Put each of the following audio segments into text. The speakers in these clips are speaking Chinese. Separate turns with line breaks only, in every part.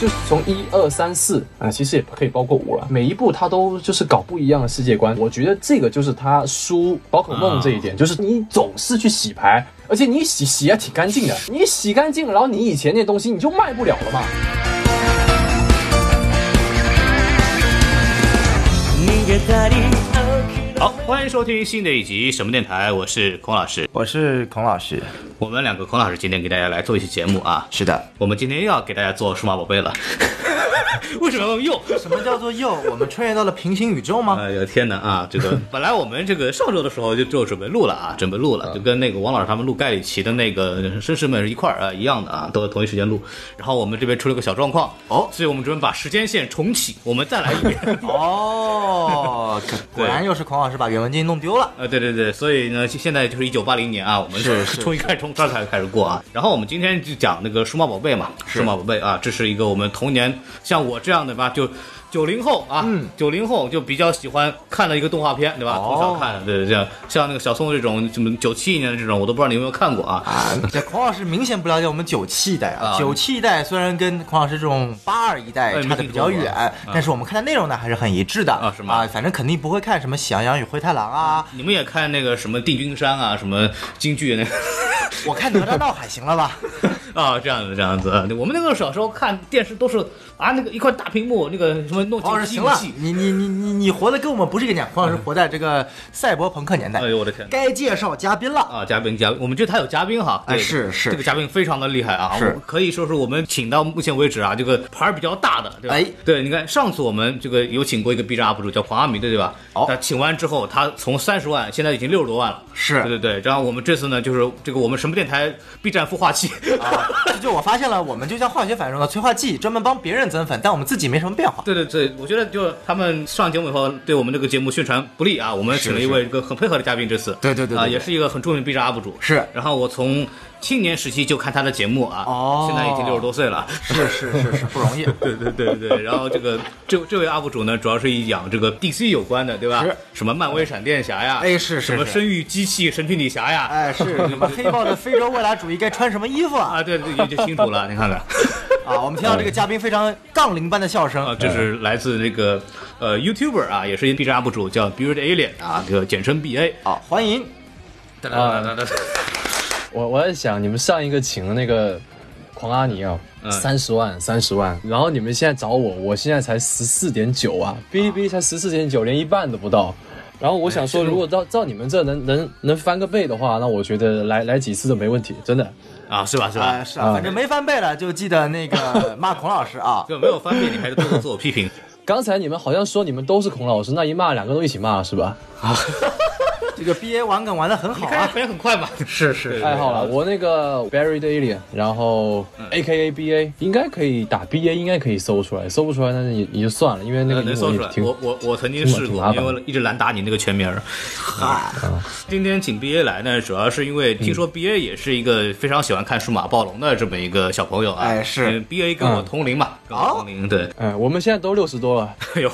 就从一二三四啊，其实也可以包括五了。每一部它都就是搞不一样的世界观，我觉得这个就是它输宝可梦这一点，就是你总是去洗牌，而且你洗洗也挺干净的，你洗干净，然后你以前那东西你就卖不了了嘛。
好，欢迎收听新的一集什么电台，我是孔老师。
我是孔老师，
我们两个孔老师今天给大家来做一期节目啊，
是的。
我们今天又要给大家做数码宝贝了。 为什么要用？
什么叫做又？我们穿越到了平行宇宙吗？
哎呦天哪啊！这 个本来我们这个上周的时候就就准备录了啊，准备录了，就跟那个王老师他们录盖里奇的那个 绅士们是一块儿啊一样的啊，都同一时间录。然后我们这边出了个小状况，
哦
所以我们准备把时间线重启，我们再来一 遍。
哦， 可果然又是孔老师把原文件弄丢了。
呃，对对对，所以呢，现在就是一九八零年啊，我们
是是
从一开始从这儿才开始过啊。然后我们今天就讲那个数码宝贝嘛，数码宝贝啊，这是一个我们童年像我这样的吧，就九零后啊，九零、后就比较喜欢看的一个动画片，对吧？
嗯哦
从小看的，对对，像像那个小宋这种什么九七年的这种，我都不知道你有没有看过啊。
啊，这孔老师明显不了解我们九七代啊。
啊
九七代虽然跟孔老师这种八二一代
哎
差的比较
没听说
远
过啊，
但是我们看的内容呢还是很一致的
啊是吗
啊，反正肯定不会看什么《喜羊羊与灰太狼》 啊。
你们也看那个什么《定军山》啊，什么京剧那个。
我看哪吒闹海行了吧？
啊、这样子，这样子。我们那个小时候看电视都是啊，那个一块大屏幕，那个什么弄
孔老师
机
哦行了
器，
你你你你你活的跟我们不是一个年代，孔老师活在这个赛博朋克年代
嗯哎。呦我的天！
该介绍嘉宾了。
啊，嘉宾嘉宾，我们这台有嘉宾哈，
哎
对
是是
这个嘉宾非常的厉害啊，
是
我可以说是我们请到目前为止啊，这个牌儿比较大的，对吧？
哎
对，你看上次我们这个有请过一个 B 站 UP 主叫黄阿弥的，对吧？
好
那请完之后，他从三十万现在已经六十多万了，
是
对对对。然后我们这次呢，就是这个我们什么电台 B 站孵化器，
啊，这 就我发现了，我们就像化学反应中的催化剂，专门帮别人增粉，但我们自己没什么变化。
对对对，我觉得就他们上节目以后，对我们这个节目宣传不利啊。我们请了一位一个很配合的嘉宾，这次
对对对对
啊，
对
也是一个很著名的 B 站 UP 主。
是
然后我从青年时期就看他的节目啊，
哦
现在已经六十多岁了。
是是是是， 不容易。
对对对对，然后这个这这位 UP 主呢，主要是以讲这个 DC 有关的，对吧？
是
什么漫威闪电侠呀？
哎是是
什么
是
生育机器神奇女侠呀？
哎，是什么黑豹的非洲未来主义该穿什么衣服啊？
啊，对对，也就清 楚了，你看看。
啊，我们听到这个嘉宾非常杠铃般的笑
啊，
声，
这是来自那个呃 YouTuber 啊，也是 B 站 UP 主叫 b e a r d Alien 啊，这个简称 BA。
啊，欢迎。
哒哒哒哒哒。
我我在想，你们上一个请的那个狂阿尼啊，
嗯
三十万三十万，然后你们现在找我，我现在才十四点九啊，哔哩哔哩才十四点九，连一半都不到。然后我想
哎
说，如果照照你们这能能能翻个倍的话，那我觉得来来几次都没问题，真的。
啊，是吧？是吧
啊，？是啊，反正没翻倍了，就记得那 个骂孔老师啊。
就没有翻面，你还是多多自我批 评
刚才你们好像说你们都是孔老师，那一骂两个都一起骂是吧？
这个 BA 玩梗玩的很好
看
啊。
反应很快嘛。是是
太哎好了，我那个 Buried Alien，然后
嗯
A K A B A 应该可以打 B A，应该可以搜出来，搜不出来那也也就算了，因为那个
呃能
英
搜
文
出
也
来，
挺
我我我曾经试
挺
过
麻，烦啊
因为一直难打你那个全名儿。啊
嗨，
今天请 B A 来呢，主要是因
嗯
为听说 B A 也是一个非常喜欢看数码暴龙的这么一个小朋友啊。
哎是哦
，B A
嗯
跟我同龄嘛，跟我同龄，对，
哎，我们现在都六十多了，
哎 呦，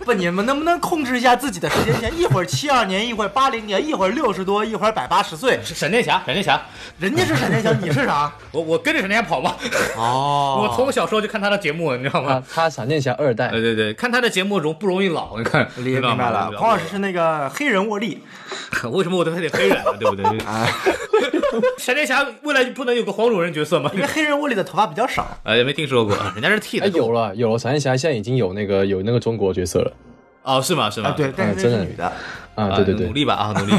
不，你们能不能控制一下自己的时间线？一会儿七二年，一会儿八零年，一会儿六十多，一会儿百八十岁。
闪电侠，闪电侠，
人家是闪电侠，你是啥？
我我跟着闪电侠跑嘛，
哦
我从小时候就看他的节目，你知道
他
吗？
他闪电侠二代
对，对对，看他的节目容不容易老？你看，
理
知道
明
吗
白了，孔老师是那个黑人沃利，
为什么我都非得黑人了，对不对？ 闪电侠未来就不能有个黄种人角 色吗？
因为黑人沃利的头发比较少。
哎，没听说过，人家是剃
哎
的。
有了有了，闪电侠现在已经有那个有那个中国角色了
哦，是吗？是吗？
啊，对，但是那
真
是
的
女的。
啊，对对
努
对，
力吧啊，努力。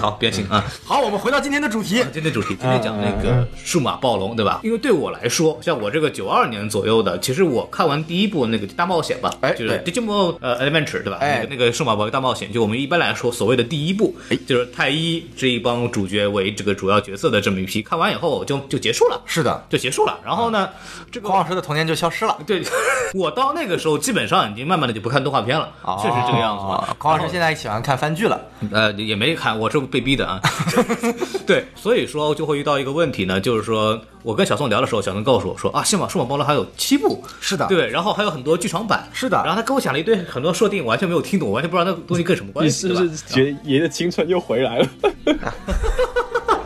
好，变形啊。
好，我们回到今天的主题。
今天主题，今天讲那个数码暴龙，对吧？因为对我来说，像我这个九二年左右的，其实我看完第一部那个大冒险吧，
哎
就是
对
Digimon 呃 Adventure，对吧？
哎
那个那个数码暴龙大冒险，就我们一般来说所谓的第一部，就是太一这一帮主角为这个主要角色的这么一批，看完以后就就结束了，
是的，
就结束了。然后呢，这个
孔老师的童年就消失了。
对， 我到那个时候基本上已经慢慢的就不看动画片了，确实这个样子嘛。
哦啊孔老师现在喜欢看番剧了。
呃，也没看，我是被逼的啊。 对，所以说就会遇到一个问题呢，就是说我跟小宋聊的时候，小宋告诉我说啊，新版数码暴龙还有七部，
是的
对，然后还有很多剧场版，
啊是的
然后他跟我讲了一堆很多设定，我完全没有听懂，我完全不知道那个东西跟什么关
你
系，
是不
对
是
吧？
觉得爷的青春又回来了？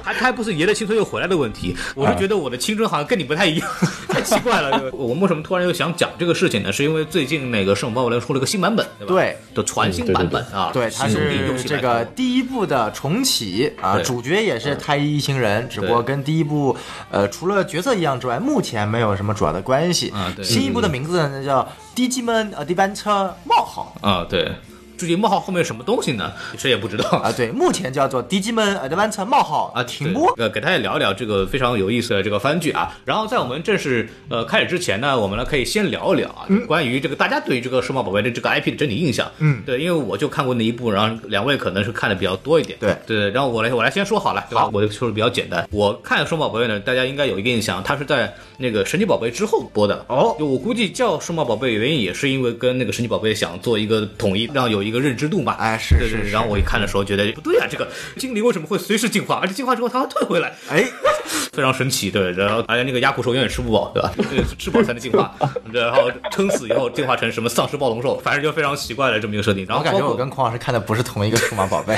他他还不是爷的青春又回来的问
嗯
题，我是觉得我的青春好像跟你不太一样， 太奇怪了。 对吧我们为什么突然又想讲这个事情呢？是因为最近那个《圣母包围出了个新版本，对吧？
对嗯
的全新版本啊，
对，它
兄弟游
是
戏
这
版
个
本
第一部的重启啊，
对
主角也是太一一行人，只不过跟第一部呃除了角色一样之外，目前没有什么主要的关系
啊。对
新一部的名字呢叫《低级们呃低班车冒号》。
啊，对。至于冒号后面什么东西呢？谁也不知道
啊，对，目前叫做《迪基们 Adventure 冒号》
啊，
停播。
对呃，给大家聊一聊这个非常有意思的这个番剧啊。然后在我们正式呃开始之前呢，我们呢可以先聊一聊啊，
嗯
关于这个大家对于这个《数码宝贝》的这个 IP 的整体印象。嗯，对，因为我就看过那一部，然后两位可能是看的比较多一点。
对
对，然后我来我来先说好了，对吧？我就说的比较简单。我看《数码宝贝》呢，大家应该有一个印象，它是在那个《神奇宝贝》之后播的。
哦
就我估计叫《数码宝贝》原因也是因为跟那个《神奇宝贝》想做一个统一，让有一个认知度嘛。
哎是
对
是
对
是
然后我一看的时候觉得不对啊，这个精灵为什么会随时进化，而且进化之后它还退回来，
哎，
非常神奇，对。然后而且那个压苦兽永远吃不饱，对吧？对，吃饱才能进化， 然后撑死以后进化成什么丧尸暴龙兽，反正就非常奇怪的这么一个设定。然
我
后
感
包
觉我
括
跟孔老师看的不是同一个数码宝 贝。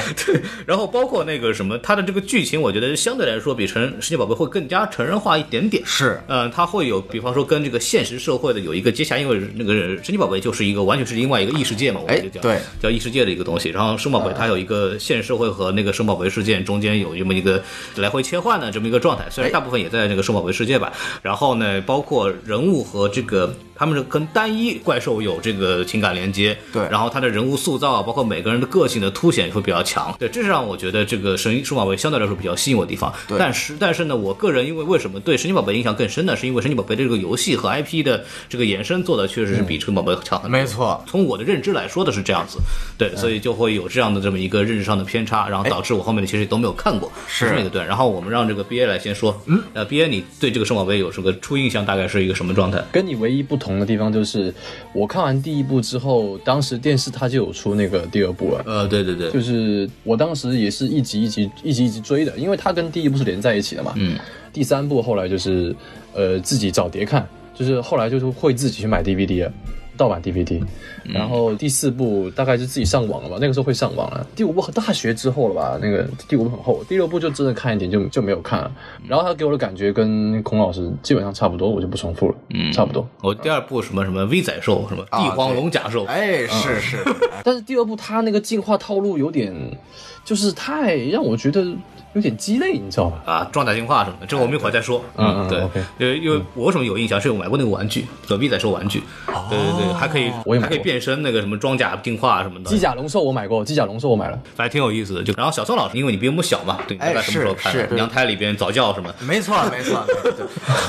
然后包括那个什么，它的这个剧情，我觉得相对来说比成《世界宝贝》会更加成人化一点点。
是
嗯，它会有，比方说跟这个现实社会的有一个接洽，因为那个《神奇宝贝》就是一个完全是另外一个异世界嘛，我
哎
们就叫
对嗯
叫异世界的一个东西。然后《圣宝贝》它有一个现实社会和那个《圣宝贝》事件中间有这么一个来回切换的这么一个状态，虽然
哎
大部分也在那个《圣宝贝》世界吧。然后呢，包括人物和这个。他们是跟单一怪兽有这个情感连接，
对
然后他的人物塑造，啊包括每个人的个性的凸显会比较强，对，这是让我觉得这个神奇数码宝贝相对来说比较吸引我的地方。
对
但是但是呢，我个人因为为什么对神奇宝贝印象更深呢？是因为神奇宝贝这个游戏和 IP 的这个延伸做的确实是比神奇宝贝强很多。
没错，
从我的认知来说的是这样子，对，所以就会有这样的这么一个认知上的偏差，然后导致我后面的其实都没有看过，
是
这么一个段。然后我们让这个 B A 来先说，嗯，呃，B A 你对这个圣宝贝有什么初印象？大概是一个什么状态？
跟你唯一不同的地方就是，我看完第一部之后，当时电视它就有出那个第二部了。
呃，对对对，
就是我当时也是一集一集一集一集追的，因为它跟第一部是连在一起的嘛。
嗯，
第三部后来就是呃自己找碟看，就是后来就是会自己去买 DVD 了。盗版 DVD，然后第四部大概就自己上网了吧，那个时候会上网了。第五部大学之后了吧，那个第五部很厚，第六部就真的看一点就就没有看了。然后他给我的感觉跟孔老师基本上差不多，我就不重复了，嗯，差不多。
我第二部什么什么 V 仔兽，什么
啊
帝皇
对
龙甲兽，
哎，是是，
但是第二部他那个进化套路有点，就是太让我觉得有点鸡肋，你知道吧？
啊，壮胆进化什么的，这个我们一会儿再说。
嗯嗯
对
OK，
因为因为我为什么有印象，是我买过那个玩具，隔壁在售玩具，对对对，还可以
哦我也买
还可以
过
变身那个什么装甲进化什么的
机，甲龙兽我买过，机甲龙兽我买了。
反正挺有意思的。就然后小宋老师，因为你比我们小嘛，对，你大
哎
概什么时候看
是
的？
是
娘胎里边早教什么？
没错没错。对对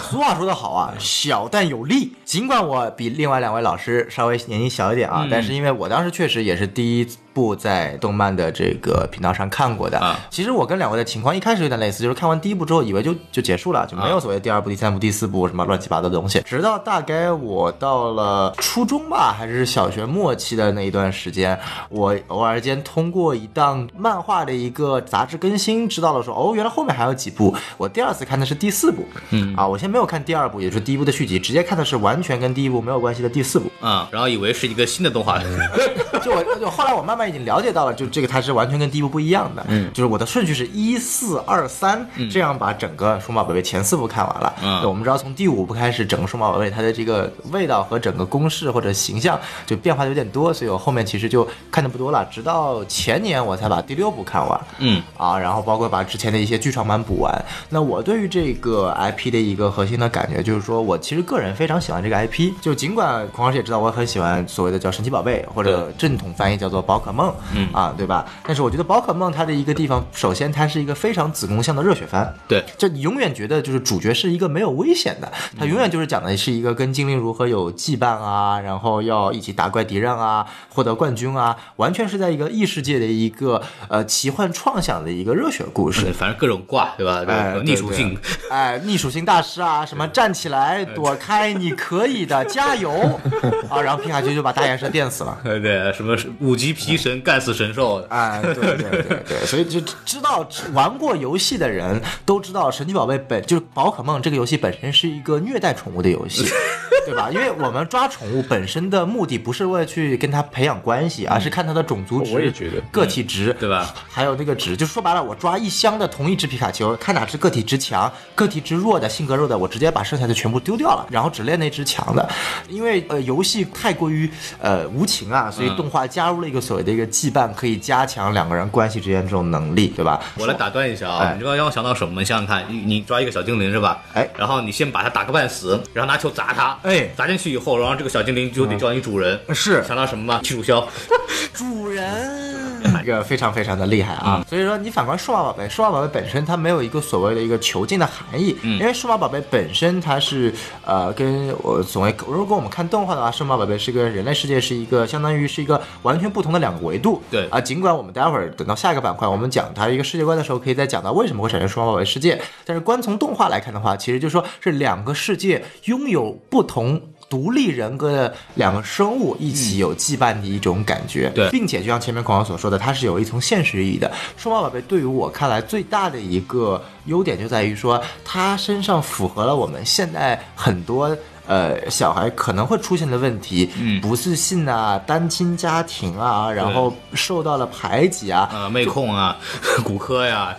俗话说得好啊，小但有力。尽管我比另外两位老师稍微年纪小一点啊，但是因为我当时确实也是第一部在动漫的这个频道上看过的。
啊
其实我跟两位的情况一开始有点类似，就是看完第一部之后以为就就结束了，就没有所谓的第二部、第三部、第四部什么乱七八糟的东西。直到大概我到了初中吧，还是小学末期的那一段时间，我偶尔间通过一档漫画的一个杂志更新，知道了说哦，原来后面还有几部。我第二次看的是第四部，嗯啊，我先没有看第二部，也就是第一部的续集，直接看的是完全跟第一部没有关系的第四部。
啊，然后以为是一个新的动画，
嗯
就我就后来我慢慢已经了解到了，就这个它是完全跟第一部不一样的，嗯，就是我的顺序是一四二三，这样把整个数码宝贝前四部看完了。
嗯
对我们知道从第五部开始，整个数码宝贝它的这个味道和整个公式或者形象就变化的有点多，所以我后面其实就看的不多了，直到前年我才把第六部看完。
嗯，
啊，然后包括把之前的一些剧场版补完。那我对于这个 IP 的一个核心的感觉就是说，我其实个人非常喜欢这个 IP。就尽管孔老师也知道，我很喜欢所谓的叫神奇宝贝，或者正统翻译叫做宝可梦，嗯啊，对吧？但是我觉得宝可梦它的一个地方，首先它是一个非常子宫向的热血番，
对，
就你永远觉得就是主角是一个没有危险的，
嗯
他永远就是讲的是一个跟精灵如何有羁绊啊，然后要一起打怪敌人啊，获得冠军啊，完全是在一个异世界的一个呃奇幻创想的一个热血故事。
反正各种挂，对吧？
哎
有逆属性，
哎，逆属性大师啊，什么站起来躲开，你 可以的，加油啊！然后皮卡丘就把大眼蛇电死了。
对对，什么五级皮神干死神兽。
哎，对对对对，所以就知道玩过游戏的人都知道，神奇宝贝本就是宝可梦这个游戏本身是一个虐待宠物的 游戏，对吧？因为我们抓宠物本身的目的不是为了去跟它培养关系，而是看它的种族值、
我也觉得嗯
个体值，
对吧？
还有那个值，就说白了，我抓一箱的同一只皮卡丘，看哪只个体值强，个体值弱的、性格弱的，我直接把剩下的全部丢掉了，然后只练那只强的。因为呃，游戏太过于呃无情啊，
嗯
所以动画加入了一个所谓的一个羁绊，可以加强两个人关系之间这种能力，对吧？
我来打断一下啊，
哎
你知道让我想到什么？你想想看，你你抓一个小精灵是吧？
哎
然后你先把它打个半死，然后拿球砸它，
哎嗯呃
砸进去以后，然后这个小精灵就得叫你主人。
是
想到什么吗？去楚萧，
主人，这个非常非常的厉害啊！所以说，你反观数码宝贝，数码宝贝本身它没有一个所谓的一个囚禁的含义，因为数码宝贝本身它是呃跟我所谓，如果我们看动画的话，数码宝贝是跟人类世界是一个相当于是一个完全不同的两个维度。
对
啊，尽管我们待会儿等到下一个板块我们讲它一个世界观的时候，可以再讲到为什么会产生数码宝贝世界，但是观从动画来看的话，其实就说是两个世界拥有不同。独立人格的两个生物一起有羁绊的一种感觉，
对
并且就像前面孔老所说的，它是有一层现实意义的。数码宝贝对于我看来最大的一个优点就在于说，它身上符合了我们现在很多。呃，小孩可能会出现的问题，
嗯
不自信啊，单亲家庭啊，然后受到了排挤啊，
啊，妹控啊， 骨科呀，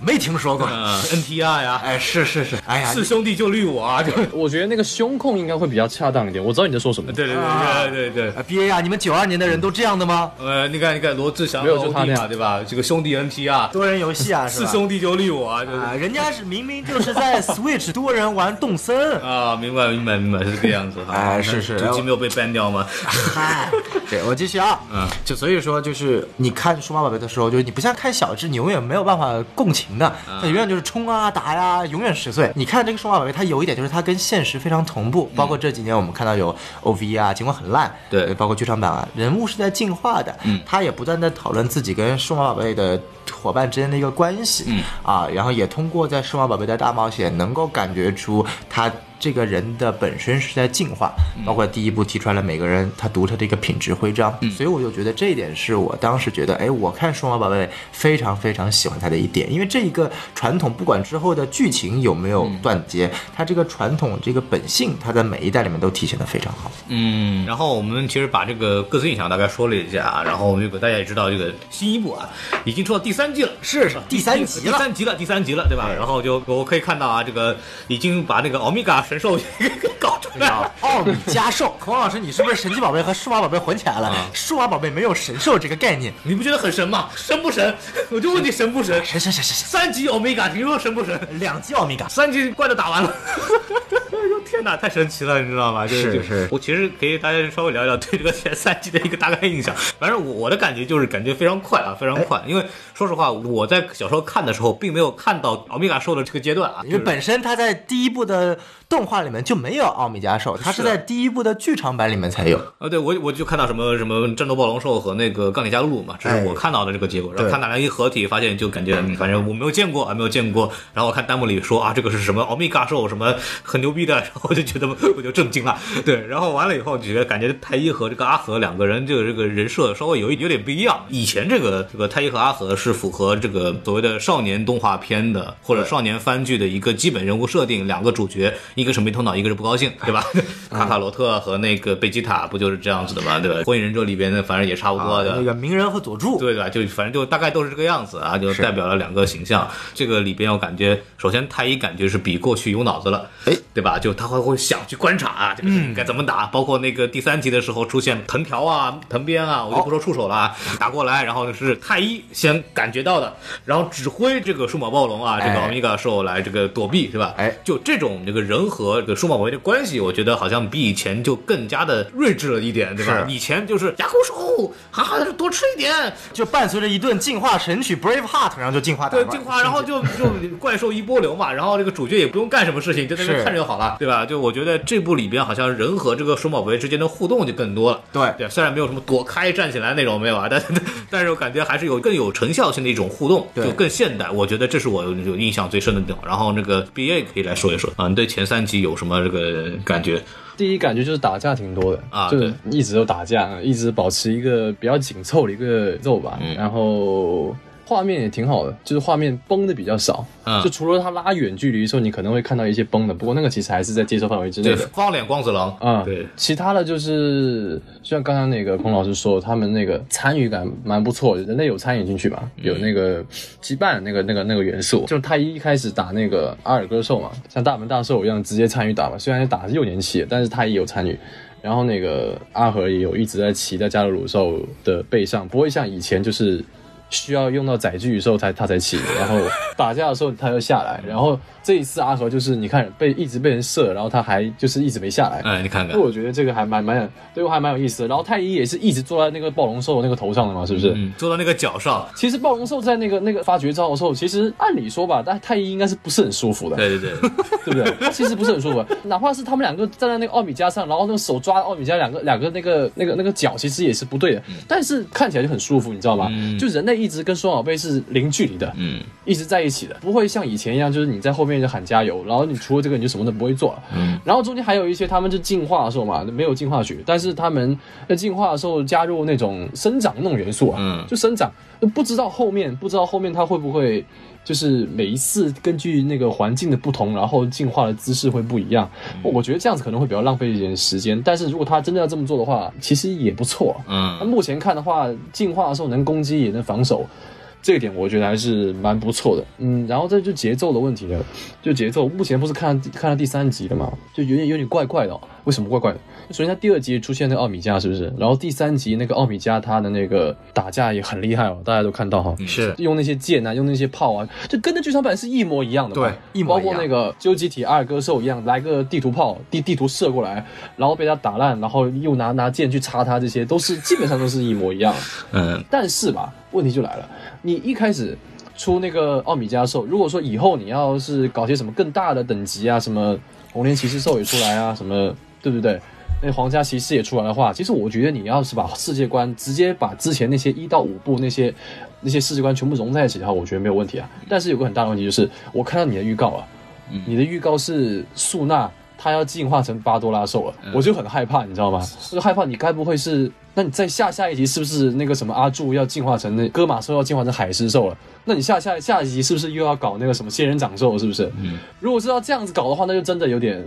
没听说过。
呃，NTR 呀，
哎，是是是，哎呀，
是兄弟就绿我啊，就对
我觉得那个胸控应该会比较恰当一点。我知道你在说什么，
对对对对对。
啊，B A 啊，你们九二年的人都这样的吗？
呃，你看，你看罗志祥
没
和
有就
欧
他
弟
那
嘛，
样
对吧？这个兄弟 NT 啊，
多人游戏啊，是
是
吧？
兄弟就绿我啊，就是
啊，人家是明明就是在 Switch 多人玩动森。
啊，明白明白明白，是这个样子哈。啊
哎是是
主机没有被 ban 掉吗？
嗨， 对我继续啊，
嗯，
就所以说就是你看数码宝贝的时候，就是你不像看小智，你永远没有办法共情的，
嗯
它永远就是冲啊打呀、永远十岁。你看这个数码宝贝，它有一点就是它跟现实非常同步，包括这几年我们看到有 OV 啊，尽管很烂，
嗯对
呃包括剧场版啊，人物是在进化的，嗯，它也不断的讨论自己跟数码宝贝的。伙伴之间的一个关系，嗯啊，然后也通过在《数码宝贝的大冒险》能够感觉出它这个人的本身是在进化，包括第一部提出来了每个人他独特的一个品质徽章，所以我就觉得这一点是我当时觉得，哎，我看《数码宝贝》非常非常喜欢它的一点，因为这一个传统不管之后的剧情有没有断节，它这个传统这个本性，它在每一代里面都体现的非常好。
嗯，然后我们其实把这个各自印象大概说了一下啊，然后我们就给大家也知道这个新一部啊，已经出到第三季了，是是
第三集了
第三集了，第三集了，对吧？然后就我可以看到啊，这个已经把那个欧米伽神兽 给搞出来了。
奥米加兽，孔老师，你是不是神奇宝贝和数码宝贝混起来了？
啊
数码宝贝没有神兽这个概念，
你不觉得很神吗？神不神？我就问你神不神？
神神神神神，
三级欧米伽，你说神不神？
两级奥米伽。
三级怪都打完了， 哎呦天哪，太神奇了，你知道吗？就是就是我其实给大家稍微聊一聊对这个前三季的一个大概印象。反正我我的感觉就是感觉非常快啊，非常快。因为说实话，我在小时候看的时候，并没有看到欧米伽兽的这个阶段啊，
因为
就是
本身它在第一部的动画里面就没有奥米加兽，它是在第一部的剧场版里面才有。
啊，对我我就看到什么什么战斗暴龙兽和那个钢铁加鲁鲁嘛，这是我看到的这个结果。然后
对
看大家一合体，发现就感觉嗯反正我没有见过啊，没有见过。然后我看弹幕里说啊，这个是什么欧米伽兽，什么很牛逼的，然后我就觉得我就震惊了。对，然后完了以后，觉得感觉太一和这个阿和两个人就这个人设稍微有一有点不一样。以前这个这个太一和阿和是符合这个所谓的少年动画片的或者少年番剧的一个基本人物设定，两个主角，一个是没头脑，一个是不高兴，对吧？卡卡罗特和那个贝吉塔不就是这样子的嘛，对吧？火影忍者里边的反正也差不多的。
啊那个鸣人和佐助，
对的，就反正就大概都是这个样子啊，就是代表了两个形象。这个里边我感觉，首先太一感觉是比过去有脑子了，
哎，嗯
对吧？就他会会想去观察啊，这个事情该怎么打，包括那个第三集的时候出现藤条啊、藤鞭啊，
哦
我就不说触手了啊，打过来，然后是太一先感觉到的，然后指挥这个数码暴龙啊，这个
哎
奥米伽兽来这个躲避，是吧？
哎
就这种这个人和这个数码宝贝的关系，我觉得好像比以前就更加的睿智了一点，对吧？
是
以前就是牙箍手，好好地多吃一点，
就伴随着一顿进化神曲 Brave Heart，然后就进化打怪
对，进化，然后就就怪兽一波流嘛，然后这个主角也不用干什么事情，就在那边
是
看着就好了，对吧？就我觉得这部里边好像人和这个数码宝贝之间的互动就更多了。
对
对，虽然没有什么躲开站起来那种没有啊，但但是我感觉还是有更有成效性的一种互动，
对
就更现代。我觉得这是我有有印象最深的地方。然后那个 B A 可以来说一说啊，你对前三集有什么这个感觉？
第一感觉就是打架挺多的
啊
就是一直都打架，一直保持一个比较紧凑的一个节奏吧。
嗯
然后画面也挺好的，就是画面崩的比较少，
嗯
就除了他拉远距离的时候，你可能会看到一些崩的，不过那个其实还是在接受范围之内
对，
的。
方脸光子郎
啊、
对，
其他的就是就像刚刚那个孔老师说，他们那个参与感蛮不错的，人类有参与进去嘛，有那个羁绊那个那个那个元素，就是太一一开始打那个阿尔戈兽嘛，像大门大兽一样直接参与打嘛，虽然打的是幼年期，但是太一有参与。然后那个阿和也有一直在骑在加勒鲁兽的背上，不会像以前就是需要用到载具的时候才他才起，然后打架的时候他又下来，然后这一次阿和就是你看被一直被人射，然后他还就是一直没下来，
哎，你看看
那，我觉得这个还蛮蛮有对我还蛮有意思的。然后太医也是一直坐在那个暴龙兽那个头上的嘛，是不是？
嗯，坐到那个脚上，
其实暴龙兽在那个那个发绝招的时候，其实按理说吧，但太医应该是不是很舒服的，
对对对，
对不对？他其实不是很舒服的，哪怕是他们两个站在那个奥米加上，然后那个手抓奥米加两个两个那个那个那个脚，其实也是不对的，但是看起来就很舒服，你知道吗？
嗯
就人类一直跟双宝贝是零距离的，
嗯
一直在一起的，不会像以前一样，就是你在后面就喊加油，然后你除了这个你就什么都不会做了。
嗯，
然后中间还有一些他们就进化的时候嘛，没有进化学，但是他们在进化的时候加入那种生长那种元素啊，
嗯
就生长，不知道后面不知道后面它会不会。就是每一次根据那个环境的不同，然后进化的姿势会不一样。
嗯
我觉得这样子可能会比较浪费一点时间，但是如果他真的要这么做的话，其实也不错。那
嗯，
目前看的话，进化的时候能攻击也能防守，这一点我觉得还是蛮不错的。嗯，然后这就节奏的问题了，就节奏，目前不是看看到第三集了嘛，就有点有点怪怪的、哦。为什么怪怪的？首先，他第二集出现那个奥米加是不是？然后第三集那个奥米加他的那个打架也很厉害哦，大家都看到哈、
是
用那些剑啊，用那些炮啊，就跟那剧场版是一模一样的嘛，
对一模一样
包括那个究极体阿尔戈兽一样，来个地图炮，地地图射过来，然后被他打烂，然后又拿拿剑去插他，这些都是基本上都是一模一样的。
嗯，
但是吧，问题就来了，你一开始出那个奥米加兽，如果说以后你要是搞些什么更大的等级啊，什么红莲骑士兽也出来啊，什么对不对？那皇家骑士也出来的话，其实我觉得你要是把世界观直接把之前那些一到五部那些那些世界观全部融在一起的话，我觉得没有问题啊。但是有个很大的问题就是，我看到你的预告啊，你的预告是素娜她要进化成巴多拉兽了，我就很害怕，你知道吗？我就害怕你该不会是，那你在下下一集是不是那个什么阿柱要进化成那戈马兽要进化成海狮兽了？那你下下下一集是不是又要搞那个什么仙人掌兽了？是不是？
嗯
如果是要这样子搞的话，那就真的有点。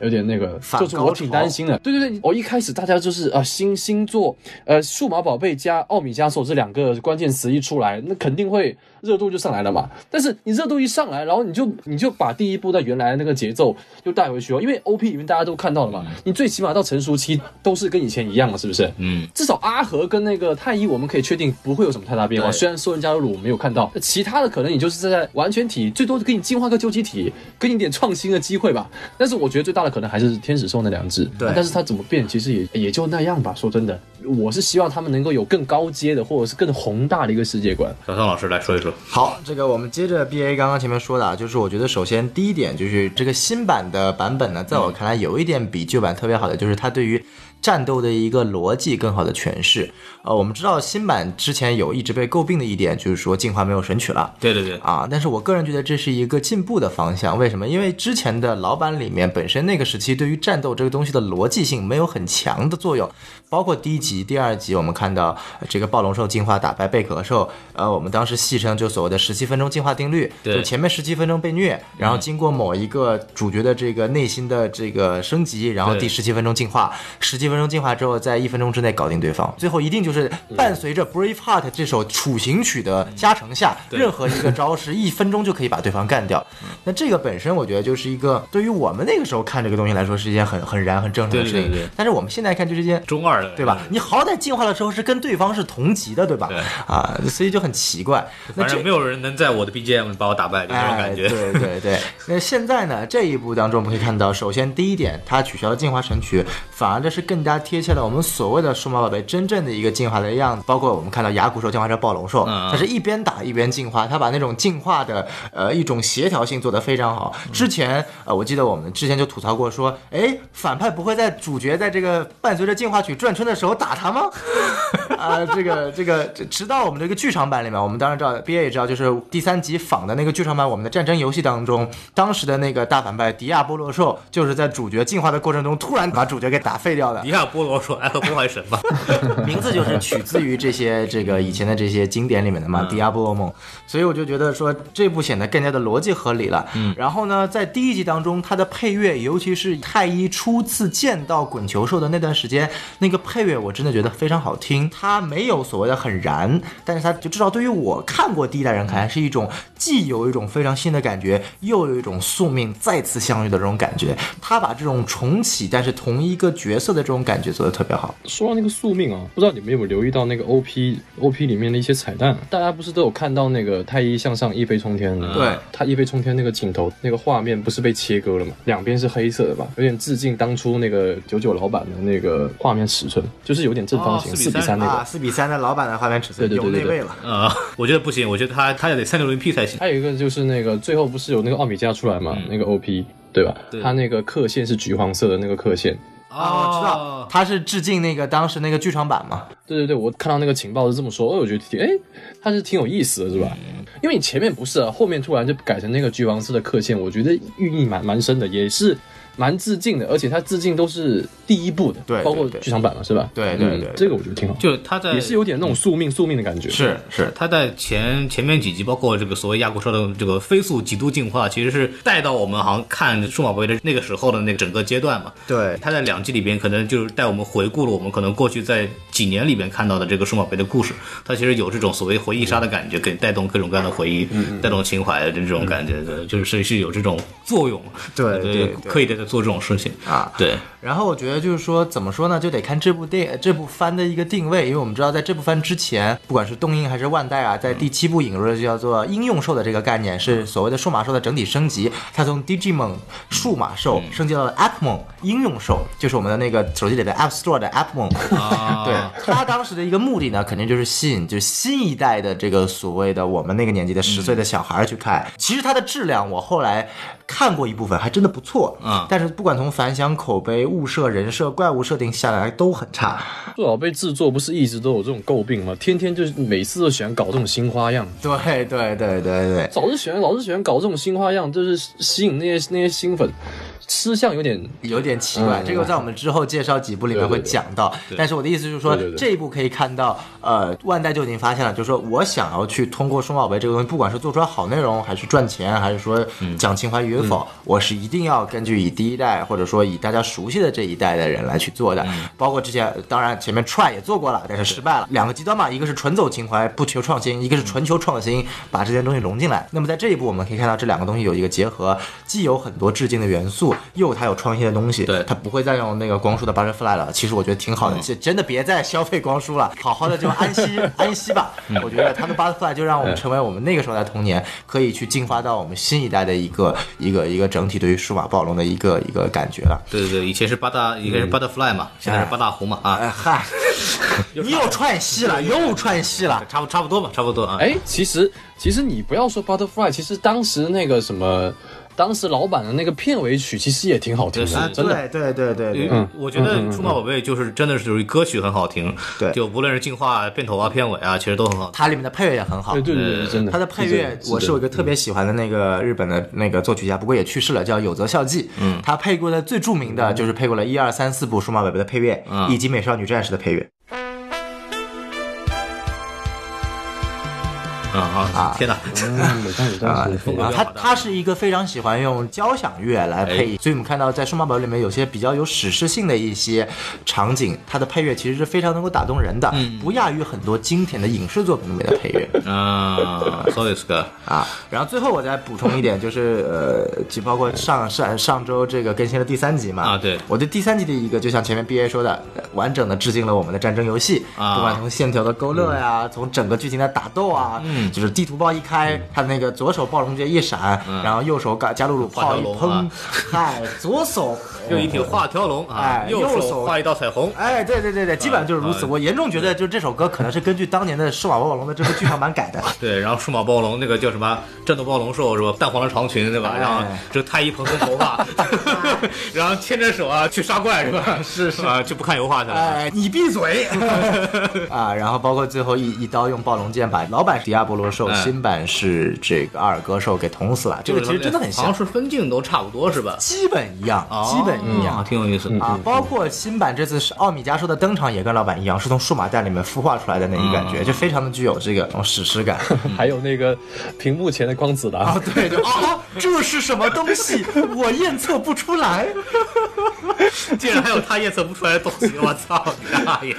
有点那个，
反
就是
高
我
潮
挺担心的。对对对，我一开始大家就是啊、呃星星座，呃，数码宝贝加奥米加兽这两个关键词一出来，那肯定会热度就上来了嘛。但是你热度一上来，然后你就你就把第一部的原来那个节奏又带回去哦，因为 OP 里面大家都看到了
嗯
嘛，你最起码到成熟期都是跟以前一样了，是不是？
嗯，
至少阿和跟那个太一，我们可以确定不会有什么太大变化。
对
虽然兽人加入鲁我没有看到，其他的可能你就是在完全体，最多给你进化个究极体，给你点创新的机会吧。但是我觉得最大的可能还是天使兽那两只。
对
但是它怎么变，其实也也就那样吧。说真的，我是希望他们能够有更高阶的，或者是更宏大的一个世界观。
小宋老师来说一说，
好，这个我们接着 B A 刚刚前面说的啊，就是我觉得首先第一点就是这个新版的版本呢，在我看来有一点比旧版特别好的，就是它对于战斗的一个逻辑更好的诠释。呃，我们知道新版之前有一直被诟病的一点，就是说进化没有神曲了。
对对对，
啊，但是我个人觉得这是一个进步的方向。为什么？因为之前的老版里面本身那个时期对于战斗这个东西的逻辑性没有很强的作用，包括第一集、第二集，我们看到呃这个暴龙兽进化打败贝壳兽，呃，我们当时戏称就所谓的十七分钟进化定律，
对
就前面十七分钟被虐，然后经过某一个主角的这个内心的这个升级，然后
对
第十七分钟进化，十七分钟进化之后，在一分钟之内搞定对方，最后一定就是伴随着《Braveheart》这首处刑曲的加成下，
嗯对嗯
任何一个招式一分钟就可以把对方干掉。那这个本身我觉得就是一个对于我们那个时候看这个东西来说是一件很很燃很正常的
对
事
对
情
对对，
但是我们现在看就是一件
中二的，
对吧？？你好歹进化的时候是跟对方是同级的，对吧
对？
啊，所以就很奇怪。那
反
这
正没有人能在我的 BGM 把我打败，就那种感觉。
哎、 对对对。那现在呢，这一部当中我们可以看到，首先第一点，它取消了进化神曲，反而这是更更加贴切了我们所谓的数码宝贝真正的一个进化的样子。包括我们看到牙骨兽进化成暴龙兽，
嗯
它是一边打一边进化，它把那种进化的呃一种协调性做得非常好。之前呃，我记得我们之前就吐槽过说，哎，反派不会在主角在这个伴随着进化曲转圈的时候打他吗？ 啊、这个这个，直直到我们这个剧场版里面，我们当然知道，B A 也知道，就是第三集仿的那个剧场版，我们的战争游戏当中，当时的那个大反派迪亚波罗兽，就是在主角进化的过程中，突然把主角给打废掉的
迪。亚波罗说：“哎，和崩坏神 吧，
名字就是取自于这些这个以前的这些经典里面的嘛，《迪亚波罗梦》，所以我就觉得说这部显得更加的逻辑合理了。嗯，然后呢，在第一集当中，它的配乐，尤其是太一初次见到滚球兽的那段时间，那个配乐我真的觉得非常好听。它没有所谓的很燃，但是它就至少对于我看过第一代人看来，是一种既有一种非常新的感觉，又有一种宿命再次相遇的这种感觉。它把这种重启，但是同一个角色的这种感觉做得特别好。
说到那个宿命啊，不知道你们有没有留意到那个 O P O P 里面的一些彩蛋？啊大家不是都有看到那个太一向上一飞冲天的？
对，
他一飞冲天那个镜头，那个画面不是被切割了吗？两边是黑色的吧？有点致敬当初那个九九老板的那个画面尺寸，就是有点正方形
哦
四
4:3
比三那个。
啊，四比三的老板的画面尺寸
对对
有
对对
内
对
位了。
呃，我觉得不行，我觉得他他也得三六零 P 才行。
还有一个就是那个最后不是有那个奥米加出来嘛？那个 O P 对吧？
对
他那个刻线是橘黄色的那个刻线。
啊，我知道，
哦
他是致敬那个当时那个剧场版嘛。
对对对，我看到那个情报是这么说，哦，我觉得挺，哎，它是挺有意思的，是吧？因为你前面不是啊，后面突然就改成那个橘黄色的刻线，我觉得寓意蛮蛮深的，也是蛮致敬的，而且它致敬都是第一部的，
对
包括
对对
剧场版嘛，是吧？
对对
嗯
对对
这个我觉得挺好，
就他在
也是有点那种宿命宿命的感觉，
是是，
他在前前面几集，包括这个所谓亚古兽的这个飞速极度进化，其实是带到我们好像看数码宝贝的那个时候的那个整个阶段嘛。
对
他在两季里边，可能就是带我们回顾了我们可能过去在几年里边看到的这个数码宝贝的故事。他其实有这种所谓回忆杀的感觉，给带动各种各样的回忆，带动情怀的这种感觉，对就是是有这种作用。
对对对
刻意的在做这种事情。
啊。
对，
然后我觉得就是说，怎么说呢，就得看这部电这部番的一个定位，因为我们知道，在这部番之前，不管是东映还是万代啊，在第七部引入了叫做应用兽的这个概念，是所谓的数码兽的整体升级。它从 Digimon 数码兽升级到了 Appmon 应用兽，就是我们的那个手机里的 App Store 的 Appmon。
啊，
对他当时的一个目的呢，肯定就是吸引就是新一代的这个所谓的我们那个年纪的十岁的小孩儿去看。其实它的质量，我后来看过一部分，还真的不错。
嗯
但是不管从反响、口碑、物设、人设、怪物设定下来都很差。
做宝贝制作不是一直都有这种诟病吗？天天就是每次都喜欢搞这种新花样，
对对对对对。
早就喜欢老是喜欢搞这种新花样，就是吸引那些那些新粉，吃相有点
有点奇怪，
嗯
这个在我们之后介绍几部里面
对对
会
对
讲到。但是我的意思就是说，
对对对
这一部可以看到，呃，万代就已经发现了，就是说我想要去通过数码宝贝这个东西，不管是做出来好内容，还是赚钱，还是说讲情怀与
嗯
否，我是一定要根据以第一代或者说以大家熟悉的这一代的人来去做的。
嗯
包括之前，当然前面 try 也做过了，但是失败了。两个极端嘛，一个是纯走情怀不求创新，一个是纯求创新，把这些东西融进来。那么在这一步，我们可以看到这两个东西有一个结合，既有很多致敬的元素，又它有创新的东西。
对
它不会再用那个光叔的 Butterfly 了。其实我觉得挺好的，这、
嗯
真的别再消费光叔了，好好的就安息安息吧。
嗯
我觉得他的 Butterfly 就让我们成为我们那个时候的童年，可以去进化到我们新一代的一个一个一个整体对于数码暴龙的一个一个感觉了。
对对对，以前是八大，以前是 butterfly 嘛，现在是八大湖嘛啊，
哎嗨，你又串戏了，又串戏了。
差不差不多吧，差不多啊。
哎，其实其实你不要说 Butterfly，其实当时那个什么，当时老板的那个片尾曲其实也挺好听
对
的，
是
真的。
对对对对对，
嗯，我觉得《数码宝贝》就是真的是就是歌曲很好听，
对
就无论是进化、片头啊、片尾啊，其实都很好听。
它里面的配乐也很好。
对对对嗯对，真的。
它的配乐，我是有一个特别喜欢的那个日本的那个作曲家，不过也去世了，叫有泽孝纪。嗯，他配过的最著名的就是配过了一二三四部《数码宝贝》的配乐，
嗯
以及《美少女战士》的配乐。
啊啊！天哪，
嗯，有但有但 是
啊，
嗯
他他是一个非常喜欢用交响乐来配，所以我们看到在《数码宝贝》里面有些比较有史诗性的一些场景，它的配乐其实是非常能够打动人的，不亚于很多经典的影视作品里面的配乐。
啊，所以是个
啊，然后最后我再补充一点，就是呃，就包括上上上周这个更新了第三集嘛，
啊对
我对第三集的一个，就像前面 B A 说的，呃完整的致敬了我们的战争游戏，
啊嗯
不管从线条的勾勒呀、从整个剧情的打斗啊，嗯，就是地图炮一开，他那个左手暴龙直接一闪，然后右手加加露露
画
炮
条
一
嗯龙
喷
啊，
哎，左手
又一挺画条龙啊
哎，右
手
手
画一道彩虹，
哎，对对对对，基本上就是如此。
啊
我严重觉得，就是这首歌可能是根据当年的《数码暴龙》的这部剧场版改的。
对，然后数码暴龙那个叫什么战斗暴龙兽是吧？淡黄的长裙对吧？
哎
然后这太一蓬松头 发，然后牵着手啊去杀怪是吧？是是啊，就不看油画去了。
哎， 你闭嘴！啊，然后包括最后一一刀用暴龙剑把老版迪亚波罗兽，
哎
新版是这个阿尔戈兽给捅死了。这个其实真的很
好像
像，
是分镜都差不多是吧？
基本一样，基本一样
哦。挺有意思的。
啊，包括新版这次是奥米加兽的登场也跟老版一样，是从数码蛋里面孵化出来的那一感觉，就非常的具有这个史诗 感。
还有那个屏幕前的光子达，
啊，对， 就啊，这是什么东西？我验测不出来。
竟然还有他验测不出来的东西，我操你大爷！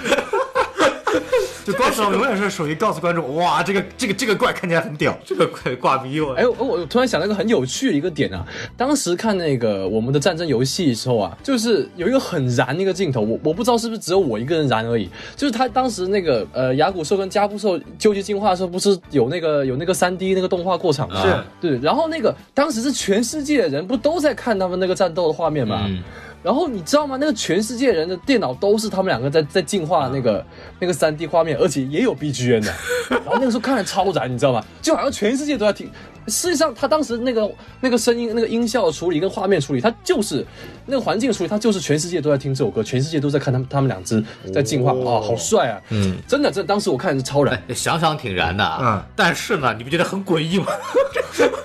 就高手永远是属于告诉观众，哇，这个这个这个怪看起来很屌。
这个快挂逼我！
哎，我我突然想到一个很有趣的一个点啊，当时看那个我们的战争游戏的时候啊，就是有一个很燃的一个镜头，我我不知道是不是只有我一个人燃而已，就是他当时那个呃牙骨兽跟加布兽究极进化的时候，不是有那个有那个三 D 那个动画过场吗？
是
对，然后那个当时是全世界的人不都在看他们那个战斗的画面吗？
嗯
然后你知道吗？那个全世界人的电脑都是他们两个在在进化那个、那个三 D 画面，而且也有 BGM 的。然后那个时候看的超燃，你知道吗？就好像全世界都在听。事实上，他当时那个那个声音、那个音效处理跟画面处理，他就是那个环境处理，他就是全世界都在听这首歌，全世界都在看他们他们两只在进化，哇、好帅啊！嗯，真的，这当时我看的是超燃。
哎想想挺燃的啊，
嗯
但是呢，你不觉得很诡异吗？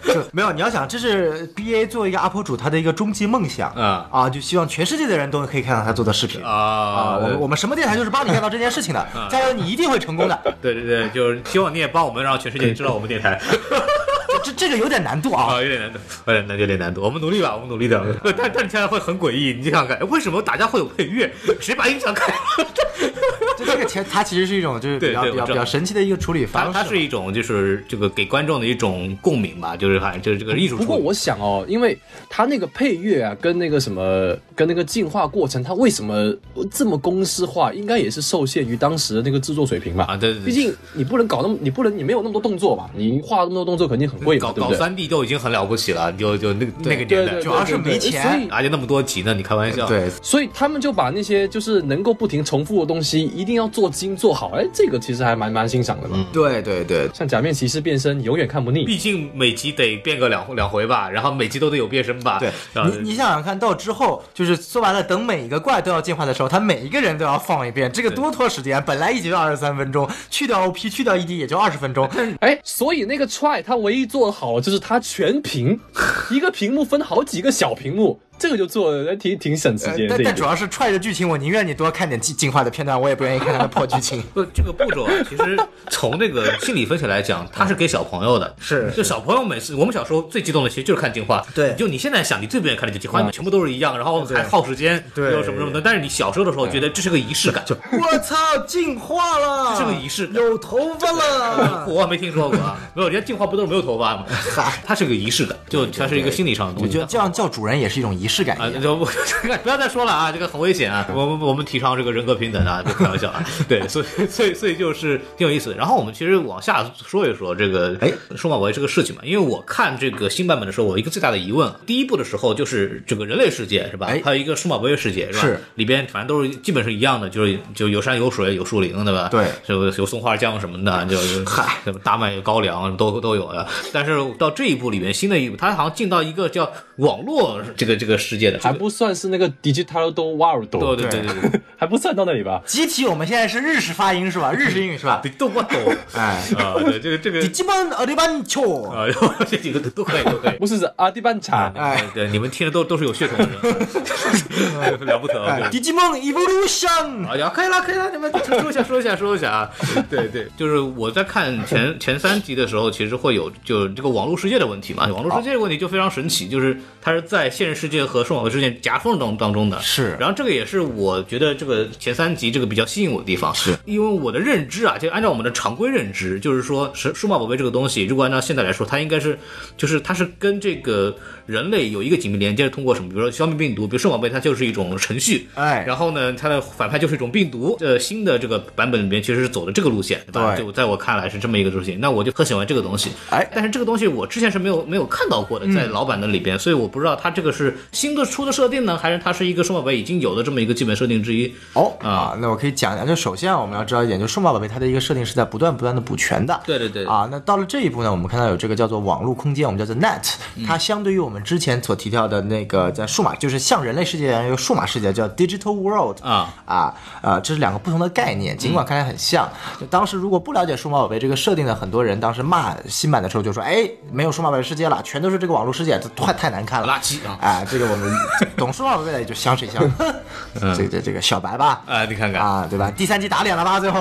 就没有，你要想，这是 B A 作为一个 UP 主，他的一个终极梦想
嗯
啊，就希望全世界的人都可以看到他做的视频
啊嗯
啊。我们我们什么电台就是帮你干到这件事情的，加油，你一定会成 功的。
对对对，就是希望你也帮我们让全世界知道我们电台。
这这这个有点难度啊
啊，。有点难度，有点难，有点难度。我们努力吧，我们努力点。呃但但你想想会很诡异，你想想看，哎为什么打架会有配乐？谁把音响开？
就这个前，它其实是一种就是比较
对对
比较
我知道
比较神奇的一个处理
它
方
它是
式。
一种就是这个给观众的一种共鸣吧，就是好像就是这个艺术处
不
理。
过我想哦，因为他那个配乐啊，跟那个什么，跟那个进化过程，他为什么这么公式化？应该也是受限于当时的那个制作水平吧？
啊，对对对，
毕竟你不能搞那么，你不能你没有那么多动作吧？你画那么多动作肯定很贵
搞
嘛，对
搞
不对？
三 D 就已经很了不起了，就就那个那个
对对，
年代，
主要是
对对
没
对
钱
所以
而且那么多集呢，你开玩笑？，
对，
所以他们就把那些就是能够不停重复的东西，一定要做精做好。哎，这个其实还蛮蛮欣赏的嘛。
嗯
对对对，
像假面骑士变身，永远看不腻。
毕竟每集得变个两两回吧，然后每集都得有变身吧。
对
然后
啊你，你想想看到之后，就是说白了，等每一个怪都要进化的时候，他每一个人都要放一遍，这个多拖时间。本来一集就二十三分钟，去掉 OP，去掉 ED 也就二十分 钟。
哎，所以那个 try 它唯一做的好就是它全 屏，一个屏幕分好几个小屏幕，这个就做的挺挺省时
呃
间的
但
这一
但主
点。
要是踹着剧情，我宁愿你多看点进进化的片段，我也不愿意看他的破剧情。
不，这个步骤啊，其实从那个心理分析来讲，它是给小朋友的。
是
就小朋友每次我们小时候最激动的其实就是看进化。
对
就你现在想，你最不愿意看的就进化，你全部都是一样，然后还耗时间，
对
又什么什么的。但是你小时候的时候觉得这是个仪式感，就
我操，进化了！
这个仪式感
有头发了。
我没听说过啊，没有，人家进化不都是没有头发吗？它是个仪式感，就它是一个心理上的东
我
西。
觉得这样叫主人也是一种仪式感
啊，
一样。
就 不要再说了啊，这个很危险啊！我们我们提倡这个人格平等啊，别开玩笑啊。对，所以所以所以就是挺有意思。然后我们其实往下说一说这个，
哎，
数码宝贝这个事情嘛，因为我看这个新版本的时候，我有一个最大的疑问，第一部的时候就是这个人类世界是吧
哎？
还有一个数码宝贝世界是吧？
是
里边反正都是基本是一样的，就是就有山有水有树林对吧？
对
就有松花江什么的，就就
嗨
什么大麦、高粱都都有的。但是到这一步里面，新的一步，它好像进到一个叫网络这个这个世界的，
还不算是那个 digital do world，
对对对对对对，
还不算到那里吧？
集体，我们现在是日式发音是吧？日式英语是吧
你？懂不懂？
哎，
啊，对这个这个
你基本呃，一般球。
啊，这几个都可以都可以。
不是是阿迪班查，
哎
对，对，你们听的都都是有血统的 人，了不得。
哎
对
，Digimon Evolution，
啊，呀，可以了，可以了，你们说一下，说一下，说一下 啊！对对，就是我在看前前三集的时候，其实会有就是这个网络世界的问题嘛。网络世界的问题就非常神奇，就是它是在现实世界事和数码宝贝事件夹缝当当中的。
是
然后这个也是我觉得这个前三集这个比较吸引我的地方，
是
因为我的认知啊，就按照我们的常规认知，就是说是数码宝贝这个东西，如果按照现在来说，它应该是就是它是跟这个人类有一个紧密连接，通过什么，比如说消灭病毒，比如数码宝贝它就是一种程序，
哎
然后呢，它的反派就是一种病毒。呃，新的这个版本里面其实是走的这个路线，对吧？
对
就在我看来是这么一个路线，那我就很喜欢这个东西。
哎嗯
但是这个东西我之前是没有没有看到过的，在老版的里边，所以我不知道它这个是新的出的设定呢，还是它是一个数码宝贝已经有的这么一个基本设定之一。
哦
啊
啊，那我可以讲一讲，就首先啊我们要知道一点，就数码宝贝它的一个设定是在不断不断的补全的。
对对对
啊，那到了这一步呢，我们看到有这个叫做网络空间，我们叫做 Net，它
嗯
相对于我们之前所提到的那个在数码，就是像人类世界一样，有数码世界叫 Digital World
啊
啊啊，这是两个不同的概念，尽管看起来很像。
嗯
就当时如果不了解数码宝贝这个设定的，很多人当时骂新版的时候就说，哎，没有数码宝贝世界了，全都是这个网络世界，这太太难看了，
垃圾啊
啊，这个我们 懂数码宝贝的也就相水相，
嗯
这这这个小白吧，
啊、你看看，
啊，对吧？第三集打脸了吧？最后，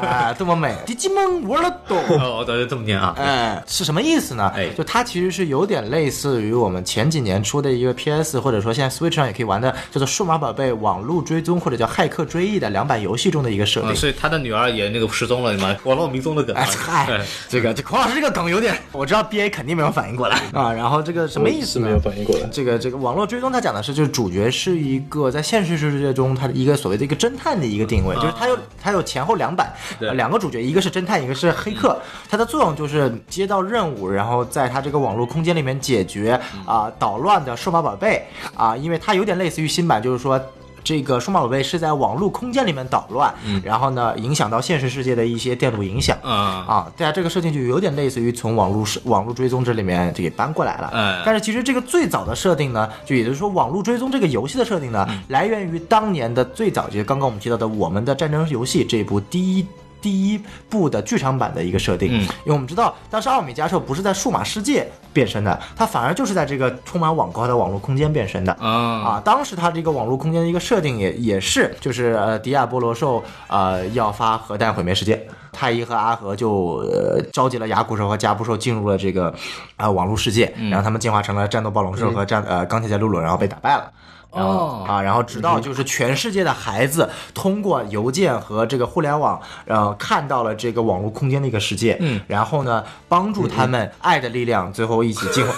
啊，这么美，Digimon World，
哦，对，这么念
嗯
啊，
哎，是什么意思呢
哎？
就它其实是有点类似于我们前几年出的一个 PS，或者说现在 Switch 上也可以玩的，叫做《数码宝贝网络追踪》或者叫《骇客追忆》的两版游戏中的一个设定
哦
啊，。所以他的女儿也那个失踪了，你们网络迷踪的梗啊
哎，，嗨
对，
这个这孔老师这个梗有点，我知道 B A 肯定没有反应过来啊。然后这个什么意
嗯是
思
没
呢
有？反应过来。
这个这个网络追踪，它讲的是就是主角是一个在现实世界中他的一个所谓的一个侦探的一个定位，就是他有他有前后两版，呃两个主角，一个是侦探，一个是黑客。它的作用就是接到任务，然后在他这个网络空间里面解决啊、捣乱的数码宝贝啊、因为它有点类似于新版，就是说。这个数码宝贝是在网络空间里面捣乱，然后呢，影响到现实世界的一些电路影响。
啊、
啊，对啊，这个设定就有点类似于从网络是网络追踪这里面就给搬过来了。
哎
但是其实这个最早的设定呢，就也就是说网络追踪这个游戏的设定呢，
嗯
来源于当年的最早，就是刚刚我们提到的《我们的战争游戏》这部第一。第一部的剧场版的一个设定，
嗯
因为我们知道当时奥美加兽不是在数码世界变身的，它反而就是在这个充满网格的网络空间变身的。
啊，
啊，当时它这个网络空间的一个设定也也是，就是呃，迪亚波罗兽呃要发核弹毁灭世界，太一和阿和就呃召集了牙骨兽和加布兽进入了这个啊、网络世界，然后他们进化成了战斗暴龙兽和战、呃钢铁侠露露，然后被打败了。然后
哦
啊，然后直到就是全世界的孩子通过邮件和这个互联网，呃，看到了这个网络空间的一个世界，嗯，然后呢，帮助他们爱的力量，最后一起 进化。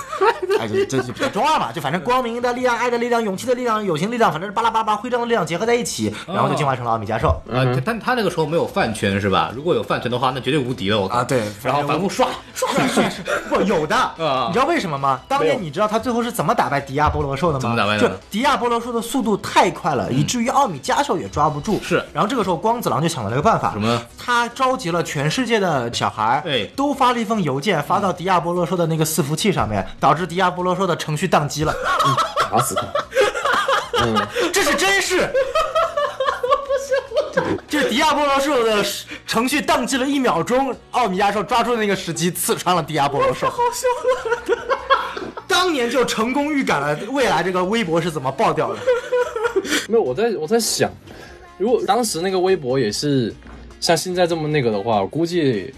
哎，这这这比较中二嘛，就反正光明的力量、爱的力量、勇气的力量、友情的力量，反正是巴拉巴拉巴拉徽章的力量结合在一起，然后就进化成了奥米加兽。
啊，他但他那个时候没有饭圈是吧？如果有饭圈的话，那绝对无敌了，我靠
啊，。对，
然后反复刷刷
是是是，不有的
啊，
你知道为什么吗？当年你知道他最后是怎么打败迪亚波罗兽的吗？
怎么打败的嗯
就迪亚波罗兽的速度太快了，以至于奥米加兽也抓不住。
是
然后这个时候光子郎就想到了一个办法，
什么？
他召集了全世界的小孩，
哎嗯
都发了一封邮件发到迪亚波罗兽的那个伺服器上面，导致迪亚波罗兽的程序宕机了。
打死 他！
这是真事。就是迪亚波罗兽的程序宕机了一秒钟，奥米加兽抓住那个时机刺穿了迪亚波罗兽，好笑了。当年就成功预感了未来这个微博是怎么爆掉的。
没有，我在我在想，如果当时那个微博也是像现在这么那个的话，我估计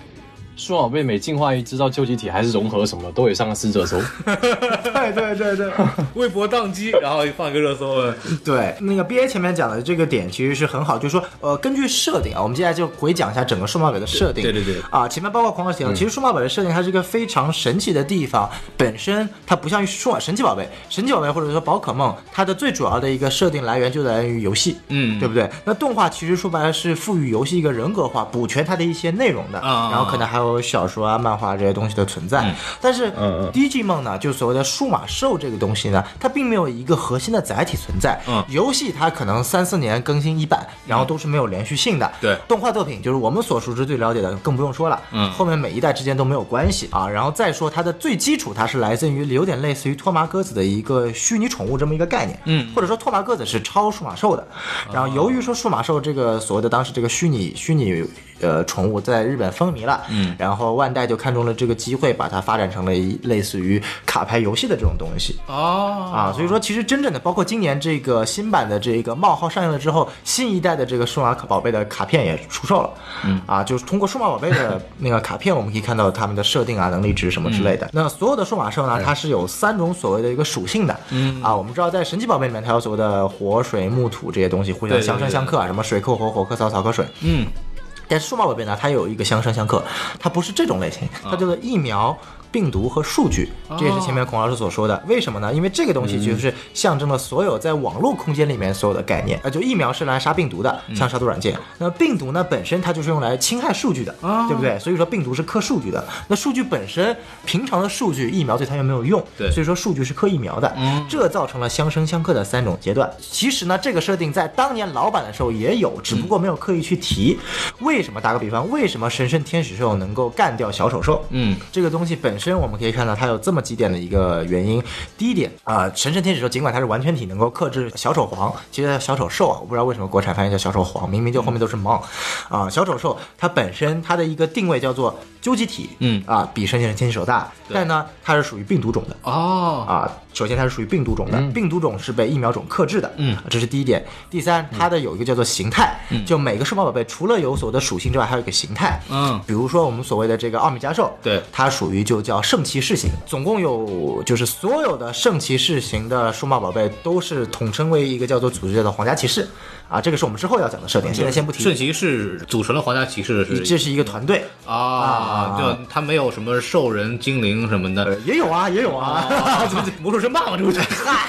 数码宝贝每进化一只到究极体还是融合什么，都得上个四 折收。
对对对对。
微博宕机，然后放一个热搜，嗯
对，那个 B A 前面讲的这个点其实是很好，就是说，呃，根据设定啊，我们接下来就回讲一下整个数码宝贝的设定。
对对对嗯
啊，前面包括狂老师提到，其实数码宝贝的设定它是一个非常神奇的地方，本身它不像于数码神奇宝贝，神奇宝贝或者说宝可梦，它的最主要的一个设定来源就来源于游戏，
嗯
对不对？那动画其实说白了是赋予游戏一个人格化，补全它的一些内容的，
啊
然后可能还有小说啊、漫画这些东西的存在。
嗯
但是 Digimon 呢，就所谓的数码兽这个东西呢，它并没有一个核心的载体存在。
嗯
游戏它可能三四年更新一版，然后都是没有连续性的。
对
动画作品就是我们所熟知、最了解的，更不用说了。
嗯
后面每一代之间都没有关系啊。然后再说它的最基础，它是来自于有点类似于托马鸽子的一个虚拟宠物这么一个概念。嗯，或者说托马鸽子是超数码兽的。然后由于说数码兽这个所谓的当时这个虚拟虚拟呃宠物在日本风靡了，嗯，然后万代就看中了这个机会，把它发展成了一类似于卡牌游戏的这种东西
哦
啊，所以说其实真正的包括今年这个新版的这个冒号上映了之后，新一代的这个数码宝贝的卡片也出售了，嗯啊，就是通过数码宝贝 的那个卡片，我们可以看到他们的设定啊、能力值什么之类的。那所有的数码兽呢，它是有三种所谓的一个属性的，嗯啊，我们知道在神奇宝贝里面，它有所谓的火、水、木、土这些东西互相
对对
相生
对
相克啊，什么水克火，火克草，草克水，
嗯，
但是数码宝贝呢，它有一个相生相克，它不是这种类型，
啊
它叫做疫苗。病毒和数据，这也是前面孔老师所说的。为什么呢？因为这个东
嗯
西就是象征了所有在网络空间里面所有的概念。呃，就疫苗是拿来杀病毒的，
嗯
像杀毒软件。那病毒呢，本身它就是用来侵害数据的，
啊
对不对？所以说病毒是克数据的。那数据本身，平常的数据，疫苗对它又没有用，
对
所以说数据是克疫苗的。这造成了相生相克的三种阶段。其实呢，这个设定在当年老版的时候也有，只不过没有刻意去提。为什么？打个比方，为什么神圣天使兽能够干掉小丑兽？
嗯，
这个东西本身我们可以看到，它有这么几点的一个原因。第一点啊、神圣天使兽尽管它是完全体，能够克制小丑皇，其实它叫小丑兽啊，我不知道为什么国产翻译叫小丑皇，明明就后面都是盲啊、小丑兽它本身它的一个定位叫做究极体，
嗯
啊，比神圣天使兽大，但呢，它是属于病毒种的。
哦，
啊，首先它是属于病毒种的，病毒种是被疫苗种克制的，
嗯，
这是第一点。第三，它的有一个叫做形态，就每个数码宝贝除了有所谓的属性之外，还有一个形态，
嗯
比如说我们所谓的这个奥米加兽，
对
它属于就叫圣骑士型，总共有就是所有的圣骑士型的数码宝贝都是统称为一个叫做组织叫做皇家骑士，啊，这个是我们之后要讲的设定，现在先不
圣
提。
骑士组成了皇家骑士是
这是一个团队，
啊，就他没有什么兽人、精灵什么的。
也有啊，也有啊，
魔兽争霸 嘛，这不是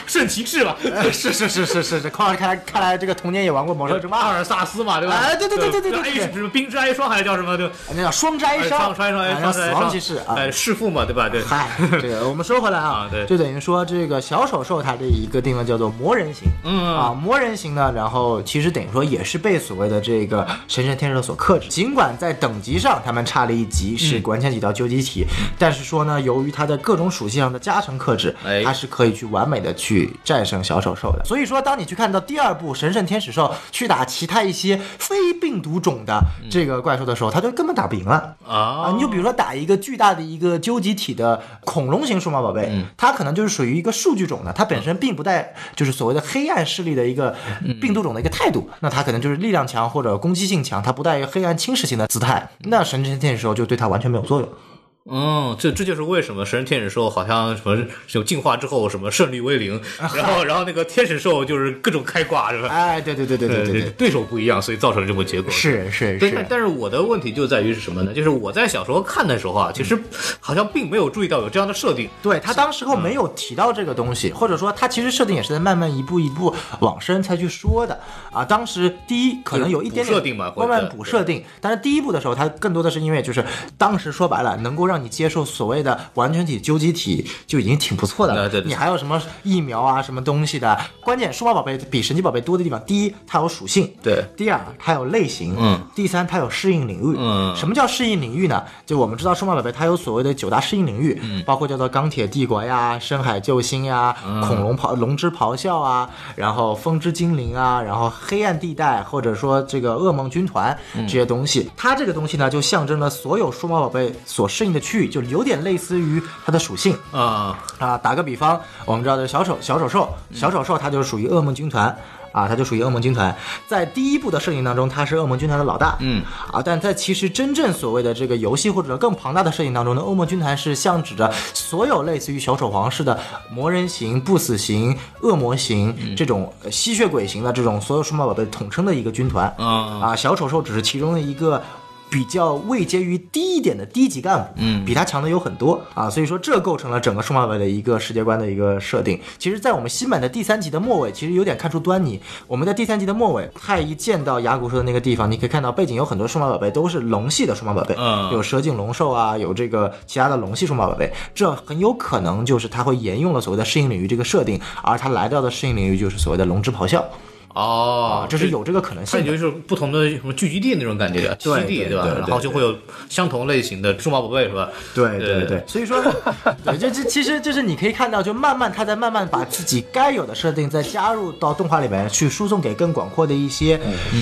圣骑士嘛，
是是是是是是，看来看来看来这个童年也玩过《魔兽争霸》
阿尔萨斯嘛，对吧？
哎对对对对对对对
哎，什么冰之哀霜还是叫什么？对吧，
那叫双摘
哎
伤，
上山上
哎
山
叫
上
死
山
亡
上
骑士啊。
哎，弑父嘛，对吧？对，
嗨，这个我们说回来啊
啊，对
就等于说这个小手兽它的一个定位叫做魔人型，
嗯
啊，魔人型呢，然后其实等于说也是被所谓的这个神圣天使所克制，尽管在等级上他们差了一
嗯
级，是完全体到究极体，但是说呢，由于它的各种属性上的加成克制，
哎
它是可以去完美的去战胜小手兽的。所以说，当你去看到第二部神圣天使兽去打其他一些非病毒种的
嗯
这个怪兽的时候，它就根本打不赢了。啊，
啊
你就比如说打一个巨大的一个究极体的恐龙型数码宝贝，它可能就是属于一个数据种的，它本身并不带就是所谓的黑暗势力的一个病毒种的一个态度，那它可能就是力量强或者攻击性强，它不带黑暗侵蚀性的姿态，那神之天使兽就对它完全没有作用。
嗯，这这就是为什么神人天使兽好像什么就进化之后什么胜率为 零，然后然后那个天使兽就是各种开挂是吧？
哎，对对对对对
呃
对对，
对手不一样，所以造成了这么结果。
是是
但是
是。
但是我的问题就在于是什么呢？就是我在小时候看的时候啊，其实好像并没有注意到有这样的设定。
对他当时候没有提到这个东西，或者说他其实设定也是在慢慢一步一步往深才去说的啊。当时第一可能有一点点
补设定吧或
慢
者
慢补设定，但是第一步的时候，它更多的是因为就是当时说白了，能够让你接受所谓的完全体究极体就已经挺不错的了。
啊对对对
你还有什么疫苗啊，什么东西的？关键数码宝贝比神奇宝贝多的地方，第一它有属性，
对
第二，它有类型，
嗯
第三，它有适应领域，
嗯
什么叫适应领域呢？就我们知道数码宝贝它有所谓的九大适应领域，嗯，包括叫做钢铁帝国呀、深海救星呀、
嗯
恐龙咆龙之咆哮啊，然后风之精灵啊，然后黑暗地带或者说这个噩梦军团
嗯
这些东西，它这个东西呢就象征了所有数码宝贝所适应的区域，就有点类似于它的属性，
啊、
啊，打个比方，我们知道的小丑小丑兽，小丑兽它就属于噩梦军团。啊，它就属于噩梦军团，在第一部的设定当中，它是噩梦军团的老大，
嗯，
啊，但在其实真正所谓的这个游戏或者更庞大的设定当中呢，噩梦军团是象指着所有类似于小丑皇室的魔人型、不死型、恶魔型、
嗯
这种呃吸血鬼型的这种所有数码宝贝统称的一个军团，
嗯
啊，小丑兽只是其中的一个。比较位阶于低一点的低级干部，嗯，比他强的有很多啊，所以说这构成了整个数码宝贝的一个世界观的一个设定。其实，在我们新版的第三集的末尾，其实有点看出端倪。我们在第三集的末尾，太一见到牙骨兽的那个地方，你可以看到背景有很多数码宝贝都是龙系的数码宝贝，
嗯
有蛇颈龙兽啊，有这个其他的龙系数码宝贝，这很有可能就是它会沿用了所谓的适应领域这个设定，而它来到的适应领域就是所谓的龙之咆哮
哦
啊，，这是有这个可能
它
性
也
的。
就是不同的什么聚集地那种感觉的栖
对
息地，
对
吧？
对对
然后就会有相同类型的数码宝贝，是吧？
对
对
对对，所以说， 对，就这其实就是你可以看到，就慢慢他在慢慢把自己嗯该有的设定再加入到动画里面去，输送给更广阔的一些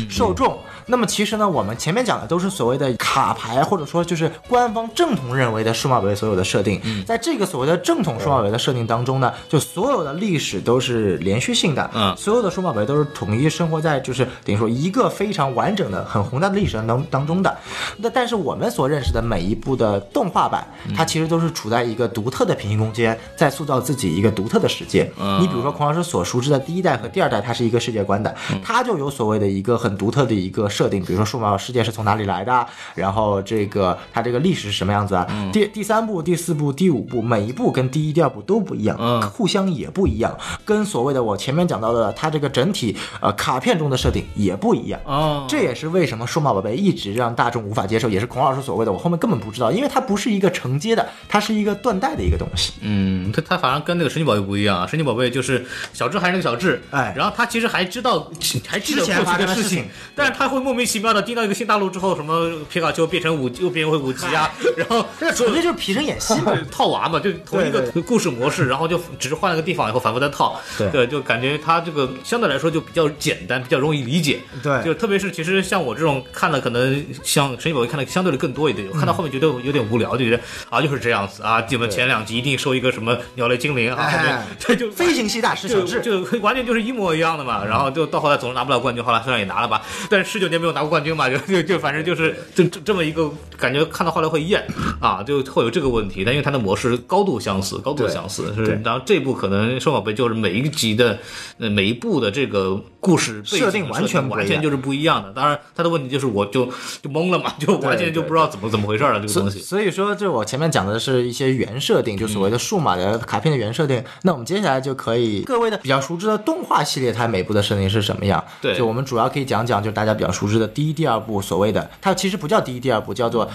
受众。那么其实呢，我们前面讲的都是所谓的卡牌，或者说就是官方正统认为的数码宝贝所有的设定。在这个所谓的正统数码宝贝的设定当中呢，就所有的历史都是连续性的，
嗯
所有的数码宝贝都是统一生活在就是等于说一个非常完整的、很宏大的历史当当中的。那但是我们所认识的每一部的动画版，它其实都是处在一个独特的平行空间，在塑造自己一个独特的世界。你比如说孔老师所熟知的第一代和第二代，它是一个世界观的，它就有所谓的一个很独特的一个设定，比如说数码世界是从哪里来的，然后这个它这个历史是什么样子啊？第第三部、第四部、第五部，每一部跟第一、第二部都不一样，
嗯
互相也不一样，跟所谓的我前面讲到的它这个整体呃卡片中的设定也不一样。
哦，
这也是为什么数码宝贝一直让大众无法接受，也是孔老师所谓的我后面根本不知道，因为它不是一个承接的，它是一个断代的一个东西。
嗯，它它反而跟那个神奇宝贝不一样啊，神奇宝贝就是小智还是那个小智，
哎
然后他其实还知道还记得
之前
过
发
去
生
的
的
事
事
情
情，
但是他会莫名其妙的进到一个新大陆之后，什么皮卡丘变成五又变回五级啊， 然后
这纯粹就是皮成演戏嘛。
对套娃嘛，就同一个
对
故事模式，然后就只是换了个地方以后反复再套，
对
就感觉它这个相对来说就比较简单，比较容易理解，
对
就特别是其实像我这种看了可能像神奇宝贝看的相对的更多一点，看到后面觉得有点无聊，就觉得啊就是这样子啊，基本前两集一定收一个什么鸟类精灵啊，后面
哎
这就
飞行系大师小
就
智，
就完全就是一模一样的嘛，然后就到后来总是拿不了冠军，后来虽然也拿了吧，但是十九年没有拿过冠军嘛，就就就反正就是就这这么一个感觉，看到后来会厌啊，就会有这个问题。但因为它的模式高度相似，高度相似是
对，
然后这部可能《数码宝贝》就是每一集的呃每一部的这个故事背景
设定完全不一样
完全就是不一样的。当然，它的问题就是我就就懵了嘛，就完全就不知道怎么怎么回事了这个东西。
所以说，这我前面讲的是一些原设定，就所
嗯
谓的数码的卡片的原设定。那我们接下来就可以各位的比较熟知的动画系列，它每部的设定是什么样？
对
就我们主要可以讲讲，就是大家比较熟知的第一、第二部所谓的，它其实不叫第一、第二部，叫做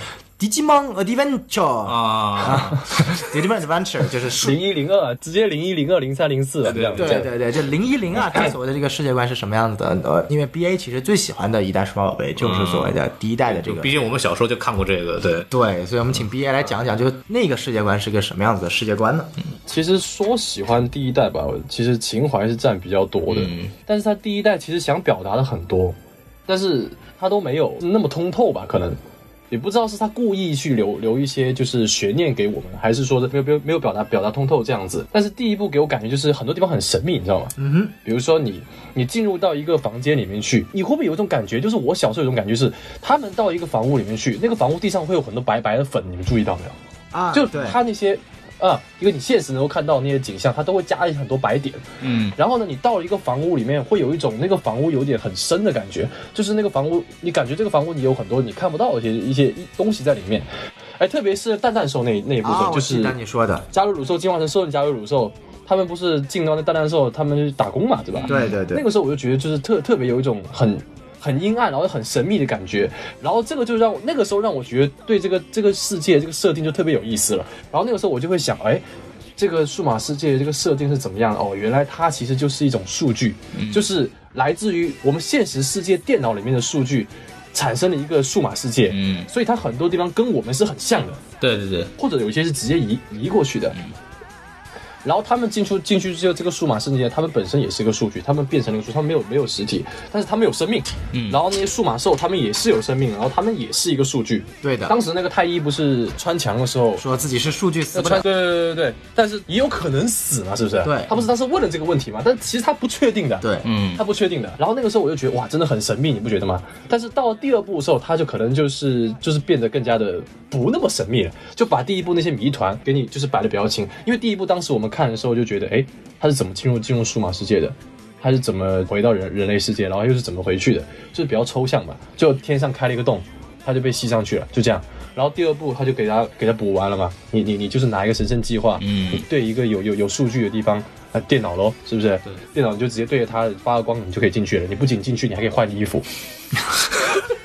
《Digimon Adventure》啊
啊，
，Digimon Adventure 就是数
零一零二，直接零一零二零三零四了，这样
对
对对对，这零一零
嗯
啊，它所谓的这个世界观是什么样子的？呃，因为 B A 其实最喜欢的一代数码宝贝就是所谓
嗯
的第一代的这
就
个
毕竟我们小时候就看过这个，对，
对，所以我们
嗯
请 B A 来讲讲，就是那个世界观是个什么样子的世界观呢？
其实说喜欢第一代吧，其实情怀是占比较多的，但是他第一代其实想表达的很多，但是他都没有那么通透吧，可能。也不知道是他故意去留留一些就是悬念给我们，还是说的没有没有没有表达表达通透这样子。但是第一部给我感觉就是很多地方很神秘，你知道吗？嗯哼。比如说你你进入到一个房间里面去，你会不会有一种感觉？就是我小时候有一种感觉是，他们到一个房屋里面去，那个房屋地上会有很多白白的粉，你们注意到没有？
啊
就
对，
它那些啊，因为你现实能够看到那些景象，它都会加很多白点。
嗯，
然后呢，你到了一个房屋里面，会有一种那个房屋有点很深的感觉，就是那个房屋，你感觉这个房屋你有很多你看不到的一些一些一东西在里面。哎，特别是蛋蛋兽那那一部分，
啊，
就
我
是
记得你说的，
加入鲁兽进化成兽人加入鲁兽，他们不是进到那蛋蛋兽，他们去打工嘛，对吧？
对对
嗯那，个时候我就觉得就是特特别有一种很很阴暗，然后很神秘的感觉。然后这个就让我那个时候让我觉得对这个这个世界这个设定就特别有意思了。然后那个时候我就会想，哎。这个数码世界这个设定是怎么样的？哦，原来它其实就是一种数据，就是来自于我们现实世界电脑里面的数据，产生了一个数码世界。
嗯，
所以它很多地方跟我们是很像的。
对对对，
或者有一些是直接移移过去的。然后他们进出进去之后，这个数码世界，他们本身也是一个数据，他们变成了一个数，他们没有没有实体，但是他们有生命。嗯，然后那些数码兽，他们也是有生命，然后他们也是一个数据。
对的
当时那个太一不是穿墙的时候，
说自己是数据
要
死
穿
者，
对对对对对，但是也有可能死嘛，是不是？
对
他不是当时问了这个问题嘛，但其实他不确定的。
对，
嗯
他不确定的。然后那个时候我就觉得哇，真的很神秘，你不觉得吗？但是到了第二部的时候，他就可能就是就是变得更加的不那么神秘了，就把第一部那些谜团给你就是摆的比较清。因为第一部当时我们看的时候就觉得，哎，他是怎么进入进入数码世界的？他是怎么回到人人类世界，然后又是怎么回去的？就是比较抽象嘛，就天上开了一个洞，他就被吸上去了，就这样。然后第二步他就给他给他补完了嘛，你你你就是拿一个神圣计划，
嗯
你对一个有有有数据的地方，呃，电脑咯，是不是？电脑你就直接对着它发个光，你就可以进去了。你不仅进去，你还可以换衣服。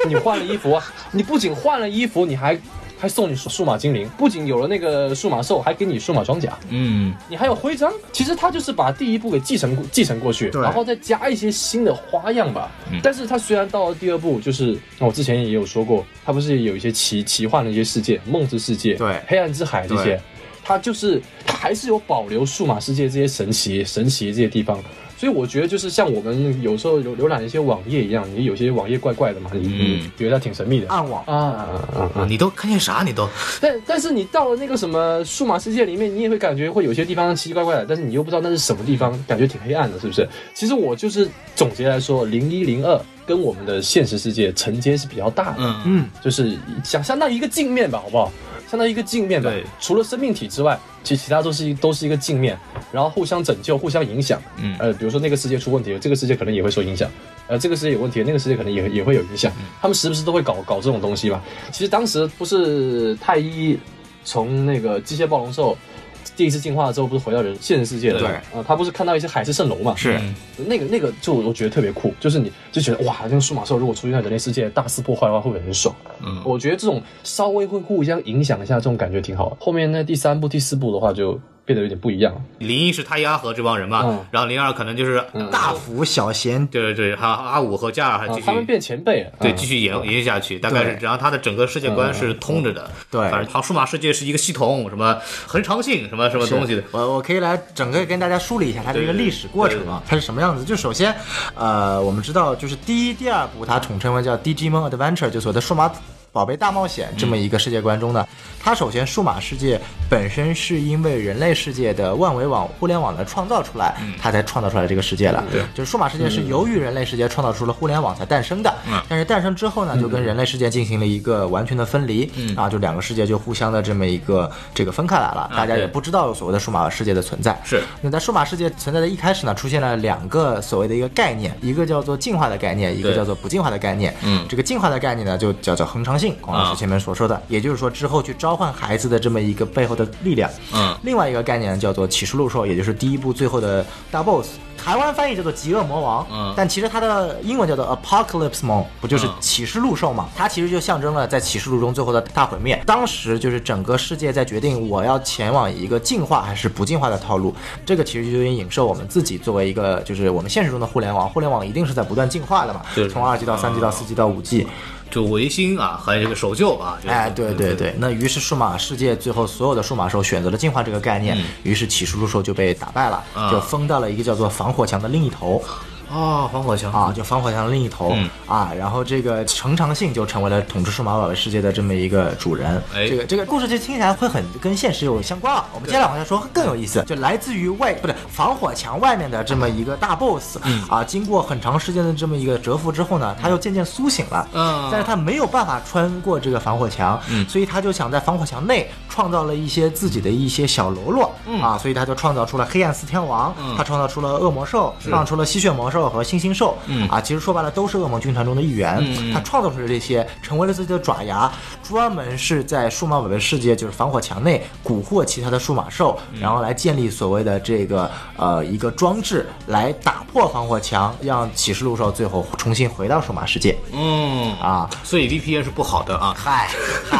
你换了衣服，啊你不仅换了衣服，你还还送你数数码精灵，不仅有了那个数码兽，还给你数码装甲。
嗯，
你还有徽章，其实他就是把第一部给继承继承过去，
对
然后再加一些新的花样吧。但是他虽然到了第二部，就是哦我之前也有说过，他不是有一些奇奇幻的一些世界，梦之世界、
对
黑暗之海这
对
些，他就是他还是有保留数码世界这些神奇神奇的这些地方。所以我觉得就是像我们有时候浏浏览一些网页一样，你有些网页怪怪的嘛，你你觉得它挺神秘的
暗网
啊啊啊！
啊你都看见啥？你都
但但是你到了那个什么数码世界里面，你也会感觉会有些地方奇奇怪怪的，但是你又不知道那是什么地方，感觉挺黑暗的，是不是？其实我就是总结来说，零一零二跟我们的现实世界承接是比较大的，
嗯
嗯，
就是想相当于一个镜面吧，好不好？相当于一个镜面吧
对。
除了生命体之外，其其他都是一都是一个镜面，然后互相拯救、互相影响。
嗯
呃，比如说那个世界出问题，这个世界可能也会受影响；呃，这个世界有问题，那个世界可能也也会有影响。他们时不时都会搞搞这种东西吧。其实当时不是太一从那个机械暴龙兽。第一次进化之后，不是回到人现实世界了？
对
啊、他不是看到一些海市蜃楼嘛？
是
那个那个就我觉得特别酷，就是你就觉得哇，那个数码兽如果出现在人类世界大肆破坏的话，会不会很爽？
嗯
我觉得这种稍微会互相影响一下，这种感觉挺好的。后面那第三部、第四部的话，就变得有点不一样了。
零一是太一阿和这帮人嘛，
嗯
然后零二可能就是
大福小贤
对对对，还有阿五和加尔还
啊
继续、
他们变前辈了，
对，
嗯
继续延延续下去，大概是
对嗯
只要它的整个世界观是通着的。
对
反正它数码世界是一个系统，什么恒常性，什么什么东西的。
我我可以来整个跟大家梳理一下它的一个历史过程啊，它是什么样子？就首先，呃，我们知道就是第一、第二部它统称为叫《Digimon Adventure》，就所谓的数码。宝贝大冒险
嗯
这么一个世界观中呢，它首先数码世界本身是因为人类世界的万维网互联网的创造出来，
嗯
它才创造出来这个世界了。对，就是数码世界是由于人类世界创造出了互联网才诞生的。
嗯
但是诞生之后呢，就跟人类世界进行了一个完全的分离，
嗯
啊，就两个世界就互相的这么一个这个分开来了，大家也
啊对
不知道有所谓的数码世界的存在。
是
那在数码世界存在的一开始呢，出现了两个所谓的一个概念，一个叫做进化的概念，一个
对
叫做不进化的概念。
嗯
这个进化的概念呢，就叫做恒常性，孔老
啊
师前面所说的，也就是说之后去召唤孩子的这么一个背后的力量。
嗯，
另外一个概念叫做启示录兽，也就是第一部最后的大 boss，台湾翻译叫做极恶魔王，
嗯
但其实它的英文叫做 Apocalypse Mon，不就是
嗯
启示录兽嘛？它其实就象征了在启示录中最后的大毁灭。当时就是整个世界在决定我要前往一个进化还是不进化的套路，这个其实就有点影射我们自己作为一个就是我们现实中的互联网，互联网一定是在不断进化的嘛
对，
从二 G 到三 G 到四 G 到五 G，
就维新啊，还有这个守旧啊。就是
哎，对对对，那于是数码世界最后所有的数码兽选择了进化这个概念，于是启示录兽就被打败了，
啊
就封到了一个叫做防火墙的另一头
哦，防火墙
啊，就防火墙的另一头、
嗯
啊，然后这个程长信就成为了统治数码宝贝世界的这么一个主人。
哎
这个这个故事就听起来会很跟现实有相关啊，我们接下来往下说更有意思，就来自于外不是防火墙外面的这么一个大 boss、啊，经过很长时间的这么一个蛰伏之后呢，他又渐渐苏醒了，
嗯
但是他没有办法穿过这个防火墙，
嗯
所以他就想在防火墙内创造了一些自己的一些小喽啰，啊，所以他就创造出了黑暗四天王，
嗯
他创造出了恶魔兽，创造出了吸血魔兽和星星兽，
嗯
啊，其实说白了都是恶魔军团中的一员，
嗯嗯
他创造出了这些，成为了自己的爪牙，专门是在数码宝贝世界就是防火墙内蛊惑其他的数码兽，
嗯
然后来建立所谓的这个呃一个装置来打破防火墙，让启示录兽最后重新回到数码世界
嗯，
啊。
所以 VPN 是不好的啊。嗯
嗨 嗨，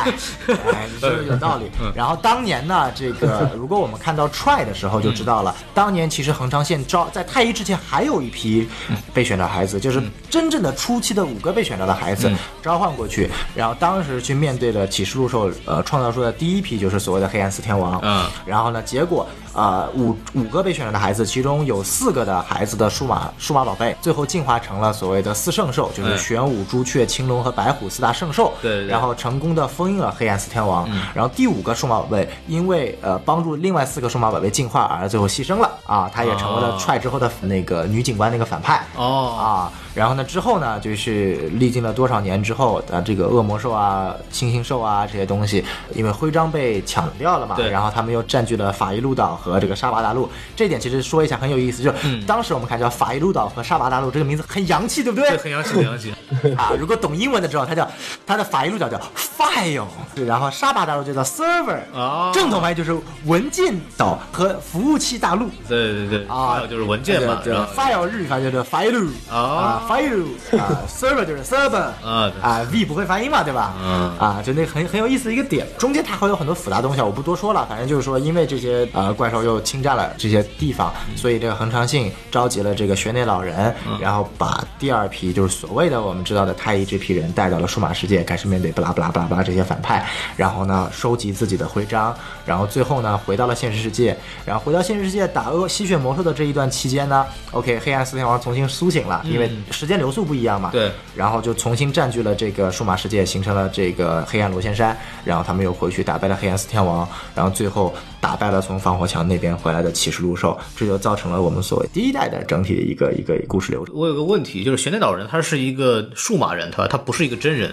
哎，你说的有道理。然后当年呢，这 个如果我们看到 try 的时候就知道
嗯
了，当年其实横昌县招在太一之前还有一批备选的孩子，
嗯
就是真正的初期的五个备选到的孩子召唤过去，然后当时去面对的启示录兽呃创造出的第一批就是所谓的黑暗四天王，
嗯
然后呢，结果呃五五个被选中的孩子，其中有四个的孩子的数码数码宝贝，最后进化成了所谓的四圣兽，就是
嗯
玄武、朱雀、青龙和白虎四大圣兽。
对嗯对对
然后成功的封印了黑暗四天王。然后第五个数码宝贝因为呃帮助另外四个数码宝贝进化而最后牺牲了啊，他也成为了
哦
踹之后的那个女警官那个反派。
哦，
啊，然后呢，之后呢，就是历经了多少年之后，啊，这个恶魔兽啊、猩猩兽啊这些东西，因为徽章被抢掉了嘛，
对
然后他们又占据了法伊路岛和这个沙巴达路。这一点其实说一下很有意思，就是、
嗯
当时我们看叫法伊路岛和沙巴达路这个名字很洋气，对不对？
对，很洋气，很洋气。
啊，如果懂英文的知道，它叫它的法语路叫叫 file，对，然后沙巴大陆就叫 server，、
哦
正统翻译就是文件岛和服务器大陆。
对对对，
啊
还有就是文件嘛，
对对
然后
，file 日语翻译就是 file，、
哦
啊，file 啊，server 就是 server，
啊对
啊，v 不会发音嘛，对吧？
嗯
啊，就那个很很有意思的一个点，中间它会有很多复杂东西，啊，我不多说了，反正就是说，因为这些呃怪兽又侵占了这些地方，
嗯
所以这个恒常性召集了这个玄内老人，然后把第二批就是所谓的我们知道的太一这批人带到了数码世界，开始面对不拉不拉不拉不巴这些反派，然后呢收集自己的徽章，然后最后呢回到了现实世界，然后回到现实世界打恶吸血魔兽的这一段期间呢，OK 黑暗四天王重新苏醒了，因为时间流速不一样嘛，
嗯对，
然后就重新占据了这个数码世界，形成了这个黑暗罗先山，然后他们又回去打败了黑暗四天王，然后最后打败了从防火墙那边回来的骑士陆兽，这就造成了我们所谓第一代的整体的一个一个故事流程。
我有个问题，就是玄天岛人他是一个数码人，他他不是一个真人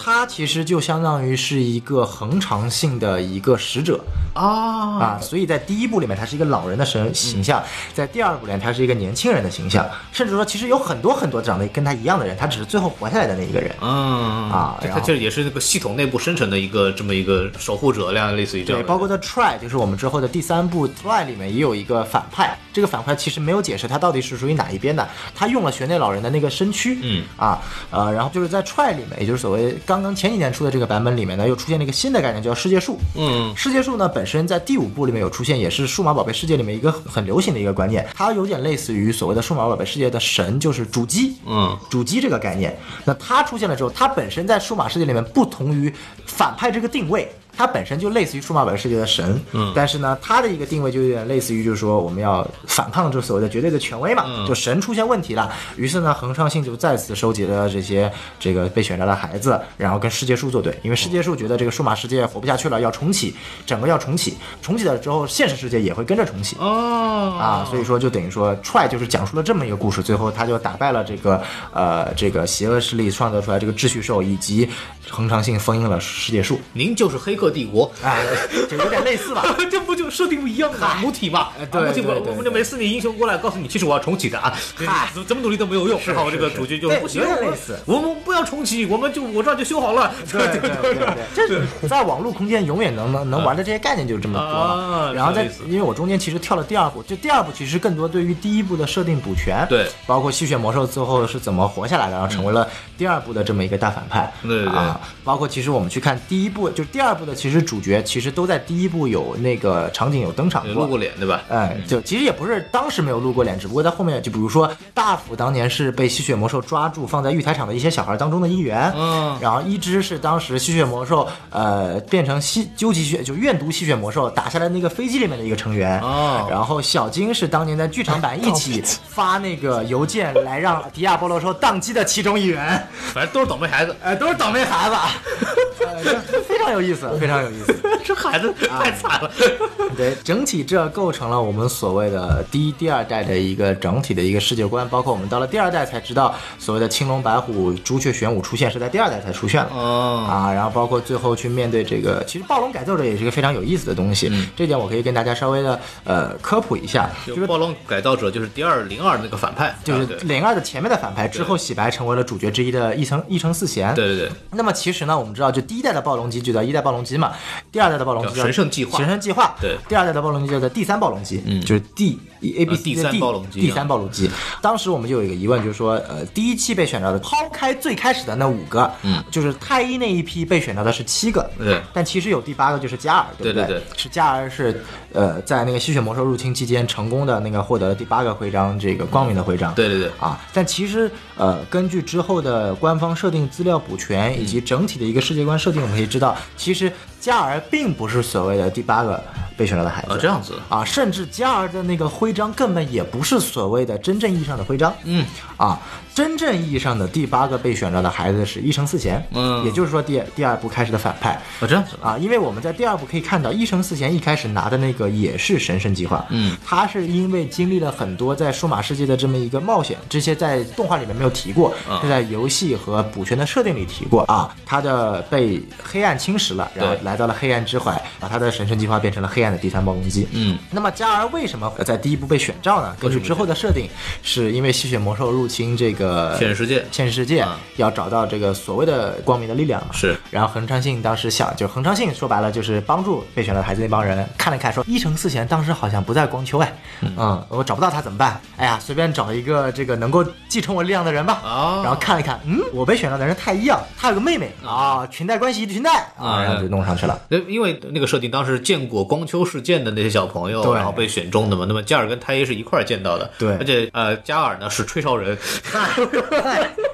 他其实就相当于是一个恒常性的一个使者
啊。
啊，所以在第一部里面他是一个老人的形形象，在第二部里面他是一个年轻人的形象，甚至说其实有很多很多长得跟他一样的人，他只是最后活下来的那一个人。
嗯
啊然
他
后
这也是那个系统内部生成的一个这么一个守护者，量类似于这样的
对，
人。
包括在 Try，就是我们之后的第三部 Try 里面也有一个反派，这个反派其实没有解释他到底是属于哪一边的，他用了玄内老人的那个身躯，
嗯
啊，呃，然后就是在 Try 里面，也就是所谓刚刚前几年出的这个版本里面呢，又出现了一个新的概念，叫世界树，
嗯，
世界树呢本身在第五部里面有出现，也是数码宝贝世界里面一个很很流行的一个观念，它有点类似于所谓的数码宝贝世界的神，就是主机，
嗯，
主机这个概念。那它出现了之后，它本身在数码世界里面不同于反派这个定位。它本身就类似于数码宝贝世界的神，嗯，但是呢，它的一个定位就有点类似于，就是说我们要反抗这所谓的绝对的权威嘛，就神出现问题了，于是呢，恒昌信就再次收集了这些这个被选召的孩子，然后跟世界树作对，因为世界树觉得这个数码世界活不下去了，要重启，整个要重启，重启了之后，现实世界也会跟着重启，
哦
啊，所以说就等于说 try 就是讲述了这么一个故事，最后他就打败了这个呃这个邪恶势力创造出来这个秩序兽，以及恒常性封印了世界树，
您就是黑客帝国，
啊，就有点类似吧。
这不就设定不一样吗？母体嘛，
呃对
母体我
对对
我们就每次你英雄过来告诉你，其实我要重启的啊，
嗨
怎么怎么努力都没有用，然后这个
是
主角就
对
不行，
有点
我们
类似
我们不要重启，我们就我这儿就修好了，
对对对对，这是在网络空间永远能能能玩的这些概念就是这么多
啊
嘛。然后
这
在
个意思
因为我中间其实跳了第二部，就第二部其实更多对于第一部的设定补全，
对
包括吸血魔兽最后是怎么活下来的，然后成为了第二部的这么一个大反派，
嗯对对
啊，包括其实我们去看第一部，就是第二部的其实主角其实都在第一部有那个场景有登场
露过脸对吧？
哎，就其实也不是当时没有露过脸，只不过在后面，就比如说大辅当年是被吸血魔兽抓住，放在育才场的一些小孩当中的一员，
嗯
然后一只是当时吸血魔兽呃变成吸究极血就怨毒吸血魔兽打下来那个飞机里面的一个成员，
哦
然后小金是当年在剧场版一 起发那个邮件来让迪亚波罗兽宕机的其中一员，
反正都是倒霉孩子，
呃，都是倒霉孩子， 呃就非常有意思，非常有意思。
这孩子太惨了。
对，整体这构成了我们所谓的第一、第二代的一个整体的一个世界观，包括我们到了第二代才知道所谓的青龙白虎、朱雀玄武出现是在第二代才出现的。
哦，
啊，然后包括最后去面对这个，其实暴龙改造者也是一个非常有意思的东西，
嗯
这点我可以跟大家稍微的呃科普一下，
就
就是
暴龙改造者就是第二零二那个反派，
就是
啊对
零二的前面的反派，之后洗白成为了主角之一的一城一城四贤。
对对对，
那么其实呢，我们知道，就第一代的暴龙机就叫一代暴龙机嘛，第二代的暴龙机
叫神圣计划
神圣计划，
对
第二代的暴龙机叫做第三暴龙机，嗯，就是 D A B
呃
C
第
的
三
D
暴龙机
第三暴龙机。当时我们就有一个疑问，就是说，呃，第一期被选到的，抛开最开始的那五个，嗯，就是太一那一批被选到的是七个，
对
但其实有第八个就是加尔，不
对
对
对对
是加尔是呃在那个吸血魔兽入侵期间成功的那个获得了第八个徽章，这个光明的徽章，
对对对
啊，但其实呃，根据之后的官方设定资料补全以及整体的一个世界观设定，我们可以知道，其实加尔并不是所谓的第八个被选到的孩子。
啊这样子
啊，甚至加尔的那个徽章根本也不是所谓的真正意义上的徽章。嗯，啊，真正意义上的第八个被选到的孩子是一城四贤，
嗯
也就是说第第二部开始的反派。
啊这样子，
啊，因为我们在第二部可以看到，一城四贤一开始拿的那个也是神圣计划，嗯，他是因为经历了很多在数码世界的这么一个冒险，这些在动画里面没有提过，是在游戏和补全的设定里提过啊。他的被黑暗侵蚀了，然后
对
来到了黑暗之怀，把他的神圣计划变成了黑暗的第三暴龙机，嗯。那么加尔为什么在第一部被选召呢？根据之后的设定，是因为吸血魔兽入侵这个
现实世界
现实世界
嗯
要找到这个所谓的光明的力量嘛，
是
然后恒昌信当时想，就是恒昌信说白了就是帮助被选到的孩子那帮人看了看说，一城四贤当时好像不在光丘哎，嗯，我找不到他怎么办？哎呀，随便找一个这个能够继承我力量的人吧。
哦
然后看了看，嗯，我被选到的人太一样，他有个妹妹啊，裙带关系裙带
啊
啊，然后就弄上 去了。
那因为那个设定当时见过光丘事件的那些小朋友，
对
然后被选中的嘛。那么加尔跟太一是一块儿见到的，
对
而且呃，加尔呢是吹哨人，
嗨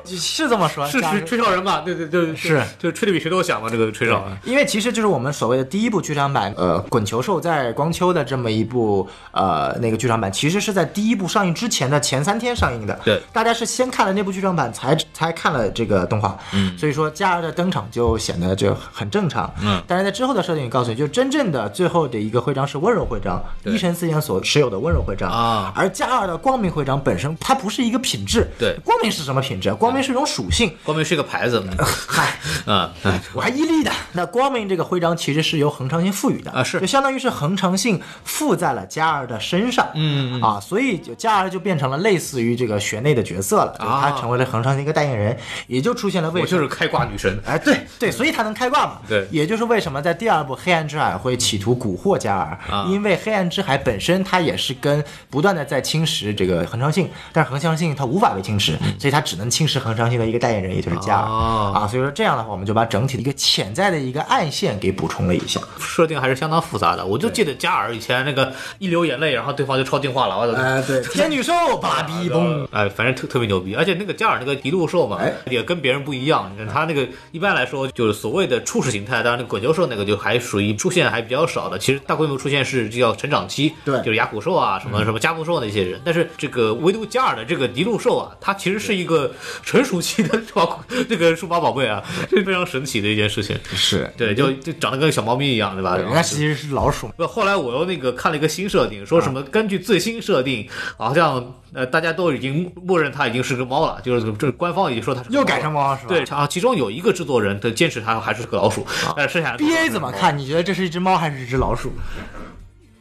是这么 说，
是
假如
吹吹哨人吧？对对对，
是
就吹的比谁都响嘛，这个吹哨啊。
因为其实就是我们所谓的第一部剧场版，
嗯
呃，滚球兽在光秋的这么一部呃那个剧场版，其实是在第一部上映之前的前三天上映的。
对，
大家是先看了那部剧场版才，才看了这个动画。嗯，所以说假日的登场就显得就很正常。
嗯
但是在之后的设定，告诉你就真正的最后的一个徽章是温柔徽章，
对
一神思想所持有的温柔徽章
啊
而加二的光明徽章本身它不是一个品质。
对
光明是什么品质？光明是一种 属性。
光明是个牌子，
嗨。
啊，哎
我还伊利的。那光明这个徽章其实是由恒常性赋予的
啊是
就相当于是恒常性附在了加尔的身上，嗯啊，所以就加尔就变成了类似于这个学内的角色了，就是他
啊
成为了恒常性一个代言人，也就出现了
我
为什
就
么。
是开挂女神。
哎，对对，所以他能开挂嘛？
对
也就是为什么在第二部《黑暗之海》会企图蛊惑加尔，因为黑暗之海本身它也是跟不断的在侵蚀这个恒常性，但是恒常性它无法被侵蚀，所以它只能侵蚀恒常性的一个代言人，也就是加尔、
哦
啊。所以说这样的话，我们就把整体的一个潜在的一个暗线给补充了一下。
设定还是相当复杂的，我就记得加尔以前那个一流眼泪，然后对方就超进化了，我的
哎，对，天女兽芭比崩。
哎，反正特特别牛逼，而且那个加尔那个一路兽嘛，
哎
也跟别人不一样。你看他那个一般来说就是所谓的初始形态，当然那个滚球兽那个就还属于出现还比较少的。其实大规模出现是就叫成长期，
对嗯
就是牙骨兽啊什么什么加布兽那些人。但是这个唯独加尔的这个一路兽啊，它其实是一个成熟期的数码这个 数码宝贝啊，这是非常神奇的一件事情。
是，
对，就就长得跟小猫咪一样，对吧？
嗯人家其实是老鼠，
不，后来我又那个看了一个新设定，说什么
啊
根据最新设定，好像呃大家都已经默认它已经是个猫了，就是这官方已经说它是个猫
又
了
改成。猫了是吧？
对，啊，其中有一个制作人的坚持它还是个老鼠，但是剩下的都
啊，B A
是
怎么
猫？
看？你觉得这是一只猫还是一只老鼠？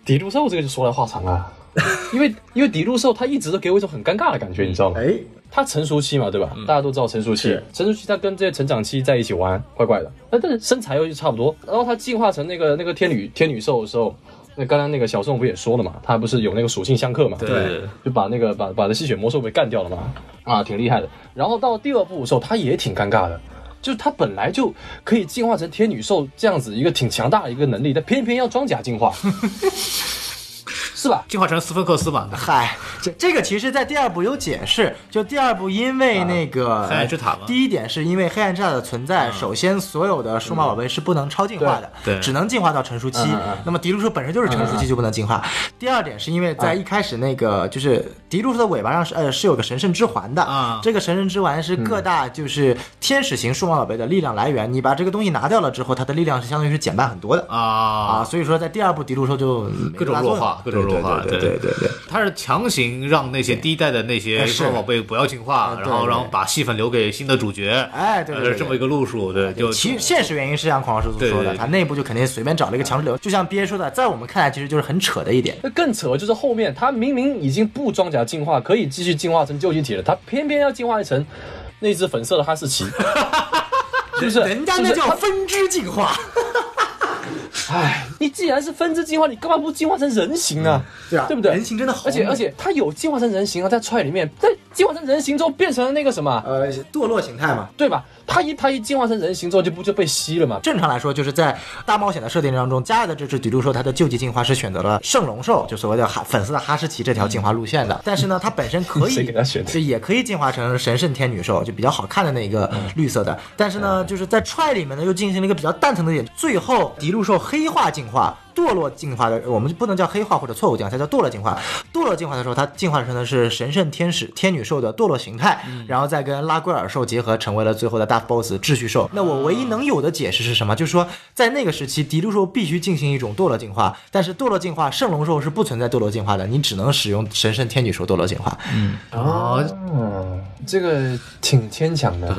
迪路兽这个就说来话长了，因为因为迪路兽它一直都给我一种很尴尬的感觉，你知道吗？
哎，
它成熟期嘛，对吧？大家都知道成熟期
是，
成熟期它跟这些成长期在一起玩，怪怪的。但但是身材又差不多。然后它进化成那个那个天女天女兽的时候，那刚刚那个小宋不也说了嘛，它不是有那个属性相克嘛？
对
对
就把那个把把那吸血魔兽给干掉了嘛，啊，挺厉害的。然后到第二部的时候，他也挺尴尬的，就是他本来就可以进化成天女兽这样子一个挺强大的一个能力，但偏偏要装甲进化，是吧？
进化成斯芬克斯嘛？
嗨，这这个其实，在第二部有解释，就第二部因为那个、
啊黑暗之塔嘛嗯
第一点是因为黑暗之塔的存在，首先所有的数码宝贝是不能超进化的，
对对
只能进化到成熟期。
嗯嗯嗯
那么迪路兽本身就是成熟
嗯
期，就不能进化。第二点是因为
啊
在一开始那个、就是迪路兽的尾巴上是呃是有个神圣之环的，
啊
这个神圣之环是各大就是天使型数码宝贝的力量来源，你把这个东西拿掉了之后，它的力量是相当于是减半很多的。啊，
啊，
所以说在第二部迪路兽就没
各种
啥作
弱
用
化各种弱化
对对
对
对对对。
它是强行让那些第一代的那些
哎是啊
数码宝贝不要进化，
对
然后
对
然后把戏份留给新的主角，
哎对对
呃
对哎
是这
对
么一个路数，对，就
其实现实原因是像狂老师所
对
说
对
的，
对
他内部就肯定随便找了一个强制流，就像 B A 说的，在我们看来其实就是很扯的一点。
那更扯就是后面他明明已经不装甲进化，可以继续进化成旧机体了，他偏偏要进化成那只粉色的哈士 奇，是不是？
人家那
是不是
叫分支进化，
唉，你既然是分支进化，你干嘛不进化成人形呢？
对啊
对不对？
人形真的好
而且
美
而且它有进化成人形啊，在踹里面，在进化成人形之后变成了那个什么，
呃，堕落形态嘛。
对吧？它一它一进化成人形之后就不就被吸了嘛？
正常来说，就是在大冒险的设定当中，加尔的这只迪路兽，它的究极进化是选择了圣龙兽，就所谓的哈粉色的哈士奇这条进化路线的。但是呢，它本身可以，
谁给它选的
就也可以进化成神圣天女兽，就比较好看的那一个绿色的。但是呢，就是在 try 里面呢，又进行了一个比较蛋疼的点，最后迪路兽黑化进化。堕落进化的，我们就不能叫黑化或者错误进化，它叫堕落进化。堕落进化的时候，它进化成的是神圣天使、天女兽的堕落形态，然后再跟拉圭尔兽结合，成为了最后的大 boss 秩序兽。那我唯一能有的解释是什么？就是说，在那个时期，迪路兽必须进行一种堕落进化，但是堕落进化，圣龙兽是不存在堕落进化的，你只能使用神圣天女兽堕落进化。
啊，
嗯，这个挺牵强的。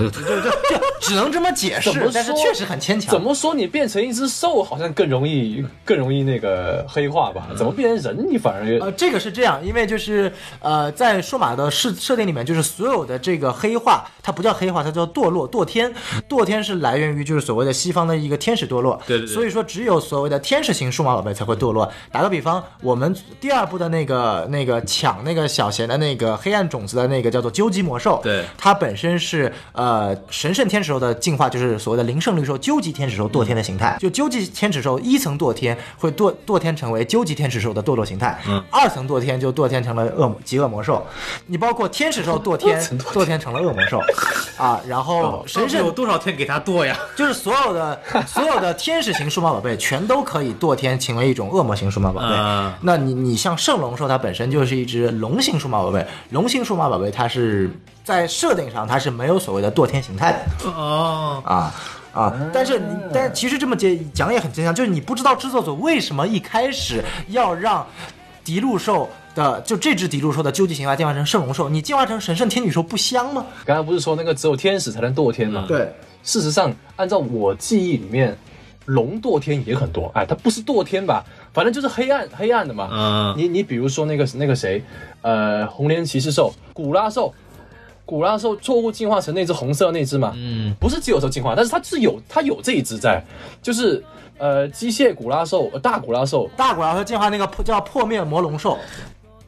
只能这么解
怎么
释
说，
但是确实很牵强。
怎么说你变成一只兽好像更容易更容易那个黑化吧？怎么变成人你反而
呃，这个是这样，因为就是呃，在数码的设设定里面，就是所有的这个黑化，它不叫黑化，它叫堕落、堕天。堕天是来源于就是所谓的西方的一个天使堕落，
对对对
所以说只有所谓的天使型数码宝贝才会堕落。打个比方，我们第二部的那个那个抢那个小贤的那个黑暗种子的那个叫做究极魔兽，
对
它本身是呃神圣嗯天使兽的进化，就是所谓的灵圣绿兽、究极天使兽堕天的形态。就究极天使兽一层堕天，会堕堕天成为究极天使兽的堕落形态，二层堕天就堕天成了恶魔极恶魔兽，你包括天使兽堕天堕天成了恶魔兽，啊，然后神
到底有
圣
多少天给他剁呀？
就是所有 的所有的天使型数码宝贝全都可以堕天成为一种恶魔型数码宝贝。
嗯
那你你像圣龙兽，它本身就是一只龙型数码宝贝，龙型数码宝贝它是在设定上它是没有所谓的堕天形态的
哦，
啊。啊，但是你，但其实这么解讲也很牵强，就是你不知道制作组为什么一开始要让迪路兽的，就这只迪路兽的究极形态进化成圣龙兽，你进化成神圣天女兽不香吗？
刚才不是说那个只有天使才能堕天
嗯
吗？
对，
事实上，按照我记忆里面，龙堕天也很多。哎，它不是堕天吧？反正就是黑暗黑暗的嘛。
嗯
你你比如说那个那个谁，呃，红莲骑士兽、古拉兽，古拉兽错误进化成那只红色那只嘛，
嗯，
不是只有兽进化，但是它是有它有这一只在，就是呃机械古拉兽、呃大古拉兽，
大古拉会进化那个破叫破灭魔龙兽，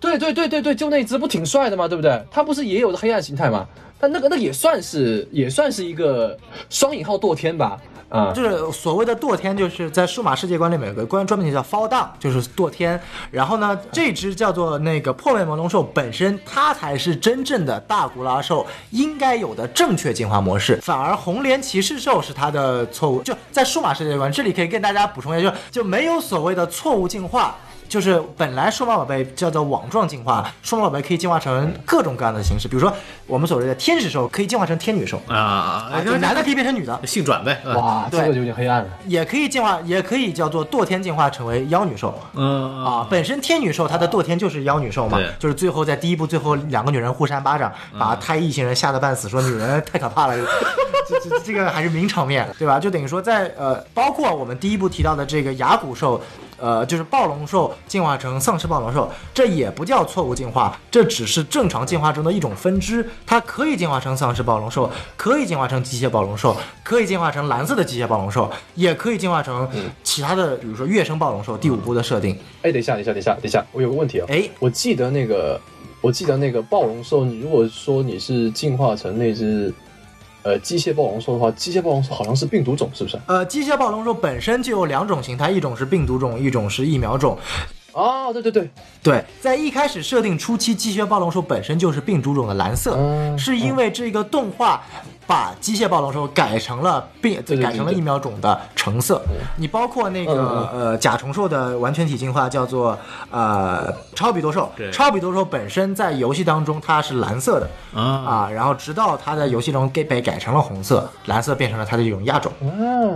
对对对对对，就那一只不挺帅的吗？对不对？它不是也有黑暗形态吗？但那个那个也算是也算是一个双引号堕天吧，啊、
就是所谓的堕天，就是在数码世界观里面有个关专门叫 fall down，就是堕天。然后呢，这只叫做那个破灭魔龙兽本身，它才是真正的大古拉兽应该有的正确进化模式。反而红莲骑士兽是它的错误，就在数码世界观这里可以跟大家补充一下，就就没有所谓的错误进化。就是本来数码宝贝叫做网状进化，数码宝贝可以进化成各种各样的形式，比如说我们所谓的天使兽可以进化成天女兽，
啊
啊，就男的可以变成女的，
性转呗，嗯
哇，这
对
个有点黑暗了。
也可以进化，也可以叫做堕天进化成为妖女兽。
嗯啊，
啊，本身天女兽它的堕天就是妖女兽嘛
对，
就是最后在第一部最后两个女人互扇巴掌，把太一行人吓得半死，说女人太可怕了，这这这个还是名场面，对吧？就等于说在呃，包括我们第一部提到的这个牙骨兽，呃，就是暴龙兽进化成丧尸暴龙兽，这也不叫错误进化，这只是正常进化中的一种分支，它可以进化成丧尸暴龙兽，可以进化成机械暴龙兽，可以进化成蓝色的机械暴龙兽，也可以进化成其他的，比如说月升暴龙兽，第五部的设定。
哎，等一下，等一下，等一下，等一下，我有个问题啊、
哎
我记得那个，我记得那个暴龙兽，你如果说你是进化成那只呃机械暴龙兽的话，机械暴龙兽好像是病毒种，是不是？
呃，机械暴龙兽本身就有两种形态，一种是病毒种，一种是疫苗种。
哦，对对对，
对，在一开始设定初期，机械暴龙兽本身就是病毒种的蓝色，
嗯
是因为这个动画把机械暴龙兽改成了病，
对对
改成了
对哦嗯
疫苗种的橙色。你包括那个、呃甲虫兽的完全体进化叫做呃超比多兽
对，
超比多兽本身在游戏当中它是蓝色的。
啊
啊，然后直到它在游戏中给被改成了红色，蓝色变成了它的一种亚种。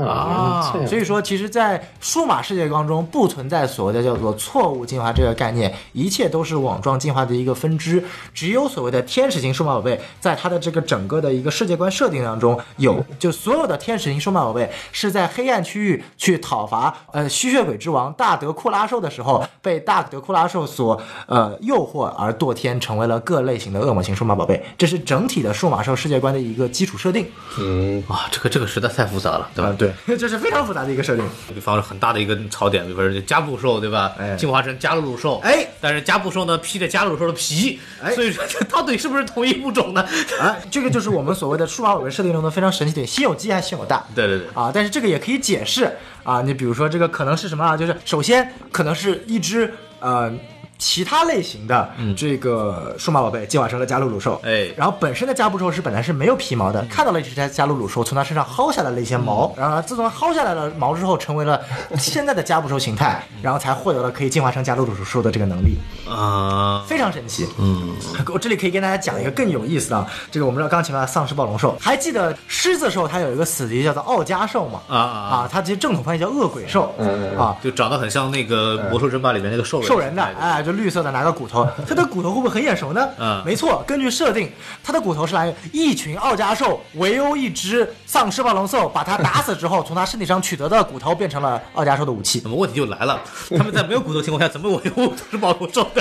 啊，
所以说，其实，在数码世界当中，不存在所谓的叫做错误进化这个概念，一切都是网状进化的一个分支。只有所谓的天使型数码宝贝，在它的这个整个的一个世界观设定当中有，就所有的天使型数码宝贝是在黑暗区域去讨伐呃吸血鬼之王大德库拉兽的时候，被大德库拉兽所呃诱惑而堕天，成为了各类型的恶魔型数码宝贝。这是整体的数码兽世界观的一个基础设定。
嗯，
啊，这个这个实在太复杂了，对吧？
啊，对， 这是非常复杂的一个设定。
比方说很大的一个槽点，比方说加布兽，对吧？
哎
进化成加鲁鲁兽，
哎，
但是加布兽呢披着加鲁鲁兽的皮，
哎
所以说这到底是不是同一物种呢？
啊，这个就是我们所谓的数码宝贝设定中的非常神奇点，先有鸡还是先有蛋？
对对对，
啊，但是这个也可以解释啊，你比如说这个可能是什么啊？就是首先可能是一只呃其他类型的这个数码宝贝进化成了加鲁鲁兽，
嗯哎嗯
然后本身的加布兽是本来是没有皮毛的，看到了一只加鲁鲁兽，从它身上薅下来了一些毛，然后自从薅下来了毛之后，成为了现在的加布兽形态，
嗯
然后才获得了可以进化成加鲁鲁兽的这个能力。
啊、
非常神奇。嗯，我这里可以跟大家讲一个更有意思的，啊，这个我们知道刚前面的丧尸暴龙兽，还记得狮子兽它有一个死敌叫做奥加兽嘛？
啊啊啊嗯
啊，它其实正统翻译叫恶鬼兽，啊。
就长得很像那个《魔兽争霸》里面那个兽人
哎兽人的，
哎
哎，就绿色的拿个 骨头，它的骨头会不会很眼熟呢？
嗯
没错，根据设定，它的骨头是来源于一群奥加兽围殴一只丧尸暴龙兽，把它打死之后，从它身体上取得的骨头变成了奥加兽的武器
那。么问题就来了，他们在没有骨头情况下，怎么我又 是保护兽的？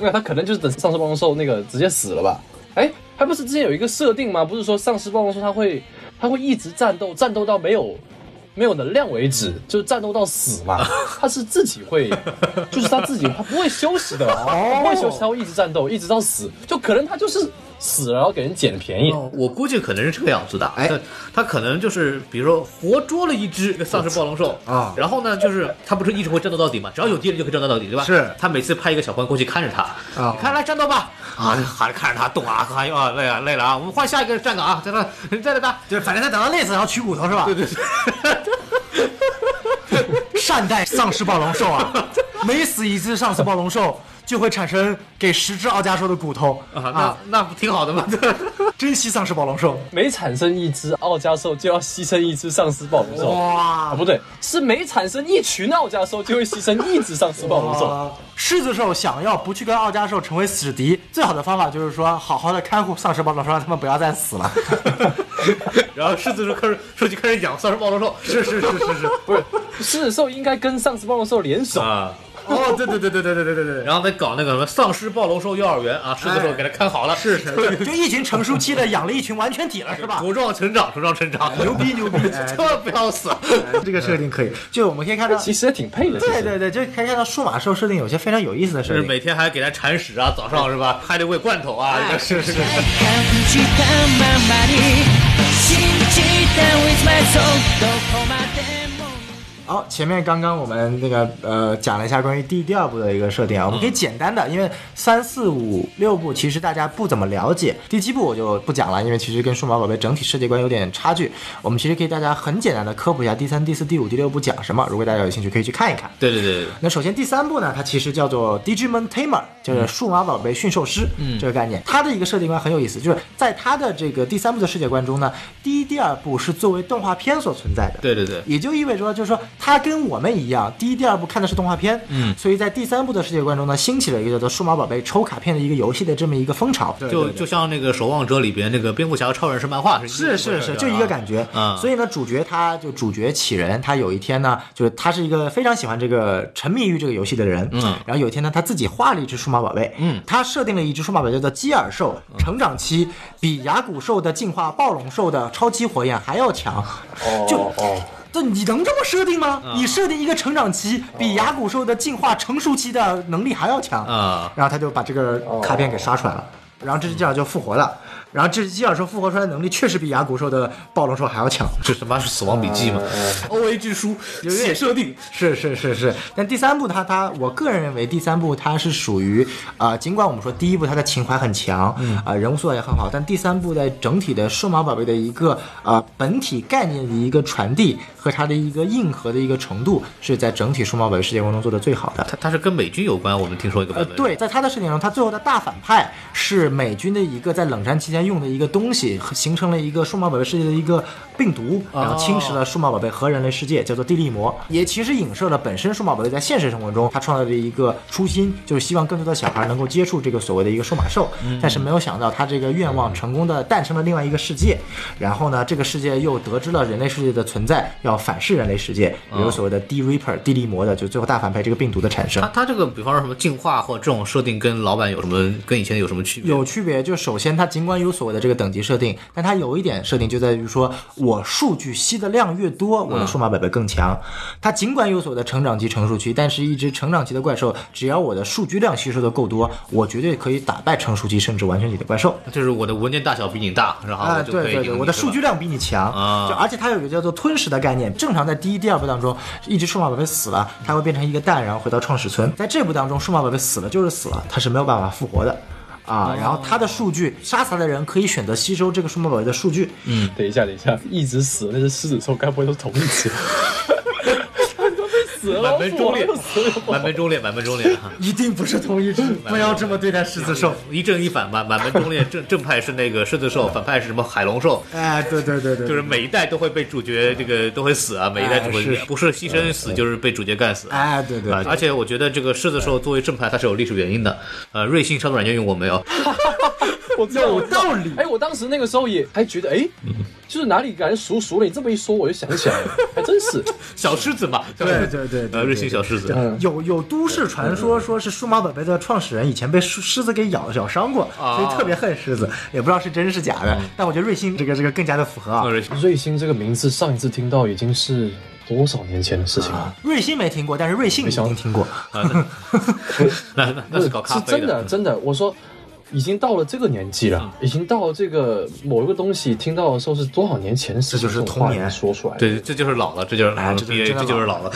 那他可能就是等丧尸暴龙兽那个直接死了吧？哎，还不是之前有一个设定吗？不是说丧尸暴龙兽它会它会一直战斗，战斗到没有没有能量为止，就是战斗到死嘛。它是自己会，啊就是它自己它不会休息的，它不会休息，它会一直战斗，一直到死。就可能它就是
死了然后给人捡便宜。
哦我估计可能是这个样子的，
哎
他他可能就是比如说活捉了一只这个丧尸暴龙兽
啊
然后呢，就是他不是一直会战斗到底嘛，只要有敌人就可以战斗到底，对吧？
是
他每次派一个小朋友过去看着他
啊
你看来战斗吧，啊，还看着他动啊，哎呦啊累啊累了啊，我们换下一个站岗啊，在那在那打，
就是反正他等到累死，然后取骨头是吧？对对对。 善待丧尸暴龙兽啊！ 每死一只丧尸暴龙兽，就会产生给十只奥加兽的骨头
啊，
啊
那！那不挺好的吗？
珍惜丧尸暴龙兽！
每产生一只奥加兽，就要牺牲一只丧尸暴龙兽。
哇
啊，不对，是每产生一群奥加兽，就会牺牲一只丧尸暴龙兽。
啊狮子兽想要不去跟奥加兽成为死敌，最好的方法就是说，好好的看护丧尸暴龙兽，让他们不要再死了。
然后狮子就开始说就开始养丧尸暴龙兽，是是是是是
不是， 狮子兽应该跟丧尸暴龙兽联手。
啊。
哦，对对对对对对对对
然后再搞那个什么丧尸暴龙兽幼儿园啊，狮子兽给他看好了，是是
对， 就一群成熟期的养了一群完全体了，是吧？
茁壮成长，茁壮成长，
牛逼牛 逼！哎
千万不要死。
这个设定可以，就我们可以看到，
其实也挺配的。其
对
实
对对，就可以看到数码兽设定有些非常有意思的设
就是
定。
每天还给他铲屎啊，早上是吧？还得喂罐头啊，
哎
是是是。
じたままに信じた with my soul どこまでも
好，前面刚刚我们那个呃讲了一下关于第第二部的一个设定啊，我们
嗯
可以简单的，因为三四五六部其实大家不怎么了解，第七部我就不讲了，因为其实跟数码宝贝整体世界观有点差距。我们其实可以大家很简单的科普一下第三、第四、第五、第六部讲什么，如果大家有兴趣可以去看一看。
对对对，
那首先第三部呢，它其实叫做 Digimon Tamer，就是数码宝贝驯兽师、这个概念。它的一个设定观很有意思，就是在它的这个第三部的世界观中呢，第一、第二部是作为动画片所存在的。
对对对，
也就意味着说，就是说它跟我们一样，第一、第二部看的是动画片，嗯，所以在第三部的世界观中呢，兴起了一个叫做数码宝贝抽卡片的一个游戏的这么一个风潮。对
就就像那个《守望者》里边那个蝙蝠侠和超人是漫画，
是是是，就一个感觉。
嗯
所以呢，主角他就主角启人，他有一天呢，就是他是一个非常喜欢这个沉迷于这个游戏的人。嗯，然后有一天呢，他自己画了一只数码宝贝。嗯，他设定了一只数码宝贝叫做基尔兽，成长期比牙骨兽的进化暴龙兽的超级火焰还要强。哦就哦。嗯这你能这么设定吗？你设定一个成长期比牙骨兽的进化成熟期的能力还要强
啊
然后他就把这个卡片给杀出来了，然后这只基尔兽复活了，然后这只基尔兽复活出来的能力确实比牙骨兽的暴龙兽还要强，
这他妈是《死亡笔记》嘛？O
呃
A 之书写设定，
是是是是。但第三部它它，我个人认为第三部它是属于啊、呃尽管我们说第一部它的情怀很强，啊、人物塑造也很好，但第三部在整体的数码宝贝的一个呃本体概念的一个传递和它的一个硬核的一个程度，是在整体数码宝贝世界观中做的最好的。
它它是跟美军有关，我们听说一个版
呃，
本。
对，在他的设定中，他最后的大反派是美军的一个在冷战期间用的一个东西，形成了一个数码宝贝世界的一个病毒，然后侵蚀了数码宝贝和人类世界，叫做地力魔，也其实影射了本身数码宝贝在现实生活中他创造的一个初心，就是希望更多的小孩能够接触这个所谓的一个数码兽，但是没有想到他这个愿望成功的诞生了另外一个世界，然后呢，这个世界又得知了人类世界的存在，要反噬人类世界，比如所谓的 D Reaper 地力魔的，就最后大反派这个病毒的产生
它。它这个，比方说什么进化或者这种设定，跟老版有什么跟以前有什么区别？
有区别，就首先它尽管有所谓的这个等级设定，但它有一点设定就在于说，我数据吸的量越多，
嗯
我的数码宝贝更强。它尽管有所谓的成长期、成熟期，但是一只成长期的怪兽，只要我的数据量吸收的够多，我绝对可以打败成熟期甚至完全体的怪兽。
就是我的文件大小比你大，然后
啊，
我就可
对
以赢
对
你
对，我的
是吧
数据量比你强
啊
就而且它有一个叫做吞噬的概念。正常在第一、第二部当中，一只数码宝贝死了，它会变成一个蛋，然后回到创始村。在这部当中，数码宝贝死了就是死了，它是没有办法复活的。啊，然后它的数据，杀死它的人可以选择吸收这个数码宝贝的数据，
嗯等一下，等一下，一直死的那只狮子兽，该不会都是同一 只？死了，
满门忠烈
又死了，
满门忠烈，满门忠烈。啊
一定不是同 一只，不要这么对待狮子兽。
一正一反吧，满门忠烈正正派是那个狮子兽，反派是什么海龙兽，
哎，对对嗯对对，
就是每一代都会被主角这个都会死啊，每一代都
哎
会
是
不是牺牲死就是被主角干死。
哎，对对
啊，而且我觉得这个狮子兽作为正派，它是有历史原因的。呃，瑞幸杀毒软件用哦过没 有？
我知道
有
我知道
道理嗯
哎，我当时那个时候也还觉得，哎，就是哪里感觉熟熟的。你这么一说，我就想起来 了，还真是。
小狮子嘛，对
对对对对
呃，瑞幸小狮子，
有有都市传说，说是数码宝贝的创始人以前被狮狮子给咬咬伤过，所以特别恨狮子，也不知道是真是假的。但我觉得瑞幸这个这个更加的符合啊。
呃瑞幸
瑞星这个名字上一次听到已经是多少年前的事情了？
瑞幸没听过，但是瑞幸一定听过。
那那那是搞咖
是
啡嗯
真的，真的。我说，
已经到了这个年纪了，已经到了这个某一个东西听到的时候是多少年前的事
这
情，
就是
这种话
童年
能说出来的。
对，这就是老了，这就是老
哎
了，
这就是
BA
真的哎
这就是老了，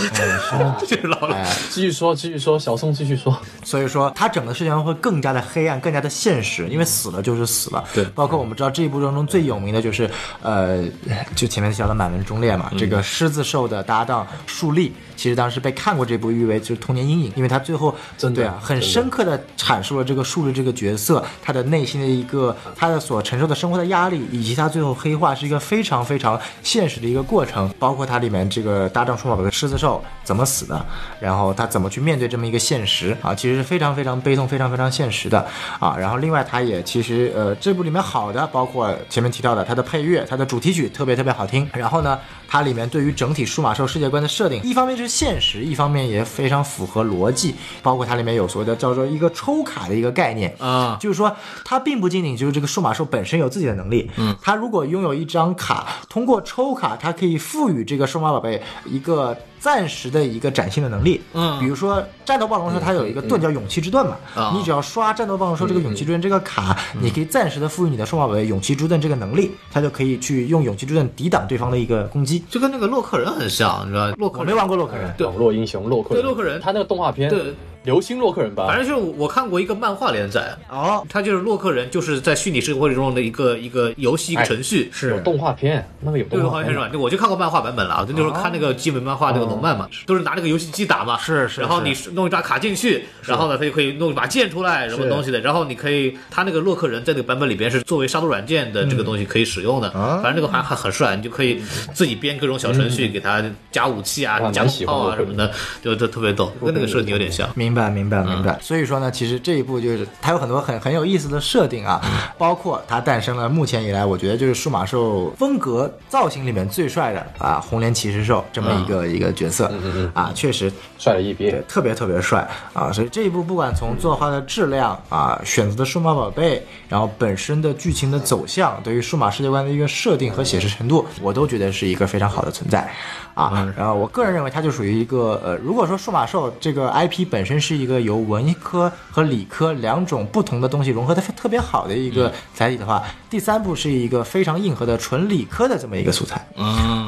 这就是老了。
继续说，继续说，小宋继续说。
所以说，它整个事情会更加的黑暗，更加的现实，因为死了就是死了。
对
包括我们知道这一部当中最有名的就是，呃，就前面提到的满门忠烈嘛，这个狮子兽的搭档树立，其实当时被看过这部誉为就是童年阴影，因为他最后
真的
对啊，很深刻的阐述了这个树立这个角色他的内心的一个他的所承受的生活的压力，以及他最后黑化是一个非常非常现实的一个过程，包括它里面这个搭档数码宝贝狮子兽怎么死的，然后他怎么去面对这么一个现实啊，其实是非常非常悲痛、非常非常现实的啊。然后另外他也其实呃这部里面好的，包括前面提到的它的配乐、它的主题曲特别特别好听，然后呢它里面对于整体数码兽世界观的设定，一方面是现实，一方面也非常符合逻辑，包括它里面有所谓的叫做一个抽卡的一个概念
啊
就是说它并不仅仅就是这个数码兽本身有自己的能力，嗯，它如果拥有一张卡，通过抽卡，它可以赋予这个数码宝贝一个。暂时的一个展现的能力，
嗯
比如说战斗暴龙的时候，它有一个盾叫勇气之盾嘛，
啊
你只要刷战斗暴龙兽这个勇气之盾这个卡，你可以暂时的赋予你的数码宝贝勇气之盾这个能力，它就可以去用勇气之盾抵挡对方的一个攻击。
就跟那个洛克人很像，你知道吧？洛克
我
人
没玩过洛克人，
网络英雄洛克人，
对洛克人
他那个动画片，
对，
流星洛克人吧，
反正就是我看过一个漫画连载，
哦，
它就是洛克人，就是在虚拟世界会中的一个一个游戏一个程序，
有动画片，那个有
对，
动
好
画
像是
片。
吧？对我就看过漫画版本
哦
了，我就那时候看那个基本漫画那个龙漫嘛，都是拿那个游戏机打嘛，
是是
然后
是
你弄一把卡进去，然后呢，它就可以弄一把剑出来，什么
是
东西的。然后你可以，它那个洛克人在那个版本里边是作为杀毒软件的这个东西可以使用的，
嗯
啊
反正这个还还很帅，你就可以自己编各种小程序给它加武器啊
哇、
加
蛮喜
火
欢
炮啊
洛
什
克
么的，就都特别逗，跟那个设定有点像。
明白，明白，明白。所以说呢，其实这一部就是它有很多很很有意思的设定啊，包括它诞生了目前以来，我觉得就是数码兽风格造型里面最帅的啊，红莲骑士兽这么一个一个角色啊，确实
帅了一逼
对，，特别特别帅啊！所以这一部不管从作画的质量啊，选择的数码宝贝，然后本身的剧情的走向，对于数码世界观的一个设定和写实程度，我都觉得是一个非常好的存在啊。然后我个人认为它就属于一个呃，如果说数码兽这个 IP 本身是一个由文科和理科两种不同的东西融合的特别好的一个载体的话，第三部是一个非常硬核的纯理科的这么一个素材。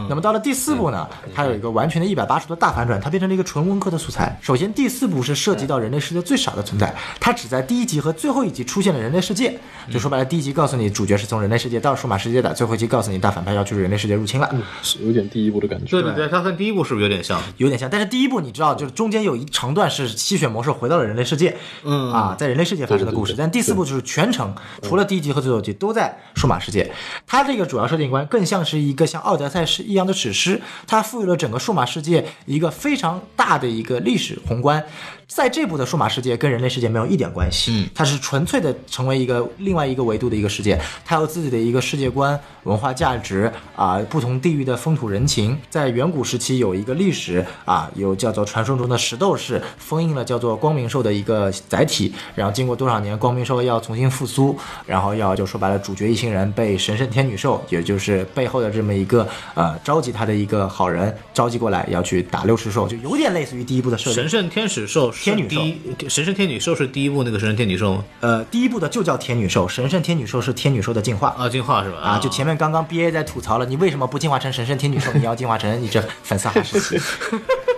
那么到了第四部呢，它有一个完全的一百八十度的大反转，它变成了一个纯文科的素材。首先，第四部是涉及到人类世界最少的存在，它只在第一集和最后一集出现了人类世界。就说白了，第一集告诉你主角是从人类世界到数码世界的，最后一集告诉你大反派要去人类世界入侵了，
是有点第一部的感觉。
对对对，它跟第一部是不是有点像？
有点像。但是第一部你知道，就是中间有一长段是吸血魔兽回到了人类世界，嗯啊，在人类世界发生的故事。但第四部就是全程除了第一集和最后一集都在数码世界，它这个主要设定观更像是一个像奥德赛是一样的史诗，它赋予了整个数码世界一个非常大的一个历史宏观。在这部的数码世界跟人类世界没有一点关系，嗯，它是纯粹的成为一个另外一个维度的一个世界，它有自己的一个世界观、文化价值啊、不同地域的风土人情，在远古时期有一个历史啊，有叫做传说中的石斗士封印了叫做光明兽的一个载体，然后经过多少年，光明兽要重新复苏，然后要就说白了，主角一行人被神圣天女兽，也就是背后的这么一个呃召集他的一个好人召集过来，要去打六十兽，就有点类似于第一部的设定
神。圣天使兽是
天女
第一，神圣天女兽是第一部那个神圣天女兽吗？
呃，第一部的就叫天女兽，神圣天女兽是天女兽的进化。
啊，进化是吧？
啊，就前 面刚刚 B A 在吐槽了，你为什么不进化成神圣天女兽？你要进化成你这粉色哈士奇，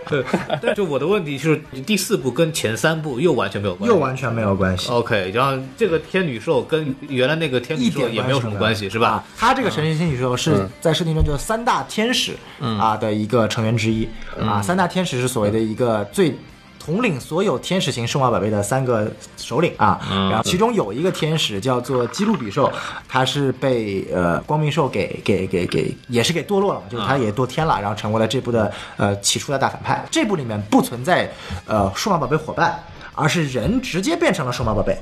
对，但就我的问题是，第四部跟前三部又完全没有关系，
又完全没有关系，
OK，然后这个天女兽哦跟原来那个天
一
女兽
点
也没有什么关系，是
啊
吧？嗯
他这个神圣天女兽是在设定中就是三大天使
嗯
啊的一个成员之一啊，三大天使是所谓的一个最。统领所有天使型数码宝贝的三个首领啊，
嗯
然后其中有一个天使叫做基路比兽，他是被呃光明兽给给给给，也是给堕落了，
嗯
就是他也堕天了，然后成为了这部的呃起初的大反派。这部里面不存在呃数码宝贝伙伴，而是人直接变成了数码宝贝。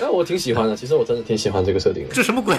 哎，我我挺喜欢的，其实我真的挺喜欢这个设定的。
这什么鬼？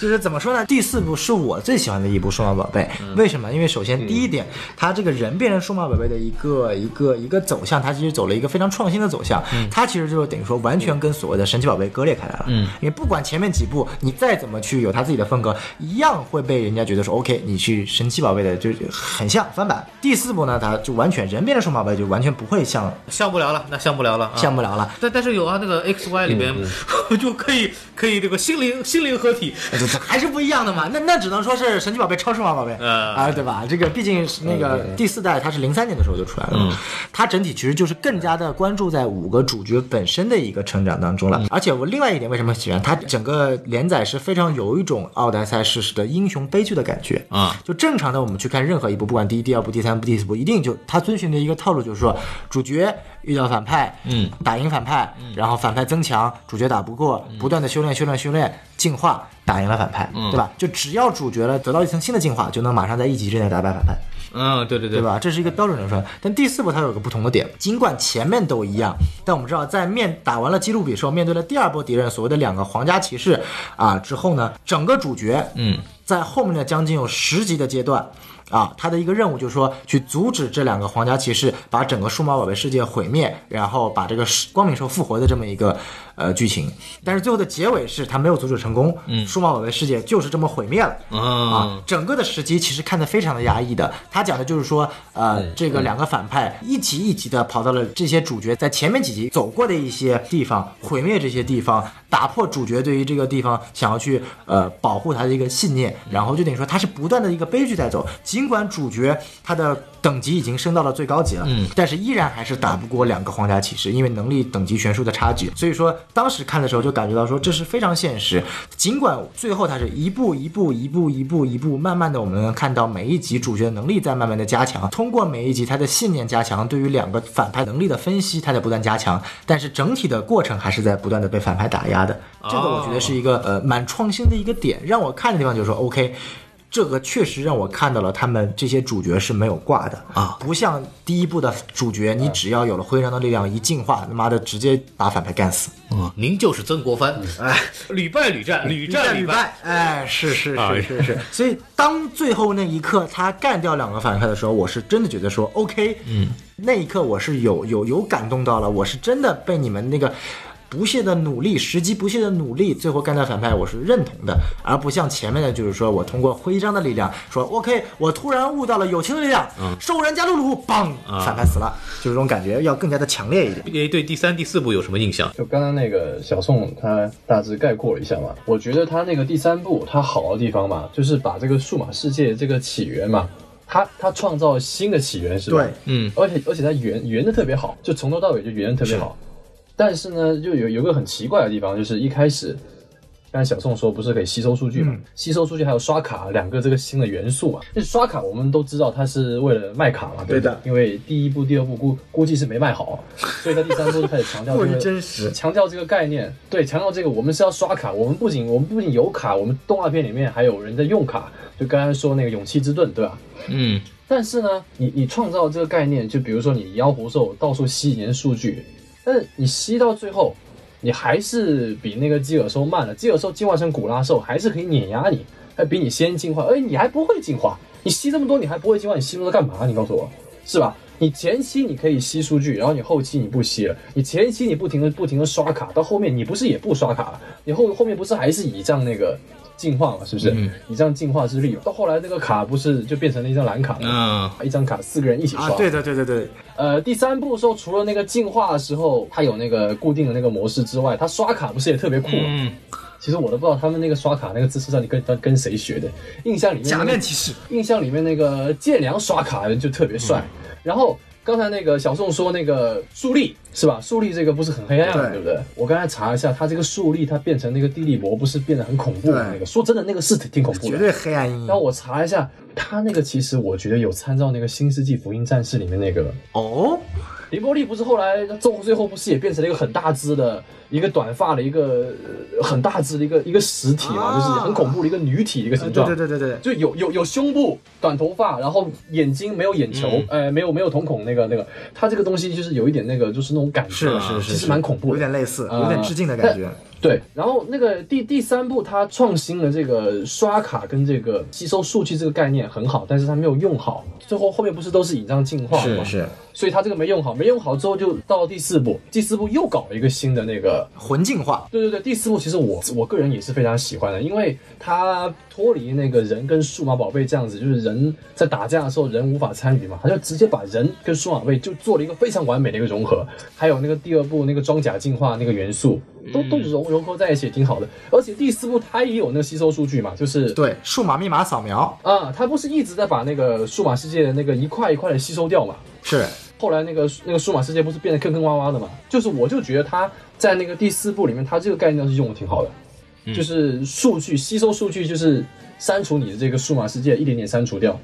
就是怎么说呢？第四部是我最喜欢的一部《数码宝贝》，为什么？因为首先第一点，它这个人变成数码宝贝的一个一个一个走向，它其实走了一个非常创新的走向。它其实就是等于说完全跟所谓的神奇宝贝割裂开来了。嗯，因为不管前面几部你再怎么去有它自己的风格，一样会被人家觉得说 OK，你去神奇宝贝的就是很像翻版。第四部呢，它就完全人变成数码宝贝就完全不会像
像不了了，那像不了了，啊
像不了嗯了。
但但是有啊，那个 X Y 里边 就可以可以这个心灵心灵合体，
还是不一样的嘛。那那只能说是神奇宝贝超数码宝贝，
呃
啊，对吧？这个毕竟是那个第四代，它是零三年的时候就出来了，它整体其实就是更加的关注在五个主角本身的一个成长当中了。而且我另外一点为什么喜欢它，整个连载是非常有一种奥德赛式的英雄悲剧的感觉
啊。
就正常的我们去看任何一部，不管第一、第二部、第三部、第四部，一定就它遵循的一个套路，就是说主角遇到反派，嗯，打赢反派，然后反派增强，主角打不过，不断的修炼、修炼、修炼，进化，打赢了反派，对吧？就只要主角了得到一层新的进化，就能马上在一级之内打败反派。
嗯，对对对
对？吧？这是一个标准流程。但第四部它有个不同的点，尽管前面都一样，但我们知道在面打完了基路比兽，面对了第二波敌人，所谓的两个皇家骑士啊之后呢，整个主角嗯，在后面的将近有十集的阶段。啊，他的一个任务就是说，去阻止这两个皇家骑士把整个数码宝贝世界毁灭，然后把这个光明兽复活的这么一个呃剧情。但是最后的结尾是他没有阻止成功，嗯，数码宝贝世界就是这么毁灭了。
啊
啊，整个的时期其实看得非常的压抑的。他讲的就是说，呃，这个两个反派一集一集的跑到了这些主角在前面几集走过的一些地方，毁灭这些地方，打破主角对于这个地方想要去呃保护他的一个信念，然后就等于说他是不断的一个悲剧在走。尽管主角他的等级已经升到了最高级了，嗯，但是依然还是打不过两个皇家骑士，因为能力等级悬殊的差距。所以说当时看的时候就感觉到说这是非常现实。尽管最后它是一步一步一步一步一步，慢慢的我们能看到每一集主角的能力在慢慢的加强，通过每一集他的信念加强，对于两个反派能力的分析，他在不断加强，但是整体的过程还是在不断的被反派打压的。这个我觉得是一个呃蛮创新的一个点，让我看的地方就是说 OK。这个确实让我看到了，他们这些主角是没有挂的
啊，
不像第一部的主角，你只要有了徽章的力量一进化，他妈的直接把反派干死，
啊！您就是曾国藩，哎，屡败屡战，屡战
嗯屡
败。，
哎，是是
啊
是是是， 所以当最后那一刻他干掉两个反派的时候，我是真的觉得说 OK，嗯，那一刻我是有有有感动到了，我是真的被你们那个。不懈的努力，时机不懈的努力，最后干掉反派，我是认同的，而不像前面的，就是说我通过徽章的力量，说 OK，我突然悟到了友情的力量，兽人加鲁鲁，嘣，反派死了，就是这种感觉，要更加的强烈一点。
哎，对第三、第四部有什么印象？
就刚刚那个小宋他大致概括了一下嘛，我觉得他那个第三部他好的地方嘛，就是把这个数码世界这个起源嘛，他他创造新的起源是吧？
对，
嗯，
而且而且他圆圆的特别好，就从头到尾就圆的特别好。但是呢，就有有个很奇怪的地方，就是一开始，刚才小宋说不是可以吸收数据
嗯
嘛？吸收数据还有刷卡两个这个新的元素嘛？就是刷卡我们都知道它是为了卖卡嘛，
对
不
的
因为第一部、第二部估估计是没卖好，所以在第三部就开始强调 这
过
个
于真实
强调这个概念，对，强调这个我们是要刷卡，我们不仅我们不仅有卡，我们动画片里面还有人在用卡，就刚刚说那个勇气之盾，对吧？
嗯，
但是呢，你你创造这个概念，就比如说你妖狐兽到处吸引人数据，但是你吸到最后，你还是比那个基尔兽慢了。基尔兽进化成古拉兽，还是可以碾压你，还比你先进化，而哎你还不会进化。你吸这么多，你还不会进化，你吸那么多干嘛？你告诉我，是吧？你前期你可以吸数据，然后你后期你不吸了，你前期你不停的不停的刷卡，到后面你不是也不刷卡了？你后后面不是还是倚仗那个进化嘛，是不是？倚仗进化之力，到后来那个卡不是就变成了一张蓝卡吗？
嗯，
啊一张卡四个人一起刷。
啊，对的对对对，
呃，第三部的时候，除了那个进化的时候，它有那个固定的那个模式之外，它刷卡不是也特别酷吗？
嗯
其实我都不知道他们那个刷卡那个姿势到底跟跟跟谁学的。印象里面、那个，
骑士，
印象里面那个建良刷卡就特别帅。
嗯
然后刚才那个小宋说那个树立是吧？树立这个不是很黑暗嘛，
对
对不对？我刚才查一下，它这个树立它变成那个地利魔，不是变得很恐怖的
对
那个？说真的，那个是挺挺恐怖的，
绝对黑暗阴
然后
影。
我查一下，他那个其实我觉得有参照那个《新世纪福音战士》里面那个
哦，
林伯利，不是后来最后最后不是也变成了一个很大只的一个短发的一个呃很大只的一个一个实体嘛，
啊
就是很恐怖的一个女体的一个形
对
状。
啊对对对对。
就有有有胸部、短头发，然后眼睛没有眼球，呃，没有没有瞳孔那个那个，他这个东西就是有一点那个，就是那种感觉，啊
是是是
其实
是
蛮恐怖
有
的
点。类似，
呃
有点致敬的感觉。
对，然后那个第第三部它创新了这个刷卡跟这个吸收数据这个概念很好，但是它没有用好，最后后面不是都是引障进化吗？
是是，
所以它这个没用好，没用好之后就到了第四部，第四部又搞了一个新的那个
魂进化，
对对对，第四部其实我我个人也是非常喜欢的，因为它脱离那个人跟数码宝贝这样子，就是人在打架的时候人无法参与嘛，它就直接把人跟数码宝贝就做了一个非常完美的一个融合，还有那个第二部那个装甲进化那个元素都都融融合在一起，挺好的。而且第四部它也有那个吸收数据嘛，就是
对，数码密码扫描
啊，它不是一直在把那个数码世界的那个一块一块的吸收掉嘛，
是
后来那个那个数码世界不是变得坑坑洼洼的嘛？就是我就觉得他在那个第四部里面，他这个概念倒是用的挺好的，就是数据吸收数据，就是删除你的这个数码世界，一点点删除掉。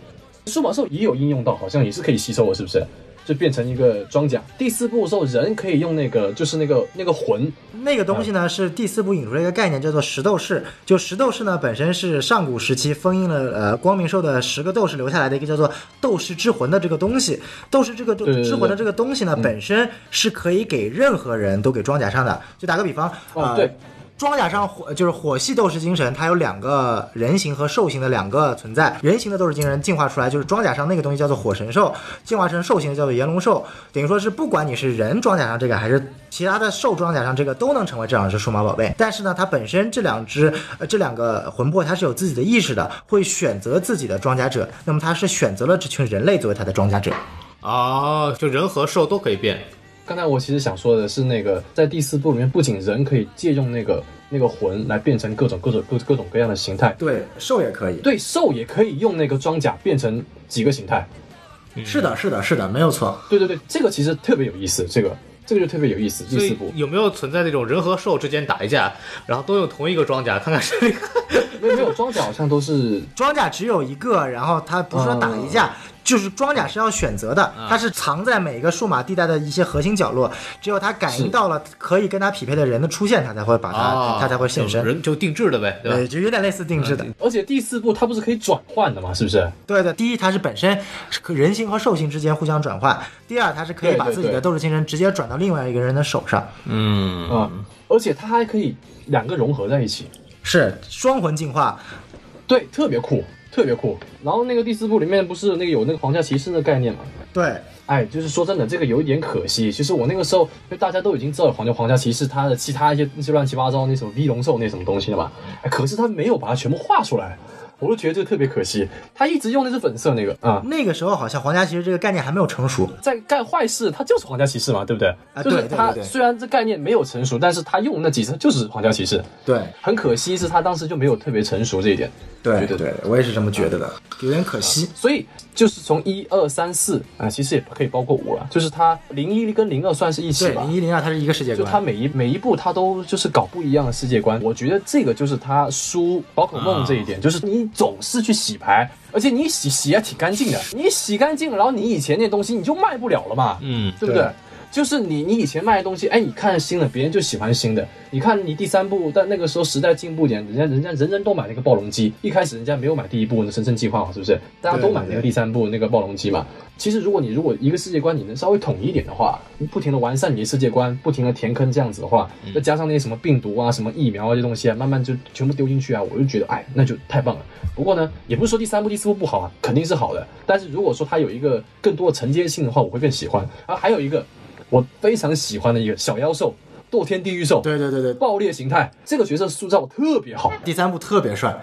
数码兽也有应用到，好像也是可以吸收的，是不是？就变成一个装甲。第四部的时候，人可以用那个，就是那个那个魂，
那个东西
嗯
呢，是第四部引出了一个概念，叫做石斗士。就石斗士呢，本身是上古时期封印了呃光明兽的十个斗士留下来的一个叫做斗士之魂的这个东西。斗士这个
对对
之魂的这个东西呢，本身是可以给任何人都给装甲上的。就打个比方，
哦
呃
对，
装甲上火就是火系斗士精神，它有两个人形和兽形的两个存在。人形的斗士精神进化出来就是装甲上那个东西叫做火神兽，进化成兽形的叫做炎龙兽。等于说是不管你是人装甲上这个还是其他的兽装甲上这个，都能成为这两只数码宝贝。但是呢，它本身这两只呃这两个魂魄它是有自己的意识的，会选择自己的装甲者。那么它是选择了这群人类作为它的装甲者。
啊，就人和兽都可以变，
刚才我其实想说的是，那个在第四部里面，不仅人可以借用那个那个魂来变成各种各种各各种各样的形态，
对，兽也可以。
对兽也可以用那个装甲变成几个形态。
是的，是的，是的，没有错。
对对对，这个其实特别有意思，这个这个就特别有意思。第
所
四
以
部
有没有存在那种人和兽之间打一架，然后都用同一个装甲，看看谁
没有没有装甲好像都是
装甲只有一个，然后它不是说打一架，就是装甲是要选择的，它是藏在每一个数码地带的一些核心角落，只有它感应到了可以跟它匹配的人的出现，它才会把它、
啊，
它才会现身。哎
人就定制的呗，对吧？
哦对，就嗯有点类似定制的。
而且第四部它不是可以转换的嘛，是不是？
对的，第一，它是本身是可人形和兽形之间互相转换；第二，它是可以
对
把
对
自己的
对
斗士精神直接转到另外一个人的手上，
嗯，
啊、而且它还可以两个融合在一起，
是双魂进化。
对，特别酷，特别酷。然后那个第四部里面不是那个有那个皇家骑士那个概念嘛？
对，
哎，就是说真的，这个有一点可惜。其实我那个时候，因为大家都已经知道有皇家皇家骑士他的其他一些那些乱七八糟那什么 V 龙兽那什么东西了嘛，哎可是他没有把它全部画出来，我就觉得这个特别可惜。他一直用的是粉色那个啊。
那个时候好像皇家骑士这个概念还没有成熟。
在干坏事，他就是皇家骑士嘛，对不对？
啊
就是
对对
他
对对
虽然这概念没有成熟，但是他用那几次就是皇家骑士。
对，
很可惜是他当时就没有特别成熟这一点，
对，
觉得
对，我也是这么觉得的，有点可惜。
所以就是从一二三四啊，其实也可以包括五了，就是他零一跟零二算是一起
对，
吧
零。一零二它是一个世界
就
观。
他每一每一步，他都就是搞不一样的世界观。我觉得这个就是他输宝可梦这一
啊
点，就是你总是去洗牌，而且你洗洗还挺干净的。你洗干净了，然后你以前那东西你就卖不了了嘛。
嗯，
对不对？就是你，你以前卖的东西，哎，你看新的，别人就喜欢新的。你看你第三部，但那个时候时代进步点，人家人家人人都买那个暴龙机，一开始人家没有买第一部那《神圣计划》嘛，是不是？大家都买那个第三部那个暴龙机嘛。其实如果你如果一个世界观你能稍微统一一点的话，不停的完善你的世界观，不停的填坑这样子的话，再加上那些什么病毒啊、什么疫苗啊这些东西啊，慢慢就全部丢进去啊，我就觉得哎，那就太棒了。不过呢，也不是说第三部、第四部不好啊，肯定是好的。但是如果说它有一个更多的承接性的话，我会更喜欢。啊，还有一个我非常喜欢的一个小妖兽，堕天地狱兽，
对对对对，
爆裂形态，这个角色塑造特别好。
第三部特别帅，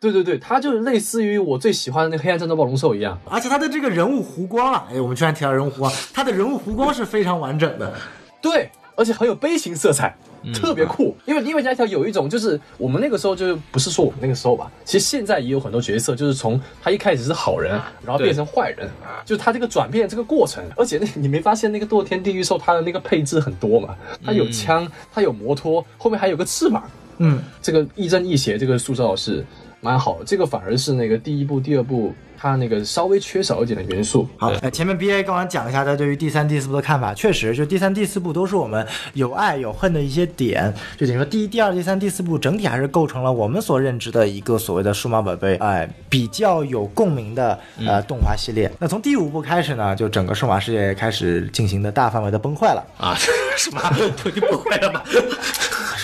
对对对，它就是类似于我最喜欢的那个黑暗战斗暴龙兽一样。
而且他的这个人物弧光啊，哎，我们居然提到人物弧光，他的人物弧光是非常完整的。
对，而且很有悲情色彩，
嗯
特
啊
别酷。因为因为加条有一种就是我们那个时候就是不是说我们那个时候吧，其实现在也有很多角色就是从他一开始是好人，
啊
然后变成坏人，就是他这个转变这个过程。而且那你没发现那个堕天地狱兽它的那个配置很多嘛？它有枪，它有摩托，后面还有个翅膀。
嗯，
这个亦正亦邪这个塑造是蛮好的，这个反而是那个第一部、第二部它那个稍微缺少一点的元 素。
好，呃，前面 B A 刚刚讲一下他对于第三、第四部的看法，确实，就第三、第四部都是我们有爱有恨的一些点，就等于说第一、第二、第三、第四部整体还是构成了我们所认知的一个所谓的数码宝贝，哎、比较有共鸣的
嗯
呃动画系列。那从第五部开始呢，就整个数码 世界开始进行的大范围的崩坏了。
啊，什么？你不会了吧？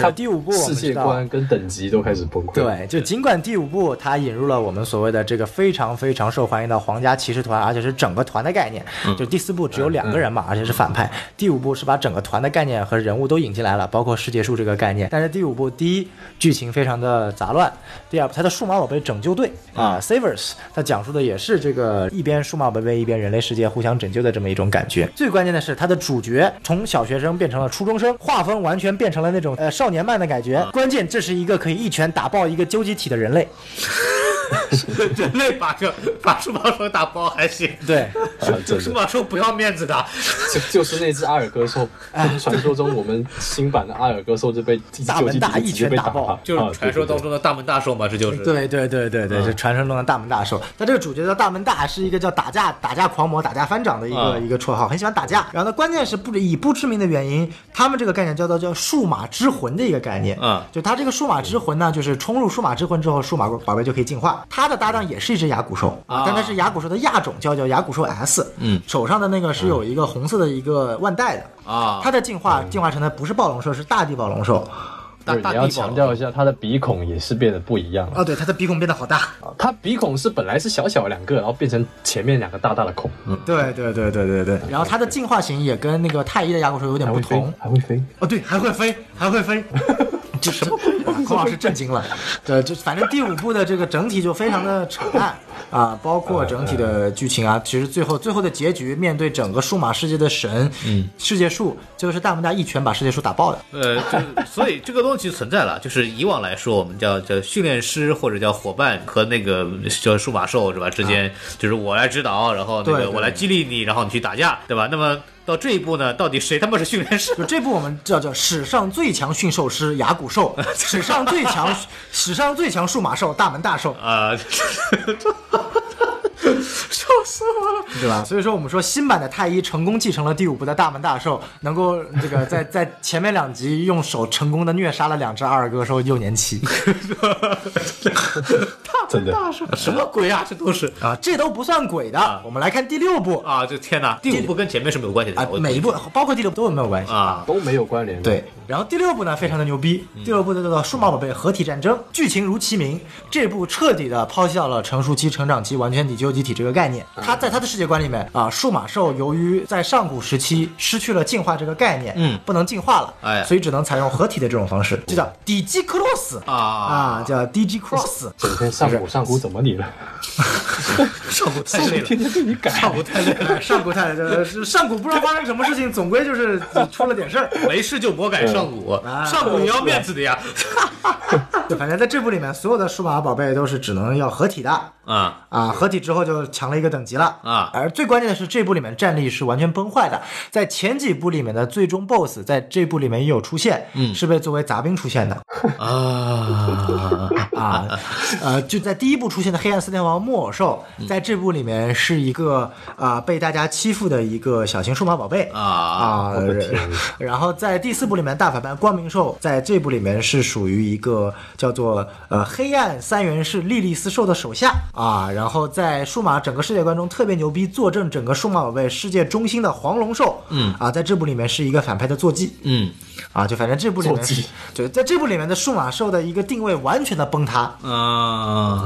到第五部我
世
们知
界
道
观跟等级都开始崩溃。
对，就尽管第五部它引入了我们所谓的这个非常非常受欢迎的皇家骑士团，而且是整个团的概念。就第四部只有两个人嘛，而且是反派。第五部是把整个团的概念和人物都引进来了，包括世界树这个概念。但是第五部第一剧情非常的杂乱，第二它的数码宝贝拯救队啊 Savers，它讲述的也是这个一边数码宝贝一边人类世界互相拯救的这么一种感觉。最关键的是它的主角从小学生变成了初中生，画风完全变成了那种呃少年漫的感觉。关键这是一个可以一拳打爆一个究极体的人类。
人类把这把数码兽打包还行，
对，
啊，真
数
的
码兽不要面子的，
就 就是那只阿尔戈兽，就是传说中我们新版的阿尔戈兽就被
大门大一拳
被
打
打啊
爆
就是传说当
中
中的大门大兽嘛，这就是。嗯
对对对对对，就传说中的大门大兽。但这个主角叫大门大，是一个叫打架打架狂魔、打架翻掌的一个、
嗯
一个绰号，很喜欢打架。然后呢，关键是不以不知名的原因，他们这个概念叫做叫数码之魂的一个概念。
嗯
就他这个数码之魂呢，就是冲入数码之魂之后，数码宝贝就可以进化。他的搭档也是一只牙骨兽
啊
但它是牙骨兽的亚种，叫叫牙骨兽 S。嗯，手上的那个是有一个红色的一个腕带的。
嗯啊嗯
它的进化进化成的不是暴龙兽，是大地暴龙兽。
大
对，
大
你要
地堡
强调一下，它的鼻孔也是变得不一样了。
哦，对，它的鼻孔变得好大。
它鼻孔是本来是小小两个，然后变成前面两个大大的孔，
对对对对对对。然后它的进化型也跟那个太一的牙骨兽有点
还
不
会飞
同，
还会飞。
哦，对，还会飞，还会飞。这什么？孔老师震惊了。对，就反正第五部的这个整体就非常的扯 淡啊，包括整体的剧情啊，其实最后最后的结局，面对整个数码世界的神，嗯，世界树就是大门大一拳把世界树打爆的。
呃， 就所以这个东西存在了，就是以往来说，我们叫叫训练师或者叫伙伴和那个叫数码兽是吧？之间就是我来指导，然后那
啊对
个
对
我来激励你，然后你去打架，对吧？那么到这一步呢，到底谁他妈是训练师？
就这部我们叫叫史上最强驯兽师牙骨兽，史上最强史上最强数码兽大门大兽，
啊，笑死我了！
对吧？所以说我们说新版的太一成功继承了第五部的大门大兽，能够这个在在前面两集用手成功的虐杀了两只阿尔戈兽幼年期
真的
大叔，什么鬼啊？这都是
啊，这都不算鬼的。我们来看第六部啊，
啊！这天哪，第五部跟前面是没有关系啊的，我
每一部包括第六部都有没有关系？
啊，
都没有关联的。
对，然后第六部呢非常的牛逼，
嗯
第六部叫做《数码宝贝合体战争》，剧情如其名，这部彻底的抛弃掉了成熟期、成长期完全体究集体这个概念。
嗯
它在它的世界观里面啊，数码兽由于在上古时期失去了进化这个概念，
嗯
不能进化了，
哎
所以只能采用合体的这种方式，就叫 DG Cross
啊
啊，叫 DG Cross。
整天哎上古上古怎么你了？
上古太累了，
天天被你改。
啊
古太累 了，上古太累了，上古不知道发生什么事情，总归就是出了点事儿。
没事就魔改上古，
嗯
上古也要面子的呀！
就反正在这部里面，所有的数码宝贝都是只能要合体的，
啊，
啊，合体之后就强了一个等级了
啊
而最关键的是，这部里面战力是完全崩坏的。在前几部里面的最终 BOSS，在这部里面也有出现，嗯，是被作为杂兵出 现的
啊，
啊，呃，就在第一部出现的黑暗四天王木偶兽，
嗯
在这部里面是一个啊、被大家欺负的一个小型数码宝贝
啊
啊，然后在第四部里面大反派光明兽，在这部里面是属于一个叫做呃黑暗三元式莉莉丝兽的手下啊，然后在数码整个世界观中特别牛逼，坐镇整个数码宝贝世界中心的黄龙兽，嗯啊，在这部里面是一个反派的坐骑，
嗯
啊，就反正这部里面
坐
是
骑，
对，在这部里面的数码兽的一个定位完全的崩塌。
啊，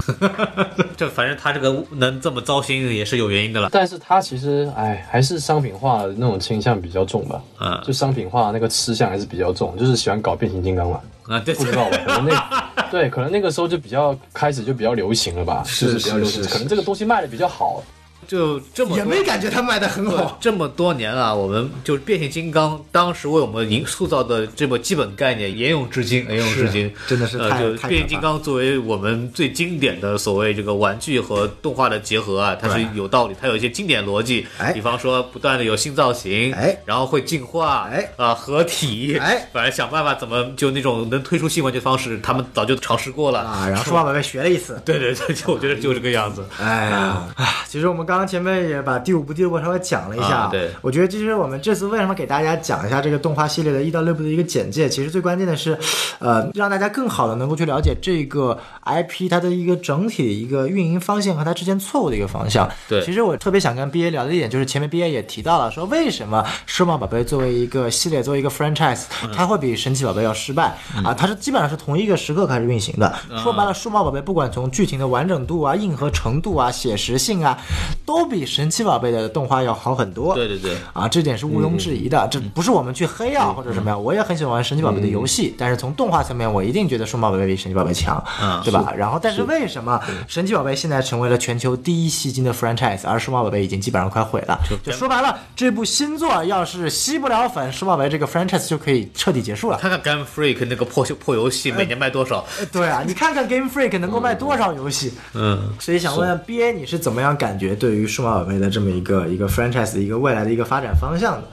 这反正他这个能这么糟心也是有原因的了。
但是它其实，哎，还是商品化的那种倾向比较重吧。
嗯
就商品化那个吃相还是比较重，就是喜欢搞变形金刚嘛。
啊，对，
不知道吧？可能那对，可能那个时候就比较开始就比较流行了吧，
是
就是比较流
是
行，
是
可能这个东西卖的比较好。
就这么
也没感觉它卖的很
对
好，
呃这么多年啊，我们就是变形金刚当时为我们营塑造的这么基本概念沿用至今，沿用至今，
真的是太
呃，就
太可怕
变形金刚作为我们最经典的所谓这个玩具和动画的结合啊，它是有道理，它有一些经典逻辑，
哎
比方说不断的有新造型，
哎
然后会进化，
哎
啊、合体，
哎
反正想办法怎么就那种能推出新玩具的方式，他们早就尝试过了
啊啊，然后数码宝贝学了一次。哎
对对对，就我觉得就这个样子。
哎呀，啊其实我们刚刚刚前面也把第五部、第六部稍微讲了一下，
啊对
我觉得其实我们这次为什么给大家讲一下这个动画系列的一到六部的一个简介，其实最关键的是，呃，让大家更好的能够去了解这个 IP 它的一个整体的一个运营方向和它之间错误的一个方向。
对
其实我特别想跟 BA 聊的一点就是，前面 BA 也提到了，说为什么数码宝贝作为一个系列，作为一个 franchise，它
嗯
会比神奇宝贝要失败、啊？它是基本上是同一个时刻开始运行的。
嗯
说白了，数码宝贝不管从剧情的完整度啊、硬核程度啊、写实性啊，都比神奇宝贝的动画要好很 多。
对对对，
啊，这点是毋庸置疑的。这不是我们去黑啊或者什么呀，我也很喜欢玩神奇宝贝的游戏，但是从动画层面，我一定觉得数码宝贝比神奇宝贝强，
嗯
对吧？然后，啊但是为什么神奇宝贝现在成为了全球第一吸金的 franchise，而数码宝贝已经基本上快毁了？就说白了，这部新作要是吸不了粉，数码宝贝这个 franchise 就可以彻底结束了。
看看 Game Freak 那个破破游戏
哎
每年卖多少？
对啊，你看看 Game Freak 能够卖多少游戏？
嗯，
所以想问问 B A 你是怎么样感觉对于数码宝贝的这么一个一个 franchise 的一个未来的一个发展方向的？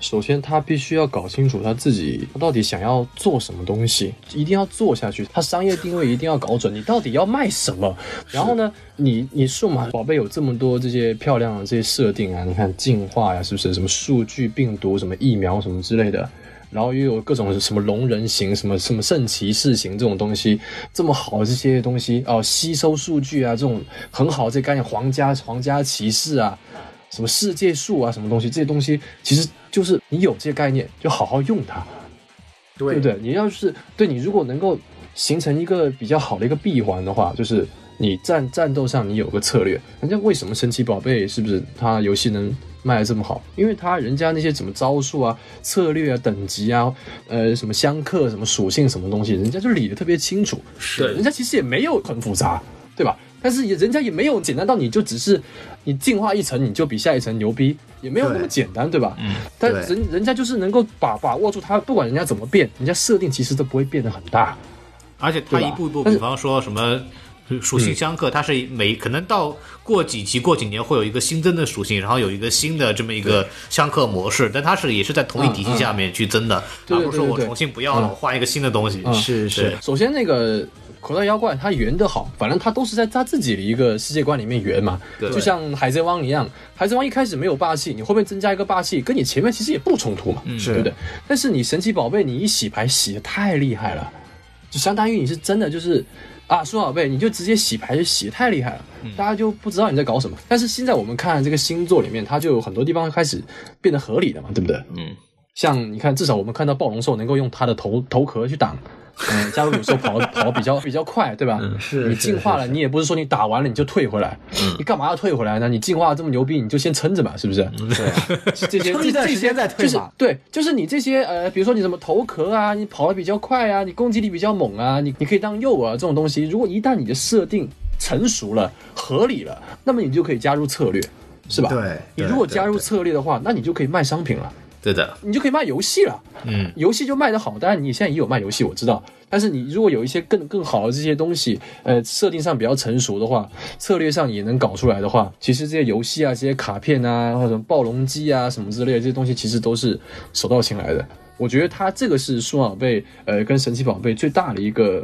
首先，他必须要搞清楚他自己他到底想要做什么东西，一定要做下去。他商业定位一定要搞准，你到底要卖什么。然后呢，你你数码宝贝有这么多这些漂亮的这些设定啊，你看进化呀、是不是？什么数据、病毒、什么疫苗什么之类的。然后又有各种什么龙人型、什么什么圣骑士型这种东西，这么好的这些东西哦，吸收数据啊，这种很好的这些概念，皇家皇家骑士啊，什么世界树啊，什么东西，这些东西其实就是你有这些概念，就好好用它，对不对？你要是对你如果能够形成一个比较好的一个闭环的话，就是你战战斗上你有个策略。人家为什么神奇宝贝是不是它游戏能卖的这么好？因为它人家那些什么招数啊、策略啊、等级啊、呃什么相克、什么属性什么东西，人家就理得特别清楚。
是
人家其实也没有很复杂，对吧？但是也人家也没有简单到你就只是你进化一层你就比下一层牛逼，也没有那么
对
简单，对吧？嗯。但
对
人人家就是能够把把握住它，不管人家怎么变，人家设定其实都不会变得很大。
而且它
对吧嗯
一步一步，
但是
比方说什么属性相克，它是每可能到过几集、过几年会有一个新增的属性，然后有一个新的这么一个相克模式，但它是也是在同一体系下面去增的，
嗯对
而
对
不是说我
对对
重新不要了，
嗯
我换一个新的东西。
是是
对，
首先那个。口袋妖怪它圆的好，反正它都是在它自己的一个世界观里面圆嘛，
对
就像海贼王一样，海贼王一开始没有霸气，你后面增加一个霸气，跟你前面其实也不冲突嘛，
嗯
嗯
对不对？但是你神奇宝贝你一洗牌洗的太厉害了，就相当于你是真的就是啊，数码宝贝你就直接洗牌就洗，太厉害了，
嗯
大家就不知道你在搞什么。但是现在我们看这个星座里面，它就有很多地方开始变得合理了嘛，对不对？
嗯，
像你看，至少我们看到暴龙兽能够用它的头头壳去挡。嗯，加入有时候跑 跑比较比较快，对吧？
嗯是
你
是
进化
是嗯
了，你也不是说你打完了你就退回来，你干嘛要退回来呢？你进化这么牛逼，你就先撑着吧，是不是？
嗯
对、啊 这些
撑
这
一段
这
时
些
间再退
就是
嘛
对，就是你这些呃，比如说你什么头壳啊，你跑得比较快啊，你攻击力比较猛啊，你你可以当诱饵这种东西，如果一旦你的设定成熟了、合理了，那么你就可以加入策略，是吧？
对
你
对
如果
对
加入
对
策略的话，那你就可以卖商品了。
对的，
你就可以卖游戏了。
嗯，
游戏就卖得好，当然你现在也有卖游戏，我知道。但是你如果有一些更更好的这些东西，呃，设定上比较成熟的话，策略上也能搞出来的话，其实这些游戏啊、这些卡片啊，或者什么暴龙机啊什么之类的这些东西，其实都是手到擒来的。我觉得它这个是数码宝贝呃跟神奇宝贝最大的一个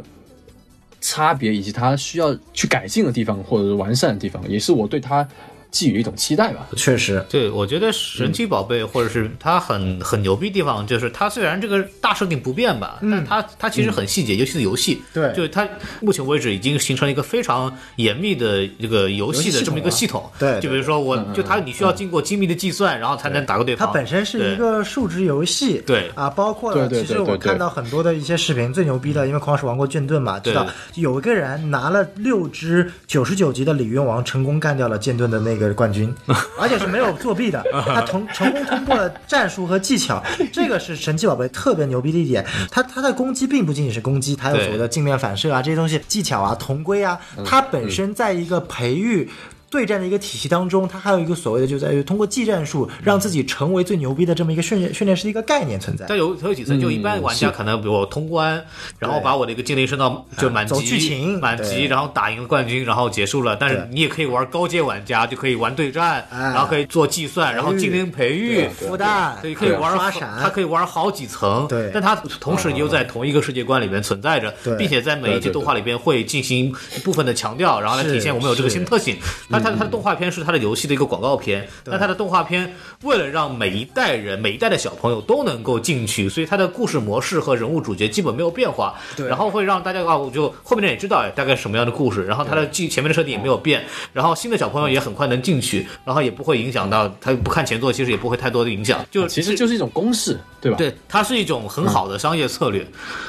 呃差别，以及它需要去改进的地方或者是完善的地方，也是我对它寄予一种期待吧。
确实，
对，我觉得神奇宝贝或者是它很
嗯
很牛逼地方，就是它虽然这个大设定不变吧，但它它其实很细节，尤其是游戏，
嗯对
就是它目前为止已经形成了一个非常严密的这个游戏
游戏
的
系
这么一
统
个
啊
系统，
对
就
对嗯
比如说我就它你需要经过精密的计算，然后才能打个对
它
方，
本身是
对
一个数值游戏，
对
啊，包括
对对对
其实我
对对
看到很多的一些视频，最牛逼的，因为《狂使王国剑盾》嘛，
对
知道有一个人拿了六只九十九级的鲤鱼王，成功干掉了剑盾的那个冠 军，而且是没有作弊的，他通成功通过了战术和技巧，这个是神奇宝贝特别牛逼的一点，它它的攻击并不仅仅是攻击，它有
对
所谓的镜面反射啊这些东西，技巧啊同归啊，它本身在一个培育。对战的一个体系当中，它还有一个所谓的，就在于通过技战术让自己成为最牛逼的这么一个训练训练师的一个概念存在。
但有它有几层，就一
嗯
般玩家可能比如我通关，然后把我的一个精灵升到就满
啊走
级，
剧情
满级，
对
然后打赢了冠军，然后结束了。但是
对
你也可以玩高阶玩家，就可以玩对战，
哎
然后可以做计算，然后精灵培育。
孵蛋，
所以可以玩
刷
好，
闪，
它可以玩好几层，
对
但它同时又在同一个世界观里面存在着
对，
并且在每
对
一
对
集
对
动画里边会进行部分的强调，然后来体
是
现我们有这个
嗯
是
新特性。它它它它的动画片是它的游戏的一个广告片，那它的动画片为了让每一代人每一代的小朋友都能够进去，所以它的故事模式和人物主角基本没有变化，
对
然后会让大家啊，我就后面的也知道哎大概什么样的故事，然后它的剧前面的设定也没有变，然后新的小朋友也很快能进去，然后也不会影响到他不看前作，其实也不会太多的影响，就
啊其实就是一种公式，对吧？
呃对，它是一种很好的商业策略，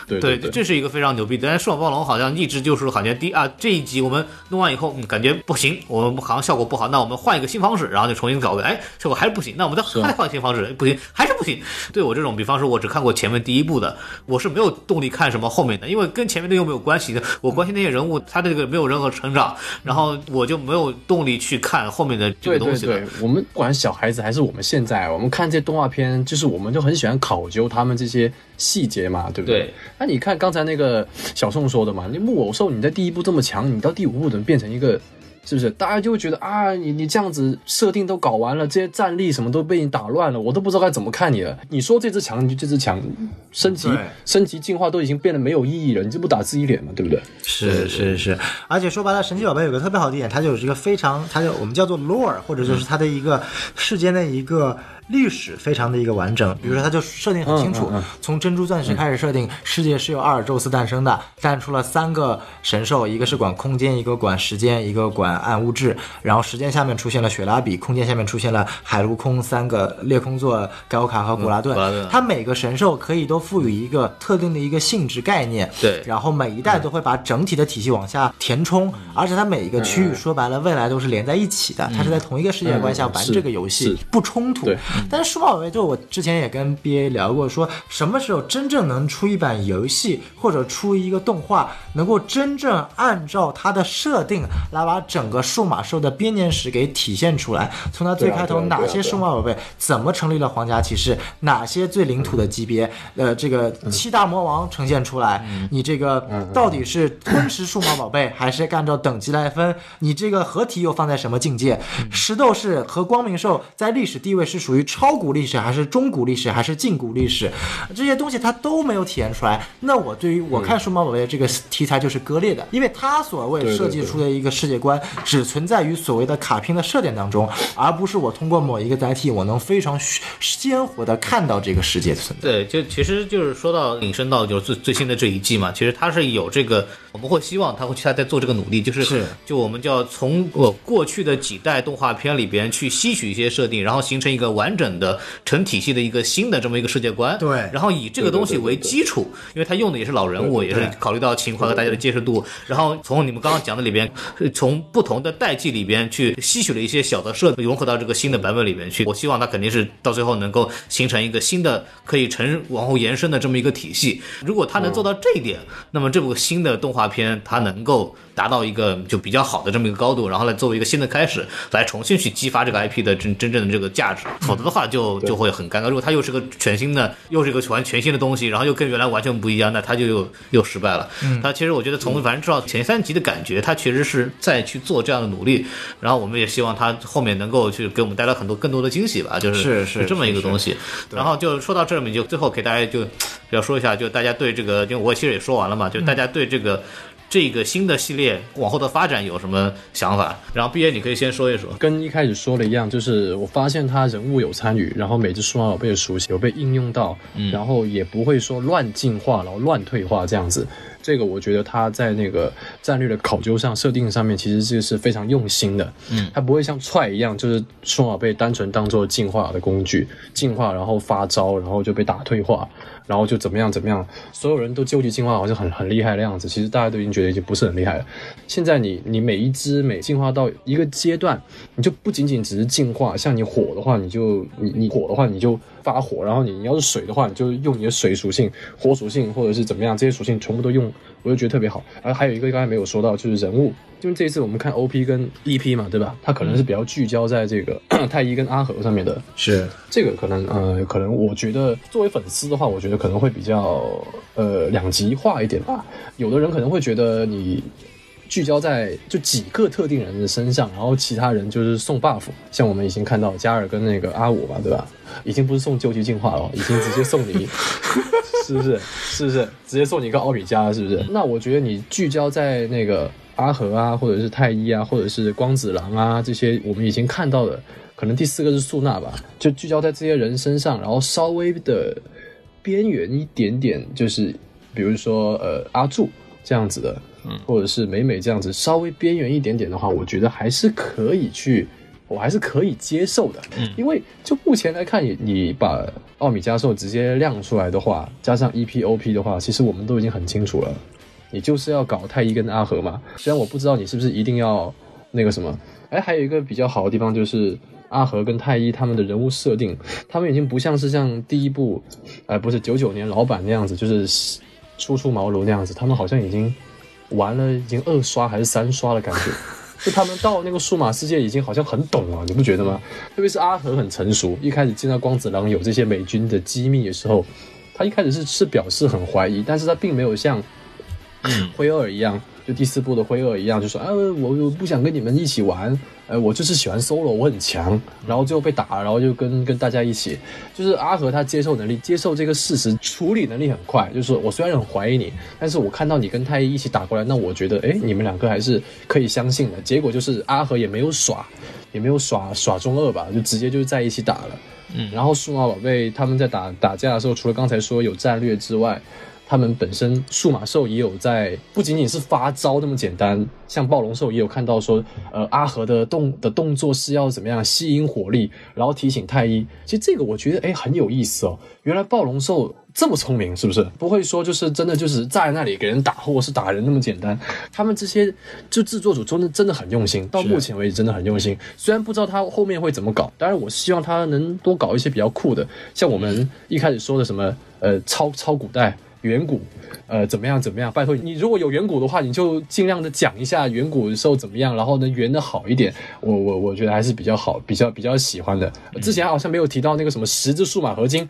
对
对
对，
这是一个非常牛逼的。但是《数码暴龙》好像一直就是感觉第啊这一集我们弄完以后，嗯，感觉不行，我们好像效果不好，那我们换一个新方式，然后就重新搞个，哎，效果还是不行，那我们再再换新方式，哎不行，还是不行。对我这种，比方说我只看过前面第一部的，我是没有动力看什么后面的，因为跟前面的又没有关系的。我关心那些人物，他这个没有任何成长，然后我就没有动力去看后面的这
对
个东
对
西了。
对，我们不管小孩子还是我们现在，啊我们看这些动画片，就是我们就很喜欢考究他们这些细节嘛，对不
对
那你看刚才那个小宋说的嘛，你木偶兽你在第一部这么强，你到第五部怎么变成一个？是不是大家就会觉得啊，你你这样子设定都搞完了，这些战力什么都被你打乱了，我都不知道该怎么看你了。你说这只强，你就这只强，升级
对
升级进化都已经变得没有意义了，你这不打自己脸嘛，对不对？
是是是，而且说白了，神奇宝贝有个特别好的一点，它就是一个非常，它就我们叫做 lore，或者就是它的一个世间的一个历史非常的一个完整。比如说，它就设定很清楚，从珍珠钻石开始设定，世界是由阿尔宙斯诞生的，诞出了三个神兽，一个是管空间，一个管时间，一个管暗物质。然后时间下面出现了雪拉比，空间下面出现了海陆空三个裂空座、高卡和古拉顿。
古拉顿
它每个神兽可以都赋予一个特定的一个性质概念。
对
然后每一代都会把整体的体系往下填
嗯
充，而且它每一个区域说白了，未来都是连在一起的，它是在同一个世界观下玩这个游戏，不冲
嗯
突
对。
但是数码宝贝就我之前也跟 BA 聊过说，什么时候真正能出一版游戏或者出一个动画，能够真正按照它的设定来把整个数码兽的编年史给体现出来，从它最
对啊
开头
对啊
哪
对啊
些
对啊
数码宝贝怎么成立了皇家骑士，哪些最领土的级别，呃，这个七大魔王呈现出来，你这个到底是吞食数码宝贝，还是按照等级来分？你这个合体又放在什么境界？石斗士和光明兽在历史地位是属于超古历史，还是中古历史，还是近古历史？这些东西它都没有体现出来。那我对于我看数码宝贝这个题材就是割裂的，因为它所谓设计出的一个世界观，只存在于所谓的卡片的设定当中，而不是我通过某一个载体，我能非常虚鲜活的看到这个世界的存在。
对，就其实就是说到引申到就是最最新的这一季嘛，其实他是有这个，我们会希望他会他在做这个努力，就是
是
就我们就要从我过去的几代动画片里边去吸取一些设定，然后形成一个完整的成体系的一个新的这么一个世界观。
对
然后以这个东西为基础，因为他用的也是老人物，也是考虑到情怀和大家的接受度，然后从你们刚刚讲的里边，是从不同的代际里边去吸取了一些小的设定，融合到这个新的版本里边去。我希望它肯定是到最后能够形成一个新的可以成往后延伸的这么一个体系。如果它能做到这一点，那么这部新的动画片它能够达到一个就比较好的这么一个高度，然后来作为一个新的开始，来重新去激发这个 IP 的真真正的这个价值。否则的话就就会很尴尬。如果它又是个全新的，又是一个完全新的东西，然后又跟原来完全不一样，那它就又又失败了。
嗯
它其实我觉得从反正至少前三集的感觉，它确实是在去做这样的努力。然后我们也希望它后面能够去给我们带来很多更多的惊喜吧，就是
是是
这么一个东西。然后就说到这里，就最后给大家就要说一下，就大家对这个，因为我其实也说完了嘛，就大家对这个。这个新的系列往后的发展有什么想法？然后毕业你可以先说一说。
跟一开始说的一样，就是我发现他人物有参与，然后每只数码宝贝的属性有被应用到，然后也不会说乱进化，然后乱退化这样子。这个我觉得他在那个战略的考究上、设定上面，其实这是非常用心的。嗯，他不会像踹一样，就是数码宝贝单纯当做进化的工具，进化然后发招，然后就被打退化，然后就怎么样怎么样，所有人都究极进化好像很很厉害的样子，其实大家都已经觉得已经不是很厉害了。现在你你每一只每进化到一个阶段，你就不仅仅只是进化，像你火的话，你就你你火的话你就发火，然后你你要是水的话，你就用你的水属性、火属性或者是怎么样，这些属性全部都用，我就觉得特别好。而还有一个刚才没有说到，就是人物，因为这一次我们看 OP 跟 EP 嘛，对吧？它可能是比较聚焦在这个 太一跟阿和上面的
是
这个可能呃，可能我觉得作为粉丝的话，我觉得可能会比较呃两极化一点吧。有的人可能会觉得你聚焦在就几个特定人的身上，然后其他人就是送 buff，像我们已经看到加尔跟那个阿五嘛，对吧？已经不是送究极进化了，已经直接送你是不是？是不是？直接送你一个奥比加，是不是？那我觉得你聚焦在那个阿和啊，或者是太一啊，或者是光子郎啊这些我们已经看到的，可能第四个是素娜吧，就聚焦在这些人身上，然后稍微的边缘一点点，就是比如说呃阿柱这样子的，或者是美美这样子，稍微边缘一点点的话，我觉得还是可以去。我还是可以接受的，因为就目前来看，你你把奥米加寿直接亮出来的话，加上 E EPOP 的话，其实我们都已经很清楚了，你就是要搞太一跟阿和嘛。虽然我不知道你是不是一定要那个什么，哎，还有一个比较好的地方就是阿和跟太一他们的人物设定，他们已经不像是像第一部，哎、不是九九年老板那样子，就是初出茅庐那样子，他们好像已经玩了已经二刷还是三刷的感觉。 就他们到那个数码世界已经好像很懂了，你不觉得吗？特别是阿和很成熟，一开始见到光子郎有这些美军的机密的时候，他一开始是是表示很怀疑，但是他并没有像灰二一样，就第四部的灰二一样，就说哎，我我不想跟你们一起玩，哎，我就是喜欢 solo，我很强，然后最后被打了，然后就跟跟大家一起，就是阿和他接受能力，接受这个事实，处理能力很快，就是我虽然很怀疑你，但是我看到你跟太一一起打过来，那我觉得哎，你们两个还是可以相信的。结果就是阿和也没有耍，也没有耍耍中二吧，就直接就在一起打了。嗯，然后数码宝贝他们在打打架的时候，除了刚才说有战略之外，他们本身数码兽也有在，不仅仅是发招那么简单，像暴龙兽也有看到说，呃，阿和的动的动作是要怎么样吸引火力，然后提醒太一。其实这个我觉得哎很有意思哦，原来暴龙兽这么聪明，是不是？不会说就是真的就是站在那里给人打或者是打人那么简单。他们这些就制作组真的真的很用心，到目前为止真的很用心。虽然不知道他后面会怎么搞，当然我希望他能多搞一些比较酷的，像我们一开始说的什么呃超超古代。远古，呃，怎么样怎么样？拜托你，如果有远古的话，你就尽量的讲一下远古的时候怎么样，然后呢圆的好一点。我我我觉得还是比较好，比较比较喜欢的。之前好像没有提到那个什么十字数码合金，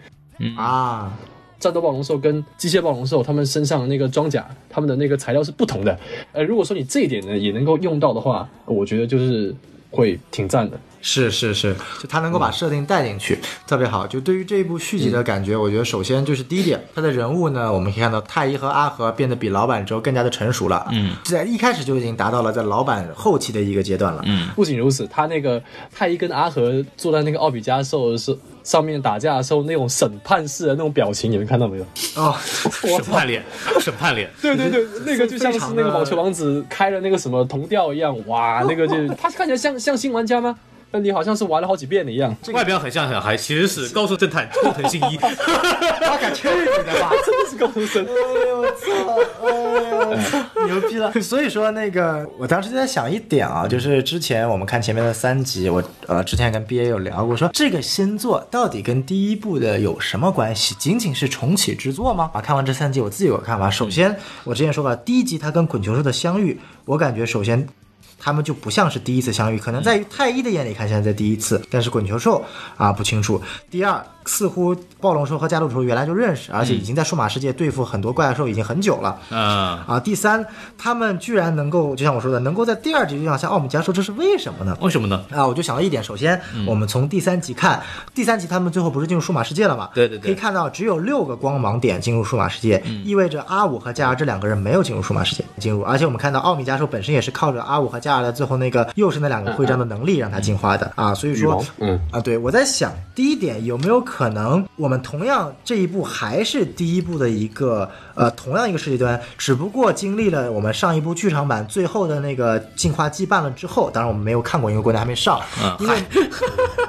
啊，
战斗暴龙兽跟机械暴龙兽它们身上的那个装甲，它们的那个材料是不同的。呃，如果说你这一点呢也能够用到的话，我觉得就是会挺赞的。
是是是，就他能够把设定带进去，特别好。就对于这一部续集的感觉，我觉得首先就是第一点，他的人物呢，我们可以看到太一和阿和变得比老板之后更加的成熟了，嗯，在一开始就已经达到了在老板后期的一个阶段了，嗯，
不仅如此，他那个太一跟阿和坐在那个奥比加兽的时候上面打架的时候，那种审判式的那种表情，你们看到没有？
哦，
审判脸，审判脸，
对对对，那个就像是那个网球王子开了那个什么铜调一样， 哇，那个就他看起来像像新玩家吗？那你好像是玩了好几遍的一样，
外表很像小孩，其实是高速侦探工藤新一。
他敢去你的吧？
真的是高中生。
哎呦我操！哎呦，牛逼了！ 所以说那个，我当时就在想一点啊，就是之前我们看前面的三集，我呃之前跟 BA 有聊过说，这个新作到底跟第一部的有什么关系？仅仅是重启之作吗？啊，看完这三集，我自己有个看法。首先，我之前说过，第一集它跟滚球兽的相遇，我感觉首先他们就不像是第一次相遇，可能在于太一的眼里看现在第一次，但是滚球兽啊不清楚。第二，似乎暴龙兽和加路虫原来就认识，而且已经在数码世界对付很多怪兽已经很久了。
嗯，
啊，第三，他们居然能够，就像我说的，能够在第二集就让下奥姆加说，这是为什么呢？
为什么呢？
啊，我就想了一点，首先、
嗯
我们从第三集看，第三集他们最后不是进入数码世界了嘛？
对对对嗯
可以看到只有六个光芒点进入数码世界，意味着阿五和加尔这两个人没有进入数码世界进入，而且我们看到奥米加兽本身也是靠着阿五和加尔的最后那个又是那两个徽章的能力让他进化的、啊，所以说，
嗯
啊，对我在想，第一点有没有可能我们同样这一部还是第一部的一个呃同样一个世界端，只不过经历了我们上一部剧场版最后的那个进化羁绊了之后，当然我们没有看过，因为国内还没上，
嗯
因为、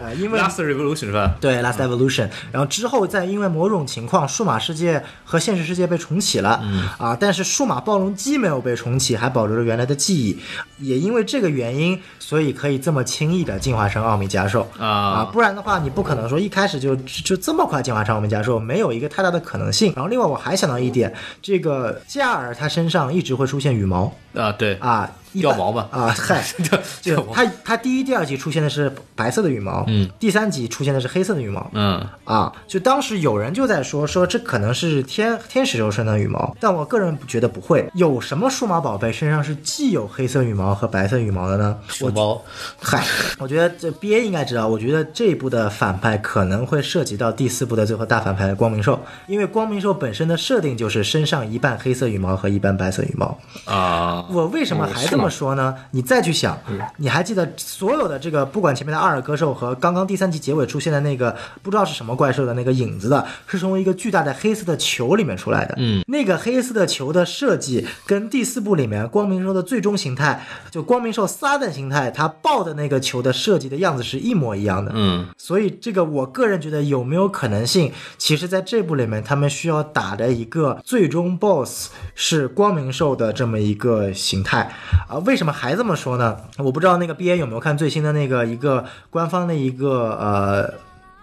呃因为
Last Revolution 是吧？
对 Last Evolution，然后之后再因为某种情况，数码世界和现实世界被重启了，
嗯
啊，但是数码暴龙机没有被重启，还保留了原来的记忆，也因为这个原因，所以可以这么轻易的进化成奥米加兽
啊
不然的话你不可能说一开始就就这么快进化成奥米加兽，没有一个太大的可能性。然后另外我还想到一点，这个加尔他身上一直会出现羽毛
啊，对，
啊。一般
掉毛吧
啊，嗨，
这
就
我
它它第一、第二集出现的是白色的羽毛，
嗯，
第三集出现的是黑色的羽毛，
嗯，
啊，就当时有人就在说说这可能是天天使兽身上的羽毛，但我个人觉得不会。有什么数码宝贝身上是既有黑色羽毛和白色羽毛的呢？
熊猫，
嗨，我觉得这 B A 应该知道。我觉得这一部的反派可能会涉及到第四部的最后大反派光明兽，因为光明兽本身的设定就是身上一半黑色羽毛和一半白色羽毛。
啊啊
我嗯为什么还这么说呢？你再去想，你还记得所有的这个，不管前面的阿尔戈兽和刚刚第三集结尾出现的那个不知道是什么怪兽的那个影子的，是从一个巨大的黑色的球里面出来的。嗯，那个黑色的球的设计跟第四部里面光明兽的最终形态，就光明兽撒旦形态，它抱的那个球的设计的样子是一模一样的。
嗯，
所以这个我个人觉得有没有可能性？其实在这部里面，他们需要打的一个最终 BOSS 是光明兽的这么一个形态啊、为什么还这么说呢？我不知道那个 BA 有没有看最新的那个一个官方的一个呃。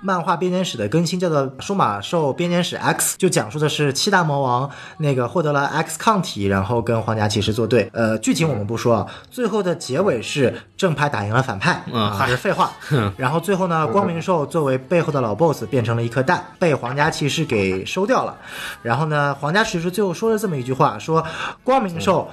漫画编年史的更新叫做《数码兽编年史 X》，就讲述的是七大魔王那个获得了 X 抗体，然后跟皇家骑士作对。呃，剧情我们不说啊，最后的结尾是正派打赢了反派，
嗯
啊，
嗨
这是废话。然后最后呢，光明兽作为背后的老 boss 变成了一颗蛋，被皇家骑士给收掉了。然后呢，皇家骑士最后说了这么一句话，说光明兽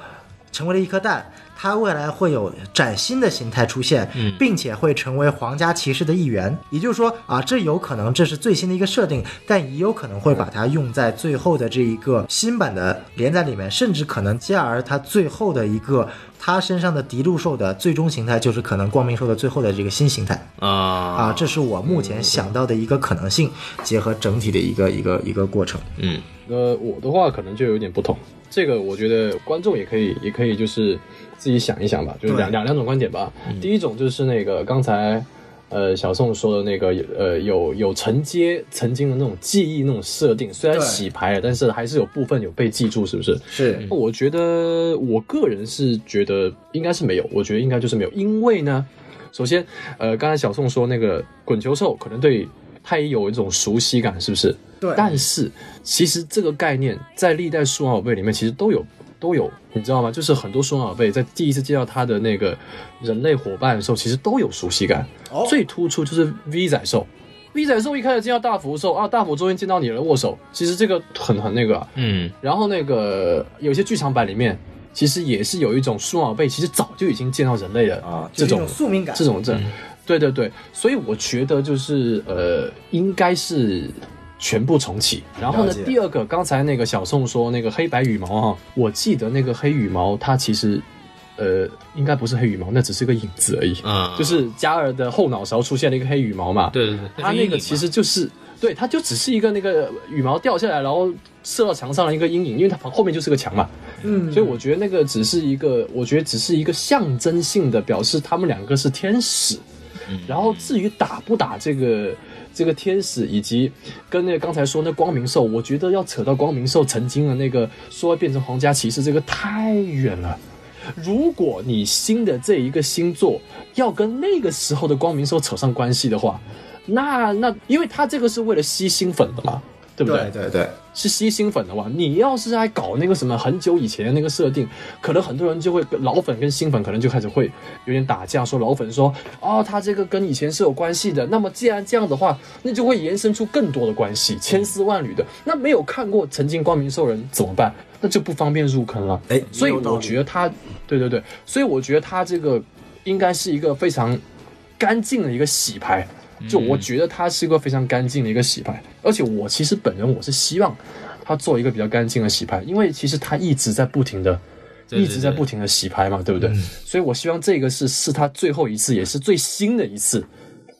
成为了一颗蛋。它未来会有崭新的形态出现，并且会成为皇家骑士的一员。也就是说啊，这有可能这是最新的一个设定，但也有可能会把它用在最后的这一个新版的连载里面，甚至可能进而它最后的一个它身上的迪路兽的最终形态，就是可能光明兽的最后的这个新形态。
啊
啊，嗯
啊
这是我目前想到的一个可能性，结合整体的一个一个一个过程。
嗯
呃，我的话可能就有点不同，这个我觉得观众也可以，也可以就是自己想一想吧，就是两
对
两两种观点吧。第一种就是那个刚才呃小宋说的那个呃有有承接曾经的那种记忆那种设定，虽然
对
洗牌了，但是还是有部分有被记住，是不是？
是，
我觉得我个人是觉得应该是没有，我觉得应该就是没有，因为呢，首先，呃，刚才小宋说那个滚球兽可能对太一有一种熟悉感，是不是？
对
但是其实这个概念在历代数码宝贝里面其实都有都有，你知道吗？就是很多数码宝贝在第一次介绍它的那个人类伙伴的时候，其实都有熟悉感。
哦
最突出就是 V 仔兽。V 仔兽一开始见到大福兽啊，大福终于见到你了，握手。其实这个很很那个啊、
嗯
然后那个有些剧场版里面，其实也是有一种数码宝贝，其实早就已经见到人类了
啊
这
就
种
是一宿命感
这种这，对对对，所以我觉得就是呃，应该是全部重启。然后呢
了解，
第二个，刚才那个小宋说那个黑白羽毛啊，我记得那个黑羽毛它其实呃应该不是黑羽毛，那只是个影子而已，
啊，
就是加尔的后脑勺出现了一个黑羽毛嘛，
对对对，
它那个其实就是，对，它就只是一个那个羽毛掉下来，然后射到墙上的一个阴影，因为它旁后面就是个墙嘛，
嗯，
所以我觉得那个只是一个，我觉得只是一个象征性的表示，他们两个是天使。然后至于打不打这个这个天使，以及跟那个刚才说那光明兽，我觉得要扯到光明兽曾经的那个说要变成皇家骑士，这个太远了。如果你新的这一个星座要跟那个时候的光明兽扯上关系的话，那那因为他这个是为了吸新粉的嘛，对不
对对对，
是吸星粉的话，你要是还搞那个什么很久以前的那个设定，可能很多人就会老粉跟新粉可能就开始会有点打架，说老粉说哦，他这个跟以前是有关系的，那么既然这样的话，那就会延伸出更多的关系，千丝万缕的。那没有看过曾经光明兽人怎么办？那就不方便入坑了。
哎
所以我觉得他，对对对，所以我觉得他这个应该是一个非常干净的一个洗牌。
嗯
就我觉得他是一个非常干净的一个洗牌，而且我其实本人我是希望他做一个比较干净的洗牌，因为其实他一直在不停的。
对
一直在不停的洗牌嘛，对不对？所以我希望这个是是他最后一次，也是最新的一次，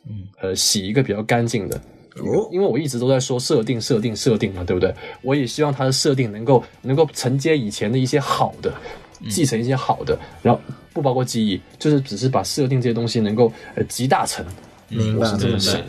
嗯
呃，洗一个比较干净的。
哦
因为我一直都在说设定、设定、设定嘛，对不对？我也希望它的设定能够能够承接以前的一些好的，继承一些好的，然后不包括记忆，就是只是把设定这些东西能够呃集大成。
明白了，
对对对。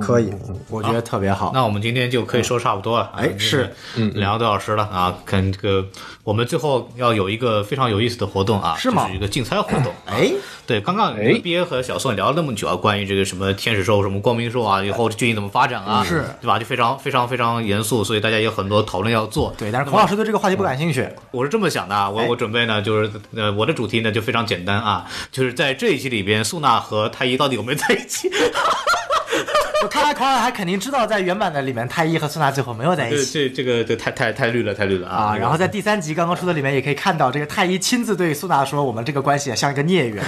可以，嗯啊我觉得特别好。
那我们今天就可以说差不多了。啊
哎是，
两个多小时了啊！看这个，我们最后要有一个非常有意思的活动啊，
是吗
就是一个竞猜活动。啊
哎，
对，刚刚
哎
B A 和小宋聊了那么久啊，关于这个什么天使兽、什么光明兽啊，以后剧情怎么发展啊，
是
对吧？就非常非常非常严肃，所以大家有很多讨论要做。
对，但是孔老师对这个话题不
嗯
感兴 趣，
我是这么想的啊，我我准备呢，就是呃，我的主题呢就非常简单啊，就是在这一期里边，素娜和太一到底有没有在一起？
他还狂人还肯定知道，在原版的里面，太一和孙娜最后没有在一
这
起
这这个这太太太绿了，太绿了啊！
啊。
这个
然后在第三集刚刚出的里面，也可以看到这个太一亲自对苏娜说：“我们这个关系啊，像一个孽 缘。”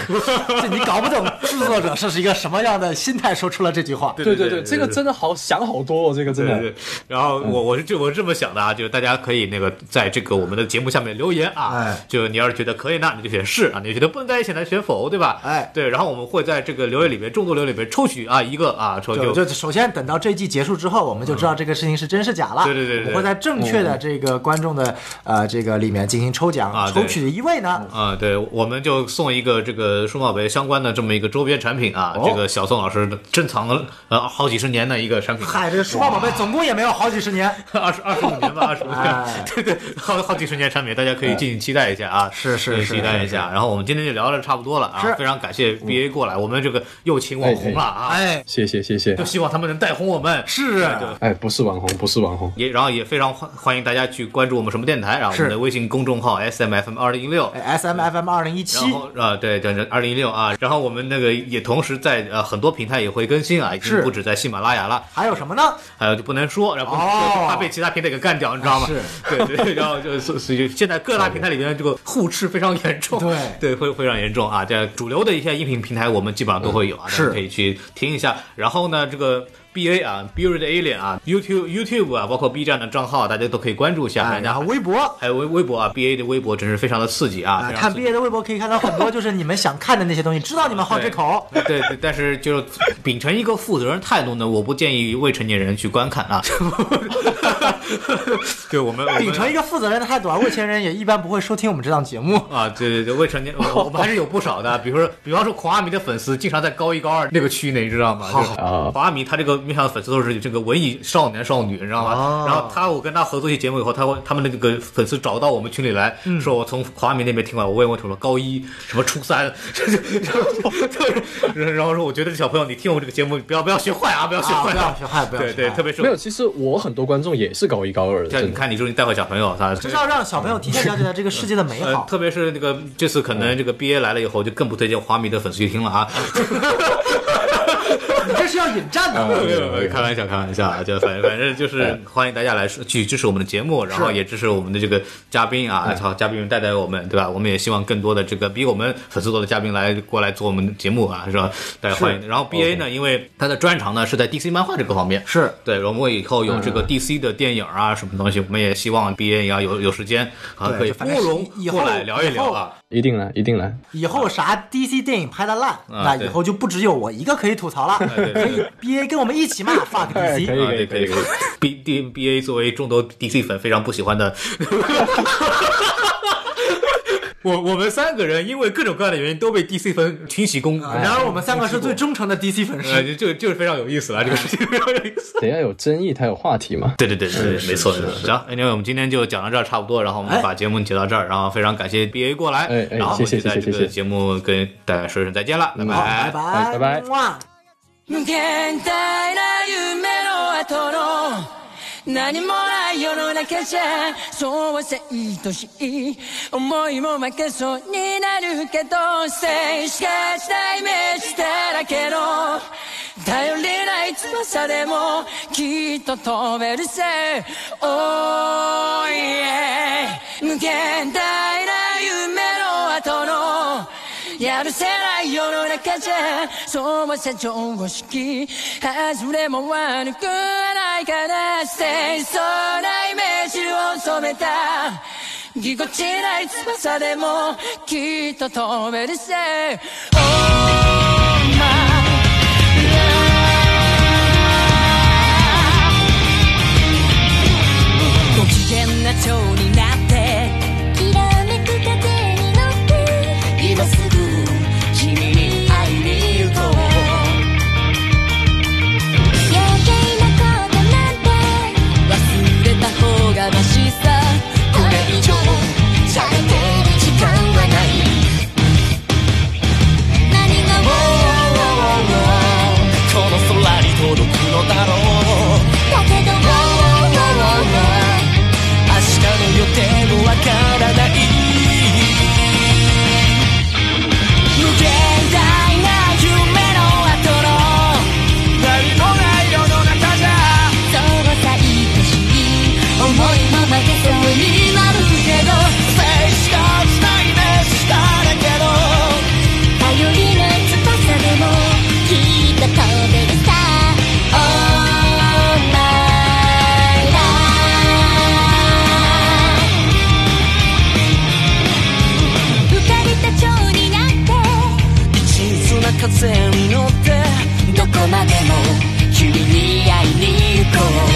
这你搞不懂制作者是一个什么样的心态说出了这句话。
对
对
对
对对，这个真的好想好多哦，这个真
对
的
对，然后我我是这我是这么想的啊，就是大家可以那个在这个我们的节目下面留言啊，
哎
就你要是觉得可以，那你就选是啊，你觉得不能在一起，那选否，对吧？
哎
对，然后我们会在这个留言里面众多留言里面抽取啊一个啊，抽
就
就
就首先等到这季结束之后，我们就知道这个事情是真是假了。
嗯对对对对嗯
我们会在正确的这个观众的呃这个里面进行抽奖
啊，对
抽取一位呢
啊、对，我们就送一个这个数码宝贝相关的这么一个周边产品啊，这个小宋老师珍藏了呃好几十年的一个产品， 啊
嗨，这个数码宝贝总共也没有好几十年，
二十二十五年吧，二十五
哎
年， 对对，好好几十年产品，大家可以敬请期待一下啊，
是是
敬
是
请期待一下。然后我们今天就聊的差不多了
是嗯
啊，非常感谢 BA 过来，我们这个又请网红了啊，
哎，
谢谢谢谢
就。希望他们能带红我们。
是啊
哎，不是网红，不是网红，
也然后也非常欢欢迎大家去关注我们什么电台，然后啊我
是
们的微信公众号 S M F M 二零一六。
哎 S M F M 二零一七
然。后啊，对，对，二零一六啊，然后我们那个也同时在呃很多平台也会更新啊，已
是
经不止在喜马拉雅了，
还有什么呢？
还有哎就不能说，然后不能说
哦
怕被其他平台给干掉，你知道吗？
是，
对对，然后就是所以现在各大平台里面这个互斥非常严重，
对
对，会非常严重啊！这主流的一些音频平台我们基本上都会有啊，大
嗯是
家可以去听一下。然后呢，这个。B A 啊，Bury the Alien 啊，YouTube YouTube 啊，包括 B 站的账号，大家都可以关注一下。
哎，
大家
然后微博。
还有微微博啊，B A 的微博真是非常的刺激啊！
啊，
非常
看
刺激
BA 的微博可以看到很多，就是你们想看的那些东西，知道你们好这口，
对对，但是就是秉承一个负责任态度呢，我不建议未成年人去观看啊。 对，我们我们
秉承一个负责任的态度啊。未成年人也一般不会收听我们这档 节目。
啊，对对对，未成年，我我们还是有不少的，啊比如说，比方说狂阿迷的粉丝，经常在高一高二那个区内，你知道吗？就是
啊
狂阿迷他这个面向的粉丝都是这个文艺少年少女，你知道
哦
吗？然后他我跟他合作一些节目以后，他会他们的那个粉丝找到我们群里来
嗯
说，我从狂阿迷那边听过来，我问我什么高一什么初三， 然后说我觉得这小朋友你听我这个节目，不要不要学坏啊，不要学
啊
坏
不要学坏不要
对
学
对，
坏
特别是
没有，其实我很多观众也是高一高二的，
像
真
你
的。
看，你说你带坏小朋友，啊他
就是要让小朋友提前了解到这个世界的美
嗯 呃，
好。
特别是那个这次可能这个 BA 来了以后，就更不推荐华迷的粉丝去听了啊。
你这是要引战的。
没有没有，开玩笑，开玩笑啊！就反反正就是欢迎大家来去支持我们的节目，然后也支持我们的这个嘉宾啊，好嘉宾们带带我们，对吧？我们也希望更多的这个比我们粉丝多的嘉宾来过来做我们的节目啊，是吧？大家欢迎。然后 B A 呢，因为他的专长呢是在 DC 漫画这个方面，
是
对，我们以后有这个
嗯
DC 的电影啊什么东西，我们也希望 B A 也要有有时间啊
对
可以
就反
包
正
容
以后
过来聊一聊啊。
一定来，一定来。
以后啥 DC 电影拍的烂，
嗯
那
对
以后就不只有我一个可以吐槽了，
对
可以 BA 跟我们一起骂 fuck
哎，可
DC。
啊，
以，可
对，
以，可以，可以。
B D B A 作为众多 DC 粉非常不喜欢 的，我我们三个人因为各种各样的原因都被 DC 粉群起攻，
然
然后
而我们三个是最忠诚的 DC 粉
呃
丝，
就就就是非常有意思啊，这个事情非常有意思。
得要有争议才有话题嘛。
对对对对，没错。行，anyway，我们今天就讲到这儿差不多，然后我们
哎
把节目截到这儿，然后非常感谢 B A 过来
哎，哎
然后
谢
我们
谢
就在
谢谢
这
谢
个
谢嗯
节目跟大家说一声再见了，拜
好，拜
拜。
拜
拜拜
哇
無限大な夢の後の何もない世の中じゃそうはせいとしい思いも負けそうになるけどせいしかしないイメージだらけの頼りない翼でもきっと飛べるぜ Oh yeah 無限大な夢の後のやるせない世の中じゃそうはせ常識外れも悪くはないから清楚なイメージを染めたぎこちない翼でもきっと飛べるせ Oh my love ご機嫌な蝶になって
きらめく風に乗って
今すぐ君に会いに行こう
余計なことなんて
忘れた方がマシさこれ以上
喋ってる時間はない何が起
線に乗ってどこまでも君に会いに行こう